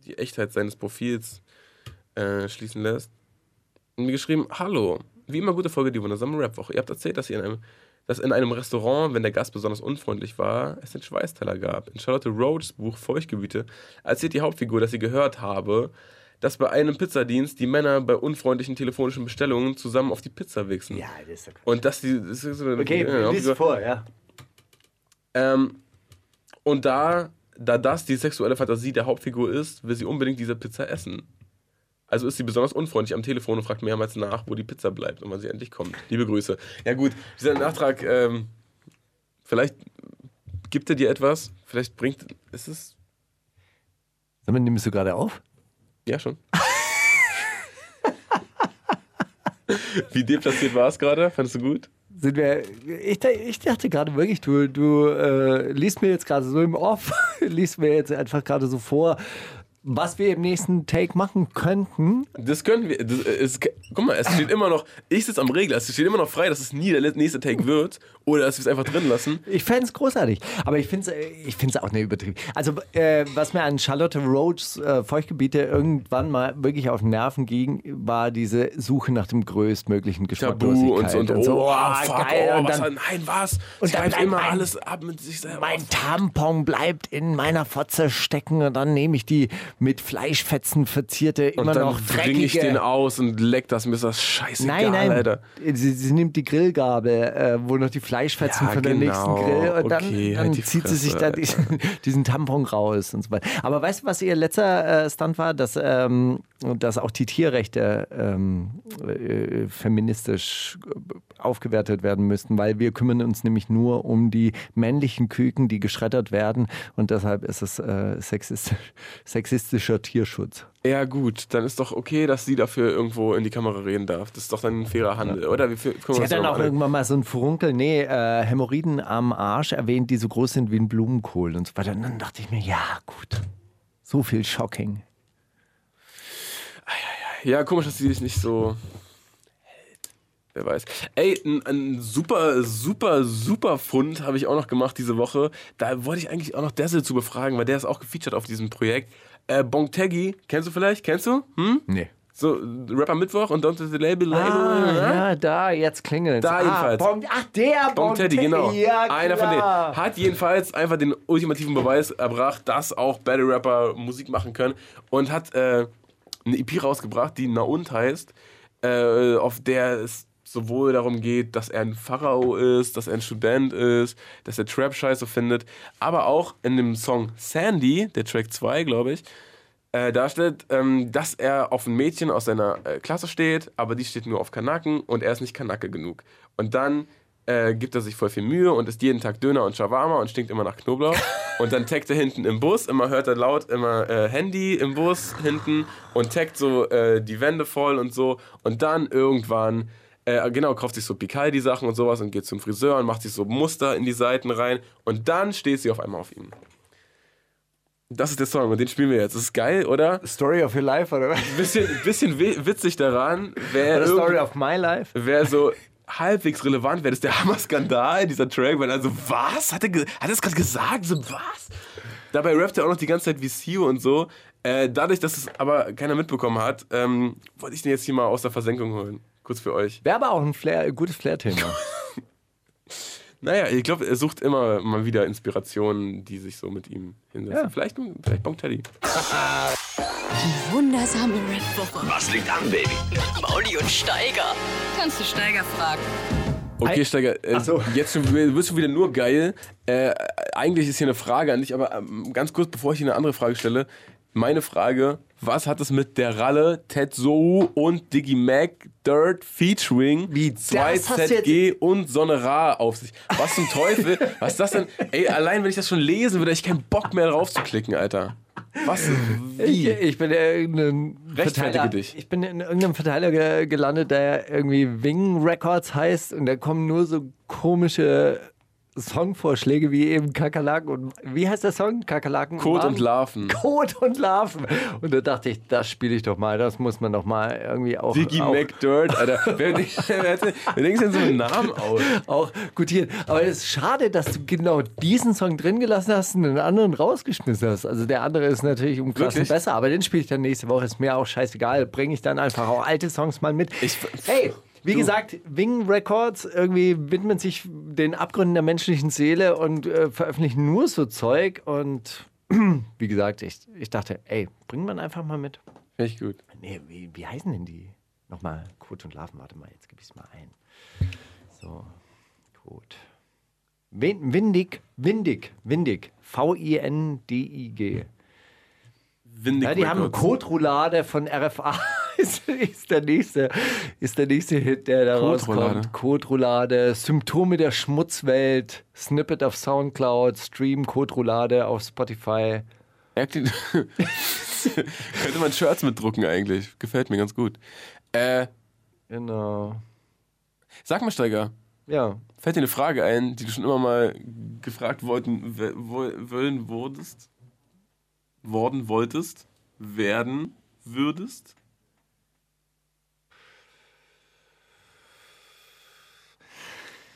[SPEAKER 5] die Echtheit seines Profils äh, schließen lässt, hat mir geschrieben: Hallo, wie immer gute Folge, die wundersame Rap-Woche. Ihr habt erzählt, dass ihr in einem dass in einem Restaurant, wenn der Gast besonders unfreundlich war, es den Schweißteller gab. In Charlotte Roads Buch Feuchtgebiete erzählt die Hauptfigur, dass sie gehört habe, dass bei einem Pizzadienst die Männer bei unfreundlichen telefonischen Bestellungen zusammen auf die Pizza wichsen. Ja, das ist Und dass die. Das ist so eine,
[SPEAKER 7] Okay,
[SPEAKER 5] ja,
[SPEAKER 7] lies
[SPEAKER 5] Hauptfigur-
[SPEAKER 7] vor, ja.
[SPEAKER 5] ähm, und da, da das die sexuelle Fantasie der Hauptfigur ist, will sie unbedingt diese Pizza essen. Also ist sie besonders unfreundlich am Telefon und fragt mehrmals nach, wo die Pizza bleibt und wann sie endlich kommt. Liebe Grüße. Ja gut, dieser Nachtrag, ähm, vielleicht gibt er dir etwas, vielleicht bringt, ist es,
[SPEAKER 6] Sag mal, nimmst du gerade auf?
[SPEAKER 5] ja schon. Wie deplatziert war es gerade? Fandest du gut?
[SPEAKER 6] Sind wir, ich, da- ich dachte gerade wirklich, du, du äh, liest mir jetzt gerade so im Off, liest mir jetzt einfach gerade so vor, was wir im nächsten Take machen könnten.
[SPEAKER 5] Das können wir. Das ist, guck mal, es steht immer noch. Ich sitze am Regler. Es steht immer noch frei, dass es nie der le- nächste Take wird. Oder dass wir es einfach drin lassen.
[SPEAKER 6] Ich fände es großartig, aber ich finde es ich find's auch nicht übertrieben. Also, äh, was mir an Charlotte Roads äh, Feuchtgebiete irgendwann mal wirklich auf den Nerven ging, war diese Suche nach dem größtmöglichen
[SPEAKER 5] Tabu
[SPEAKER 6] Geschmacklosigkeit.
[SPEAKER 5] und so. Und, oh,
[SPEAKER 6] Ah,
[SPEAKER 5] fuck,
[SPEAKER 6] geil.
[SPEAKER 5] oh,
[SPEAKER 6] und
[SPEAKER 5] was,
[SPEAKER 6] dann,
[SPEAKER 5] nein, was?
[SPEAKER 6] und
[SPEAKER 5] Und
[SPEAKER 6] dann
[SPEAKER 5] dann
[SPEAKER 6] bleibt
[SPEAKER 5] immer
[SPEAKER 6] ein-
[SPEAKER 5] alles ab mit sich selber.
[SPEAKER 6] mein Tampon bleibt in meiner Fotze stecken und dann nehme ich die mit Fleischfetzen verzierte,
[SPEAKER 5] und
[SPEAKER 6] immer
[SPEAKER 5] dann
[SPEAKER 6] noch dreckige...
[SPEAKER 5] bringe ich den aus und leck das. Mir ist das scheißegal,
[SPEAKER 6] Nein, nein.
[SPEAKER 5] Alter.
[SPEAKER 6] Sie, sie nimmt die Grillgabel, äh, wo noch die Fleischfetzen
[SPEAKER 5] Ja,
[SPEAKER 6] von dem nächsten
[SPEAKER 5] genau.
[SPEAKER 6] Grill und dann,
[SPEAKER 5] Okay,
[SPEAKER 6] dann
[SPEAKER 5] halt die
[SPEAKER 6] zieht sie sich da
[SPEAKER 5] Fresse,
[SPEAKER 6] diesen, diesen Tampon raus und so weiter. Aber weißt du, was ihr letzter äh, Stunt war? Dass, ähm, dass auch die Tierrechte ähm, äh, feministisch äh, aufgewertet werden müssten, weil wir kümmern uns nämlich nur um die männlichen Küken, die geschreddert werden und deshalb ist es äh, sexistisch, sexistischer Tierschutz.
[SPEAKER 5] Ja, gut. Dann ist doch okay, dass sie dafür irgendwo in die Kamera reden darf. Das ist doch dann ein fairer Handel, oder? Wie viel, können wir
[SPEAKER 6] Sie hat
[SPEAKER 5] uns
[SPEAKER 6] dann
[SPEAKER 5] darüber
[SPEAKER 6] auch
[SPEAKER 5] alle-
[SPEAKER 6] irgendwann mal so einen Furunkel, nee, äh, Hämorrhoiden am Arsch erwähnt, die so groß sind wie ein Blumenkohl und so weiter. Und dann dachte ich mir, ja, gut. So viel Shocking.
[SPEAKER 5] Ja, komisch, dass sie sich nicht so hält. Wer weiß. Ey, ein, ein super, super, super Fund habe ich auch noch gemacht diese Woche. Da wollte ich eigentlich auch noch Dessel zu befragen, weil der ist auch gefeatured auf diesem Projekt. Äh, Bonteggi, kennst du vielleicht? Kennst du? Hm?
[SPEAKER 6] Nee.
[SPEAKER 5] So, Rapper Mittwoch und Don't the Label Label.
[SPEAKER 6] Ah, ja, da, jetzt klingelt
[SPEAKER 5] Da
[SPEAKER 6] ah,
[SPEAKER 5] jedenfalls.
[SPEAKER 6] Bon, ach, der
[SPEAKER 5] Tom
[SPEAKER 6] Bon
[SPEAKER 5] Teddy, genau.
[SPEAKER 6] Ja, klar.
[SPEAKER 5] Einer von denen. Hat jedenfalls einfach den ultimativen Beweis erbracht, dass auch Battle Rapper Musik machen können. Und hat äh, eine EP rausgebracht, die Na und heißt, äh, auf der es sowohl darum geht, dass er ein Pharao ist, dass er ein Student ist, dass er Trap-Scheiße findet, aber auch in dem Song Sandy, der Track 2, glaube ich, äh, darstellt, ähm, dass er auf ein Mädchen aus seiner äh, Klasse steht, aber die steht nur auf Kanaken und er ist nicht Kanake genug. Und dann äh, gibt er sich voll viel Mühe und isst jeden Tag Döner und Shawarma und stinkt immer nach Knoblauch. und dann taggt er hinten im Bus, immer hört er laut, immer äh, Handy im Bus hinten und taggt so äh, die Wände voll und so. Und dann irgendwann äh, genau, kauft sich so Picaldi-Sachen und sowas und geht zum Friseur und macht sich so Muster in die Seiten rein. Und dann steht sie auf einmal auf ihm. Das ist der Song und den spielen wir jetzt. Das ist geil, oder?
[SPEAKER 6] Story of your life, oder was?
[SPEAKER 5] Bisschen, bisschen wi- witzig daran, wer,
[SPEAKER 6] Oder Story
[SPEAKER 5] irgendwie-
[SPEAKER 6] of my life?
[SPEAKER 5] wer so halbwegs relevant wäre, das ist der Hammer-Skandal, dieser Track, weil also, was? Hat er, ge- hat er das gerade gesagt? So, was? Dabei rappt er auch noch die ganze Zeit wie Sio und so. Äh, dadurch, dass es aber keiner mitbekommen hat, ähm, wollte ich den jetzt hier mal aus der Versenkung holen. Kurz für euch.
[SPEAKER 6] Wäre aber auch ein Flair, gutes Flair-Thema.
[SPEAKER 5] Naja, ich glaube, er sucht immer mal wieder Inspirationen, die sich so mit ihm hinsetzen. Vielleicht, vielleicht Bonk Teddy.
[SPEAKER 4] Wundersame Red Booker.
[SPEAKER 3] Was liegt an, Baby?
[SPEAKER 2] Mauli und Steiger. Kannst du Steiger fragen?
[SPEAKER 5] Okay, Steiger, äh,
[SPEAKER 6] so.
[SPEAKER 5] jetzt schon, wieder- wirst du wieder nur geil. Äh, eigentlich ist hier eine Frage an dich, aber ähm, ganz kurz, bevor ich dir eine andere Frage stelle, meine Frage, was hat es mit der Ralle, Ted Zoo und Diggy Mac, Dirt Featuring,
[SPEAKER 6] Wie, das hast du
[SPEAKER 5] 2ZG und Sonne Ra auf sich? Was zum Teufel? was ist das denn? Ey, allein wenn ich das schon lesen würde, hätte ich keinen Bock mehr drauf zu klicken, Alter. Was?
[SPEAKER 6] Ich,
[SPEAKER 5] Wie?
[SPEAKER 6] ich bin in irgendeinem
[SPEAKER 5] Rechtfertige
[SPEAKER 6] Verteiler,
[SPEAKER 5] dich.
[SPEAKER 6] Ich bin in irgendeinem Verteiler ge gelandet, der irgendwie Wing Records heißt und da kommen nur so komische Songvorschläge wie eben Kakerlaken und wie heißt der Song? Kakerlaken
[SPEAKER 5] Kot
[SPEAKER 6] Waden?
[SPEAKER 5] und Larven.
[SPEAKER 6] Kot und Larven. Und da dachte ich, das spiele ich doch mal, das muss man doch mal irgendwie auch,
[SPEAKER 5] Diggy
[SPEAKER 6] auch,
[SPEAKER 5] Mac Dirt, Alter. Wer, wer, hätte- wer denkt denn so einen Namen aus?
[SPEAKER 6] auch gutieren. Aber es ist schade, dass du genau diesen Song drin gelassen hast und den anderen rausgeschmissen hast. Also der andere ist natürlich um Klassen
[SPEAKER 5] Wirklich?
[SPEAKER 6] besser, aber den spiele ich dann nächste Woche. Ist mir auch scheißegal. Bringe ich dann einfach auch alte Songs mal mit.
[SPEAKER 5] Ich-
[SPEAKER 6] hey, wie gesagt, Wing Records irgendwie widmen sich den Abgründen der menschlichen Seele und äh, veröffentlichen nur so Zeug. Und wie gesagt, ich, ich dachte, ey, bringt man einfach mal mit.
[SPEAKER 5] Finde ich gut.
[SPEAKER 6] Nee, wie, wie heißen denn die? Nochmal, Kot und Larven, warte mal, jetzt gebe ich es mal ein. So, Kot. Win windig, windig, windig. V-I-N-D-I-G.
[SPEAKER 5] Windig
[SPEAKER 6] Ja, die haben
[SPEAKER 5] Records.
[SPEAKER 6] Kotroulade von RFA. ist, ist, der nächste, ist der nächste Hit, der da
[SPEAKER 5] Kotroulade.
[SPEAKER 6] rauskommt. Kotroulade, Symptome der Schmutzwelt, Snippet auf Soundcloud, Stream, Kotroulade auf Spotify.
[SPEAKER 5] Acting- Könnte man Shirts mitdrucken eigentlich. Gefällt mir ganz gut. Äh,
[SPEAKER 6] Genau.
[SPEAKER 5] sag mal, Steiger,
[SPEAKER 6] Ja,
[SPEAKER 5] fällt dir eine Frage ein, die du schon immer mal gefragt wollten, w- wo- wollen wurdest? Worden wolltest? Werden würdest?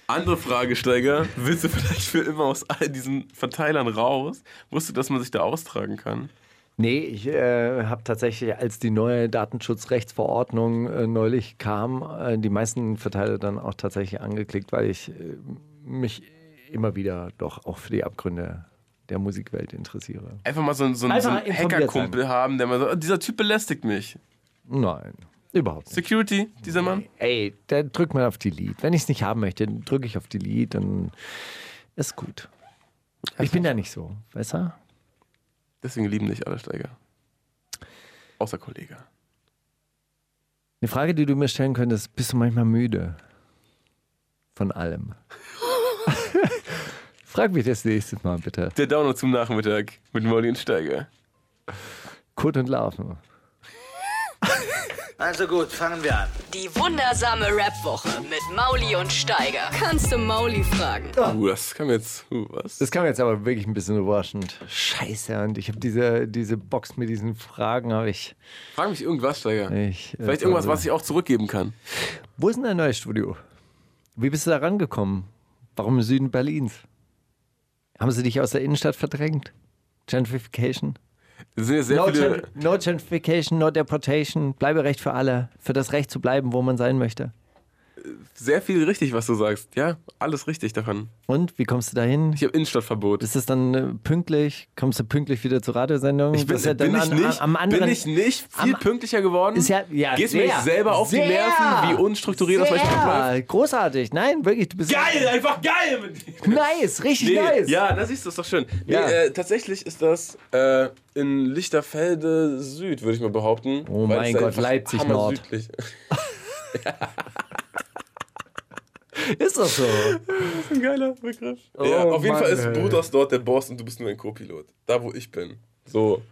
[SPEAKER 5] Andere Frage, Steiger. Willst du vielleicht für immer aus all diesen Verteilern raus? Wusstest du, dass man sich da austragen kann?
[SPEAKER 6] Nee, ich äh, habe tatsächlich, als die neue Datenschutzrechtsverordnung äh, neulich kam, äh, die meisten Verteiler dann auch tatsächlich angeklickt, weil ich äh, mich immer wieder doch auch für die Abgründe der Musikwelt interessiere.
[SPEAKER 5] Einfach mal so, einen- so, einen- so
[SPEAKER 6] Einfach
[SPEAKER 5] einen
[SPEAKER 6] informiert
[SPEAKER 5] Hackerkumpel haben, der mal so, "Oh, dieser Typ belästigt mich.
[SPEAKER 6] Nein, überhaupt nicht.
[SPEAKER 5] Security, dieser Mann.
[SPEAKER 6] Ey, dann drückt man auf die Lied. Wenn ich es nicht haben möchte, drücke ich auf die Lied und ist gut. Ich bin da nicht so, weißt du?
[SPEAKER 5] Deswegen lieben dich alle Steiger. Außer Kollege.
[SPEAKER 6] Eine Frage, die du mir stellen könntest, bist du manchmal müde? Von allem. Frag mich das nächste Mal bitte.
[SPEAKER 5] Der Downer zum Nachmittag mit Molly und Steiger.
[SPEAKER 6] Kurt und Larven.
[SPEAKER 3] Also gut, fangen wir an.
[SPEAKER 2] Die wundersame Rap-Woche mit Mauli und Steiger. Kannst du Mauli fragen?
[SPEAKER 5] Uh, das kam jetzt. Uh, was?
[SPEAKER 6] Das kam jetzt aber wirklich ein bisschen überraschend. Scheiße, und ich habe diese, diese Box mit diesen Fragen, habe ich.
[SPEAKER 5] Frag mich irgendwas,
[SPEAKER 6] ich
[SPEAKER 5] Steiger.
[SPEAKER 6] äh, also-
[SPEAKER 5] Vielleicht irgendwas, was ich auch zurückgeben kann.
[SPEAKER 6] Wo ist denn dein neues Studio? Wie bist du da rangekommen? Warum im Süden Berlins? Haben sie dich aus der Innenstadt verdrängt? Gentrification?
[SPEAKER 5] Es sind jetzt sehr
[SPEAKER 6] No,
[SPEAKER 5] viele.
[SPEAKER 6] Gen- no Gentrification, no Deportation, Bleiberecht für alle, für das Recht zu bleiben, wo man sein möchte.
[SPEAKER 5] Sehr viel richtig, was du sagst. Ja, alles richtig davon.
[SPEAKER 6] Und wie kommst du dahin?
[SPEAKER 5] Ich habe Innenstadtverbot.
[SPEAKER 6] Ist es dann äh, pünktlich? Kommst du pünktlich wieder zur Radiosendung?
[SPEAKER 5] Ich bin,
[SPEAKER 6] Das ist ja
[SPEAKER 5] bin,
[SPEAKER 6] dann
[SPEAKER 5] ich
[SPEAKER 6] an-
[SPEAKER 5] nicht,
[SPEAKER 6] am anderen
[SPEAKER 5] bin ich nicht viel
[SPEAKER 6] am-
[SPEAKER 5] pünktlicher geworden.
[SPEAKER 6] Ist ja- ja,
[SPEAKER 5] Gehst mir
[SPEAKER 6] sehr,
[SPEAKER 5] nicht selber auf
[SPEAKER 6] sehr,
[SPEAKER 5] die Nerven, wie unstrukturiert das vielleicht abläuft.
[SPEAKER 6] Ja, großartig. Nein, wirklich, du bist
[SPEAKER 5] Geil, einfach geil!
[SPEAKER 6] nice, richtig nice.
[SPEAKER 5] Ja, da siehst du, ist doch schön. Nee,
[SPEAKER 6] Ja.
[SPEAKER 5] äh, tatsächlich ist das äh, in Lichterfelde Süd, würde ich mal behaupten.
[SPEAKER 6] Oh
[SPEAKER 5] weil
[SPEAKER 6] mein
[SPEAKER 5] es da
[SPEAKER 6] Gott,
[SPEAKER 5] einfach
[SPEAKER 6] Leipzig
[SPEAKER 5] hammer
[SPEAKER 6] Nord.
[SPEAKER 5] südlich-
[SPEAKER 6] Ist doch so.
[SPEAKER 5] Ein geiler Begriff. ja, auf jeden
[SPEAKER 6] Oh Mann,
[SPEAKER 5] Fall ist
[SPEAKER 6] ey.
[SPEAKER 5] Brutus dort der Boss und du bist nur ein Co-Pilot. Da, wo ich bin. So.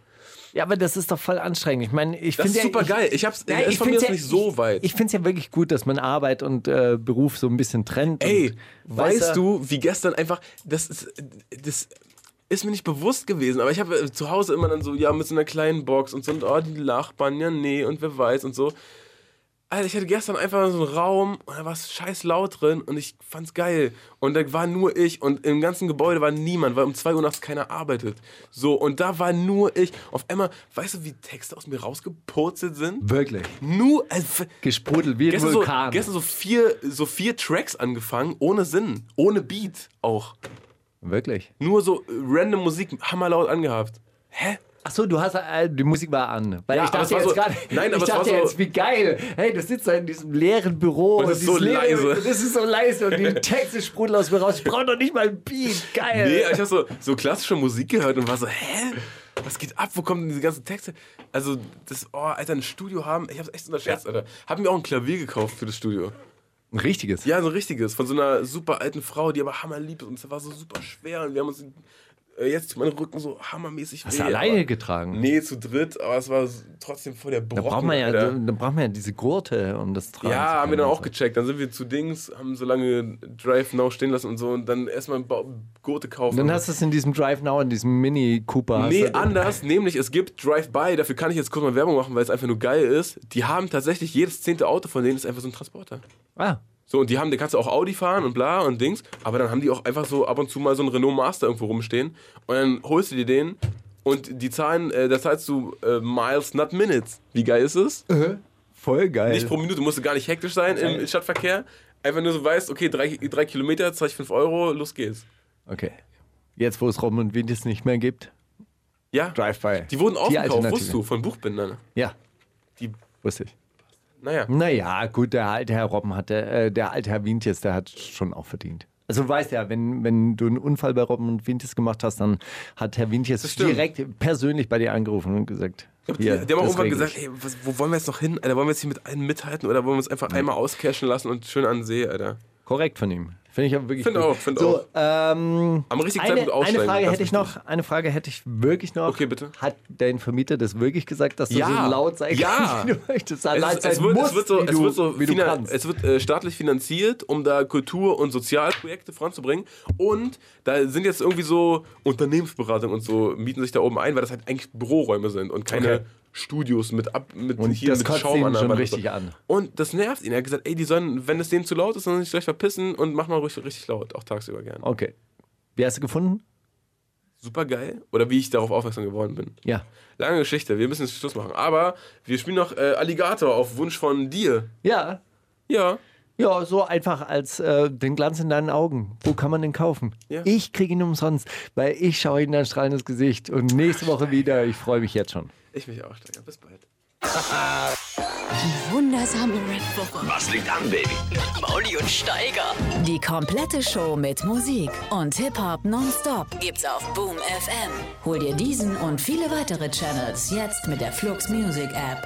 [SPEAKER 6] Ja, aber das ist doch voll anstrengend. Ich meine, ich
[SPEAKER 5] Das
[SPEAKER 6] finde
[SPEAKER 5] ist super geil. Ich hab's,
[SPEAKER 6] Ja,
[SPEAKER 5] es ist
[SPEAKER 6] ich
[SPEAKER 5] von mir
[SPEAKER 6] find's
[SPEAKER 5] aus
[SPEAKER 6] ja-
[SPEAKER 5] nicht so weit.
[SPEAKER 6] Ich, ich finde es ja wirklich gut, dass man Arbeit und äh, Beruf so ein bisschen trennt.
[SPEAKER 5] Ey,
[SPEAKER 6] und,
[SPEAKER 5] weißt du, wie gestern einfach, das ist, das ist mir nicht bewusst gewesen, aber ich habe äh, zu Hause immer dann so, ja, mit so einer kleinen Box und so, und oh, die Nachbarn, ja, nee, und wer weiß und so. Alter, ich hatte gestern einfach so einen Raum und da war es scheiß laut drin und ich fand's geil. Und da war nur ich und im ganzen Gebäude war niemand, weil um 2 Uhr nachts keiner arbeitet. So, und da war nur ich. Auf einmal, weißt du, wie Texte aus mir rausgepurzelt sind?
[SPEAKER 6] Wirklich.
[SPEAKER 5] Nur, also,
[SPEAKER 6] Gesprudelt wie ein
[SPEAKER 5] gestern, so,
[SPEAKER 6] Vulkan.
[SPEAKER 5] gestern so, vier, so vier Tracks angefangen, ohne Sinn, ohne Beat auch.
[SPEAKER 6] Wirklich.
[SPEAKER 5] Nur so äh, random Musik, hammerlaut angehabt. Hä?
[SPEAKER 6] Achso, du hast äh, die Musik war an. Weil
[SPEAKER 5] Ja,
[SPEAKER 6] ich
[SPEAKER 5] aber es
[SPEAKER 6] dachte
[SPEAKER 5] war
[SPEAKER 6] jetzt
[SPEAKER 5] so-
[SPEAKER 6] gerade,
[SPEAKER 5] Nein, aber
[SPEAKER 6] ich
[SPEAKER 5] es war
[SPEAKER 6] dachte
[SPEAKER 5] so-
[SPEAKER 6] jetzt, wie geil. Hey, das sitzt da in diesem leeren Büro
[SPEAKER 5] es ist
[SPEAKER 6] dieses
[SPEAKER 5] so
[SPEAKER 6] leere-
[SPEAKER 5] leise.
[SPEAKER 6] Das ist so leise und die Texte sprudeln aus mir raus. Ich brauche doch nicht mal ein Beat. Geil.
[SPEAKER 5] Nee, ich habe so, so klassische Musik gehört und war so, hä? Was geht ab? Wo kommen denn diese ganzen Texte? Also, das, oh, Alter, ein Studio haben, ich hab's echt unterschätzt, Alter. Hab mir auch ein Klavier gekauft für das Studio.
[SPEAKER 6] Ein richtiges.
[SPEAKER 5] Ja, so ein richtiges, von so einer super alten Frau, die aber hammerlieb ist und es war so super schwer und wir haben uns äh, jetzt tut mein Rücken so hammermäßig
[SPEAKER 6] Hast du
[SPEAKER 5] weh,
[SPEAKER 6] alleine
[SPEAKER 5] aber-
[SPEAKER 6] getragen?
[SPEAKER 5] Nee, zu dritt, aber es war s- trotzdem voll der
[SPEAKER 6] Da
[SPEAKER 5] Brocken.
[SPEAKER 6] braucht man ja,
[SPEAKER 5] Alter.
[SPEAKER 6] da, da braucht man ja diese Gurte, um das tragen zu
[SPEAKER 5] Ja, haben wir
[SPEAKER 6] können.
[SPEAKER 5] dann auch gecheckt. Dann sind wir zu Dings, haben so lange Drive Now stehen lassen und so und dann erstmal Ba- Gurte kaufen.
[SPEAKER 6] Und dann hast du es in diesem Drive Now, in diesem Mini Cooper.
[SPEAKER 5] Nee,
[SPEAKER 6] hast du-
[SPEAKER 5] anders, nämlich es gibt Drive-By, dafür kann ich jetzt kurz mal Werbung machen, weil es einfach nur geil ist. Die haben tatsächlich jedes zehnte Auto von denen ist einfach so ein Transporter.
[SPEAKER 6] Ah,
[SPEAKER 5] So, und die haben, da kannst du auch Audi fahren und bla und Dings, aber dann haben die auch einfach so ab und zu mal so einen Renault Master irgendwo rumstehen und dann holst du dir den und die zahlen, äh, da zahlst du äh, Miles, not Minutes. Wie geil ist es?
[SPEAKER 6] voll geil.
[SPEAKER 5] Nicht pro Minute, musst du gar nicht hektisch sein im Stadtverkehr. Einfach nur so weißt, okay, drei, drei Kilometer, zahl ich fünf Euro, los geht's.
[SPEAKER 6] okay. Jetzt, wo es Rom und Wind es nicht mehr gibt.
[SPEAKER 5] Ja,
[SPEAKER 6] Drive-by.
[SPEAKER 5] die wurden aufgekauft,
[SPEAKER 6] Alternative.
[SPEAKER 5] wusstest du, von Buchbindern.
[SPEAKER 6] Ja,
[SPEAKER 5] Die,
[SPEAKER 6] wusste ich.
[SPEAKER 5] naja.
[SPEAKER 6] Naja, gut, der alte Herr Robben hat, äh, der alte Herr Wintjes, der hat schon auch verdient. Also du weißt ja, wenn, wenn du einen Unfall bei Robben und Wintjes gemacht hast, dann hat Herr Wintjes
[SPEAKER 5] stimmt.
[SPEAKER 6] direkt persönlich bei dir angerufen und gesagt,
[SPEAKER 5] Ja,
[SPEAKER 6] hier,
[SPEAKER 5] die haben auch
[SPEAKER 6] das
[SPEAKER 5] irgendwann
[SPEAKER 6] regel
[SPEAKER 5] gesagt,
[SPEAKER 6] ich.
[SPEAKER 5] ey, was, wo wollen wir jetzt noch hin? Alter, wollen wir jetzt hier mit allen mithalten oder wollen wir uns einfach einmal auscashen lassen und schön an den See, Alter?
[SPEAKER 6] korrekt von ihm. Finde ich aber wirklich
[SPEAKER 5] Find
[SPEAKER 6] gut.
[SPEAKER 5] auch, find
[SPEAKER 6] so,
[SPEAKER 5] auch.
[SPEAKER 6] Ähm,
[SPEAKER 5] Am richtigen
[SPEAKER 6] eine,
[SPEAKER 5] Zeitpunkt aussteigen.
[SPEAKER 6] eine Frage
[SPEAKER 5] ganz
[SPEAKER 6] hätte ich
[SPEAKER 5] wichtig.
[SPEAKER 6] noch, eine Frage hätte ich wirklich noch.
[SPEAKER 5] Okay, bitte.
[SPEAKER 6] Hat dein Vermieter das wirklich gesagt, dass du
[SPEAKER 5] Ja,
[SPEAKER 6] so laut sein
[SPEAKER 5] ja.
[SPEAKER 6] kannst, wie du möchtest?
[SPEAKER 5] Es,
[SPEAKER 6] Laut
[SPEAKER 5] ist,
[SPEAKER 6] sein
[SPEAKER 5] es, wird, es
[SPEAKER 6] musst,
[SPEAKER 5] wird so,
[SPEAKER 6] wie
[SPEAKER 5] es
[SPEAKER 6] du,
[SPEAKER 5] wird, so
[SPEAKER 6] wie du
[SPEAKER 5] finan-
[SPEAKER 6] kannst.
[SPEAKER 5] es wird äh, staatlich finanziert, um da Kultur- und Sozialprojekte voranzubringen. Und da sind jetzt irgendwie so Unternehmensberatung und so mieten sich da oben ein, weil das halt eigentlich Büroräume sind und keine
[SPEAKER 6] Okay.
[SPEAKER 5] Studios mit ab mit
[SPEAKER 6] Und
[SPEAKER 5] hier
[SPEAKER 6] das
[SPEAKER 5] mit
[SPEAKER 6] kotzt
[SPEAKER 5] Schaum
[SPEAKER 6] ihn
[SPEAKER 5] an der
[SPEAKER 6] schon
[SPEAKER 5] Wand und
[SPEAKER 6] richtig
[SPEAKER 5] so.
[SPEAKER 6] an.
[SPEAKER 5] Und das nervt ihn. Er hat gesagt, ey, die sollen, wenn es denen zu laut ist, dann sollen sie sich gleich verpissen und mach mal ruhig richtig laut, auch tagsüber gerne.
[SPEAKER 6] Okay. Wie hast du gefunden?
[SPEAKER 5] Super geil. Oder wie ich darauf aufmerksam geworden bin.
[SPEAKER 6] Ja.
[SPEAKER 5] Lange Geschichte, wir müssen jetzt Schluss machen. Aber wir spielen noch äh, Alligator auf Wunsch von dir.
[SPEAKER 6] Ja.
[SPEAKER 5] Ja.
[SPEAKER 6] Ja, so einfach als äh, den Glanz in deinen Augen. Wo kann man den kaufen?
[SPEAKER 5] Ja.
[SPEAKER 6] Ich kriege ihn umsonst, weil ich schaue in dein strahlendes Gesicht und nächste Woche wieder. Ich freue mich jetzt schon.
[SPEAKER 5] Ich mich auch, Steiger. Bis bald.
[SPEAKER 4] Wundersame Red Booker.
[SPEAKER 3] Was liegt an, Baby?
[SPEAKER 2] Mit Mauli und Steiger.
[SPEAKER 4] Die komplette Show mit Musik und Hip-Hop nonstop gibt's auf Boom FM. Hol dir diesen und viele weitere Channels jetzt mit der Flux Music App.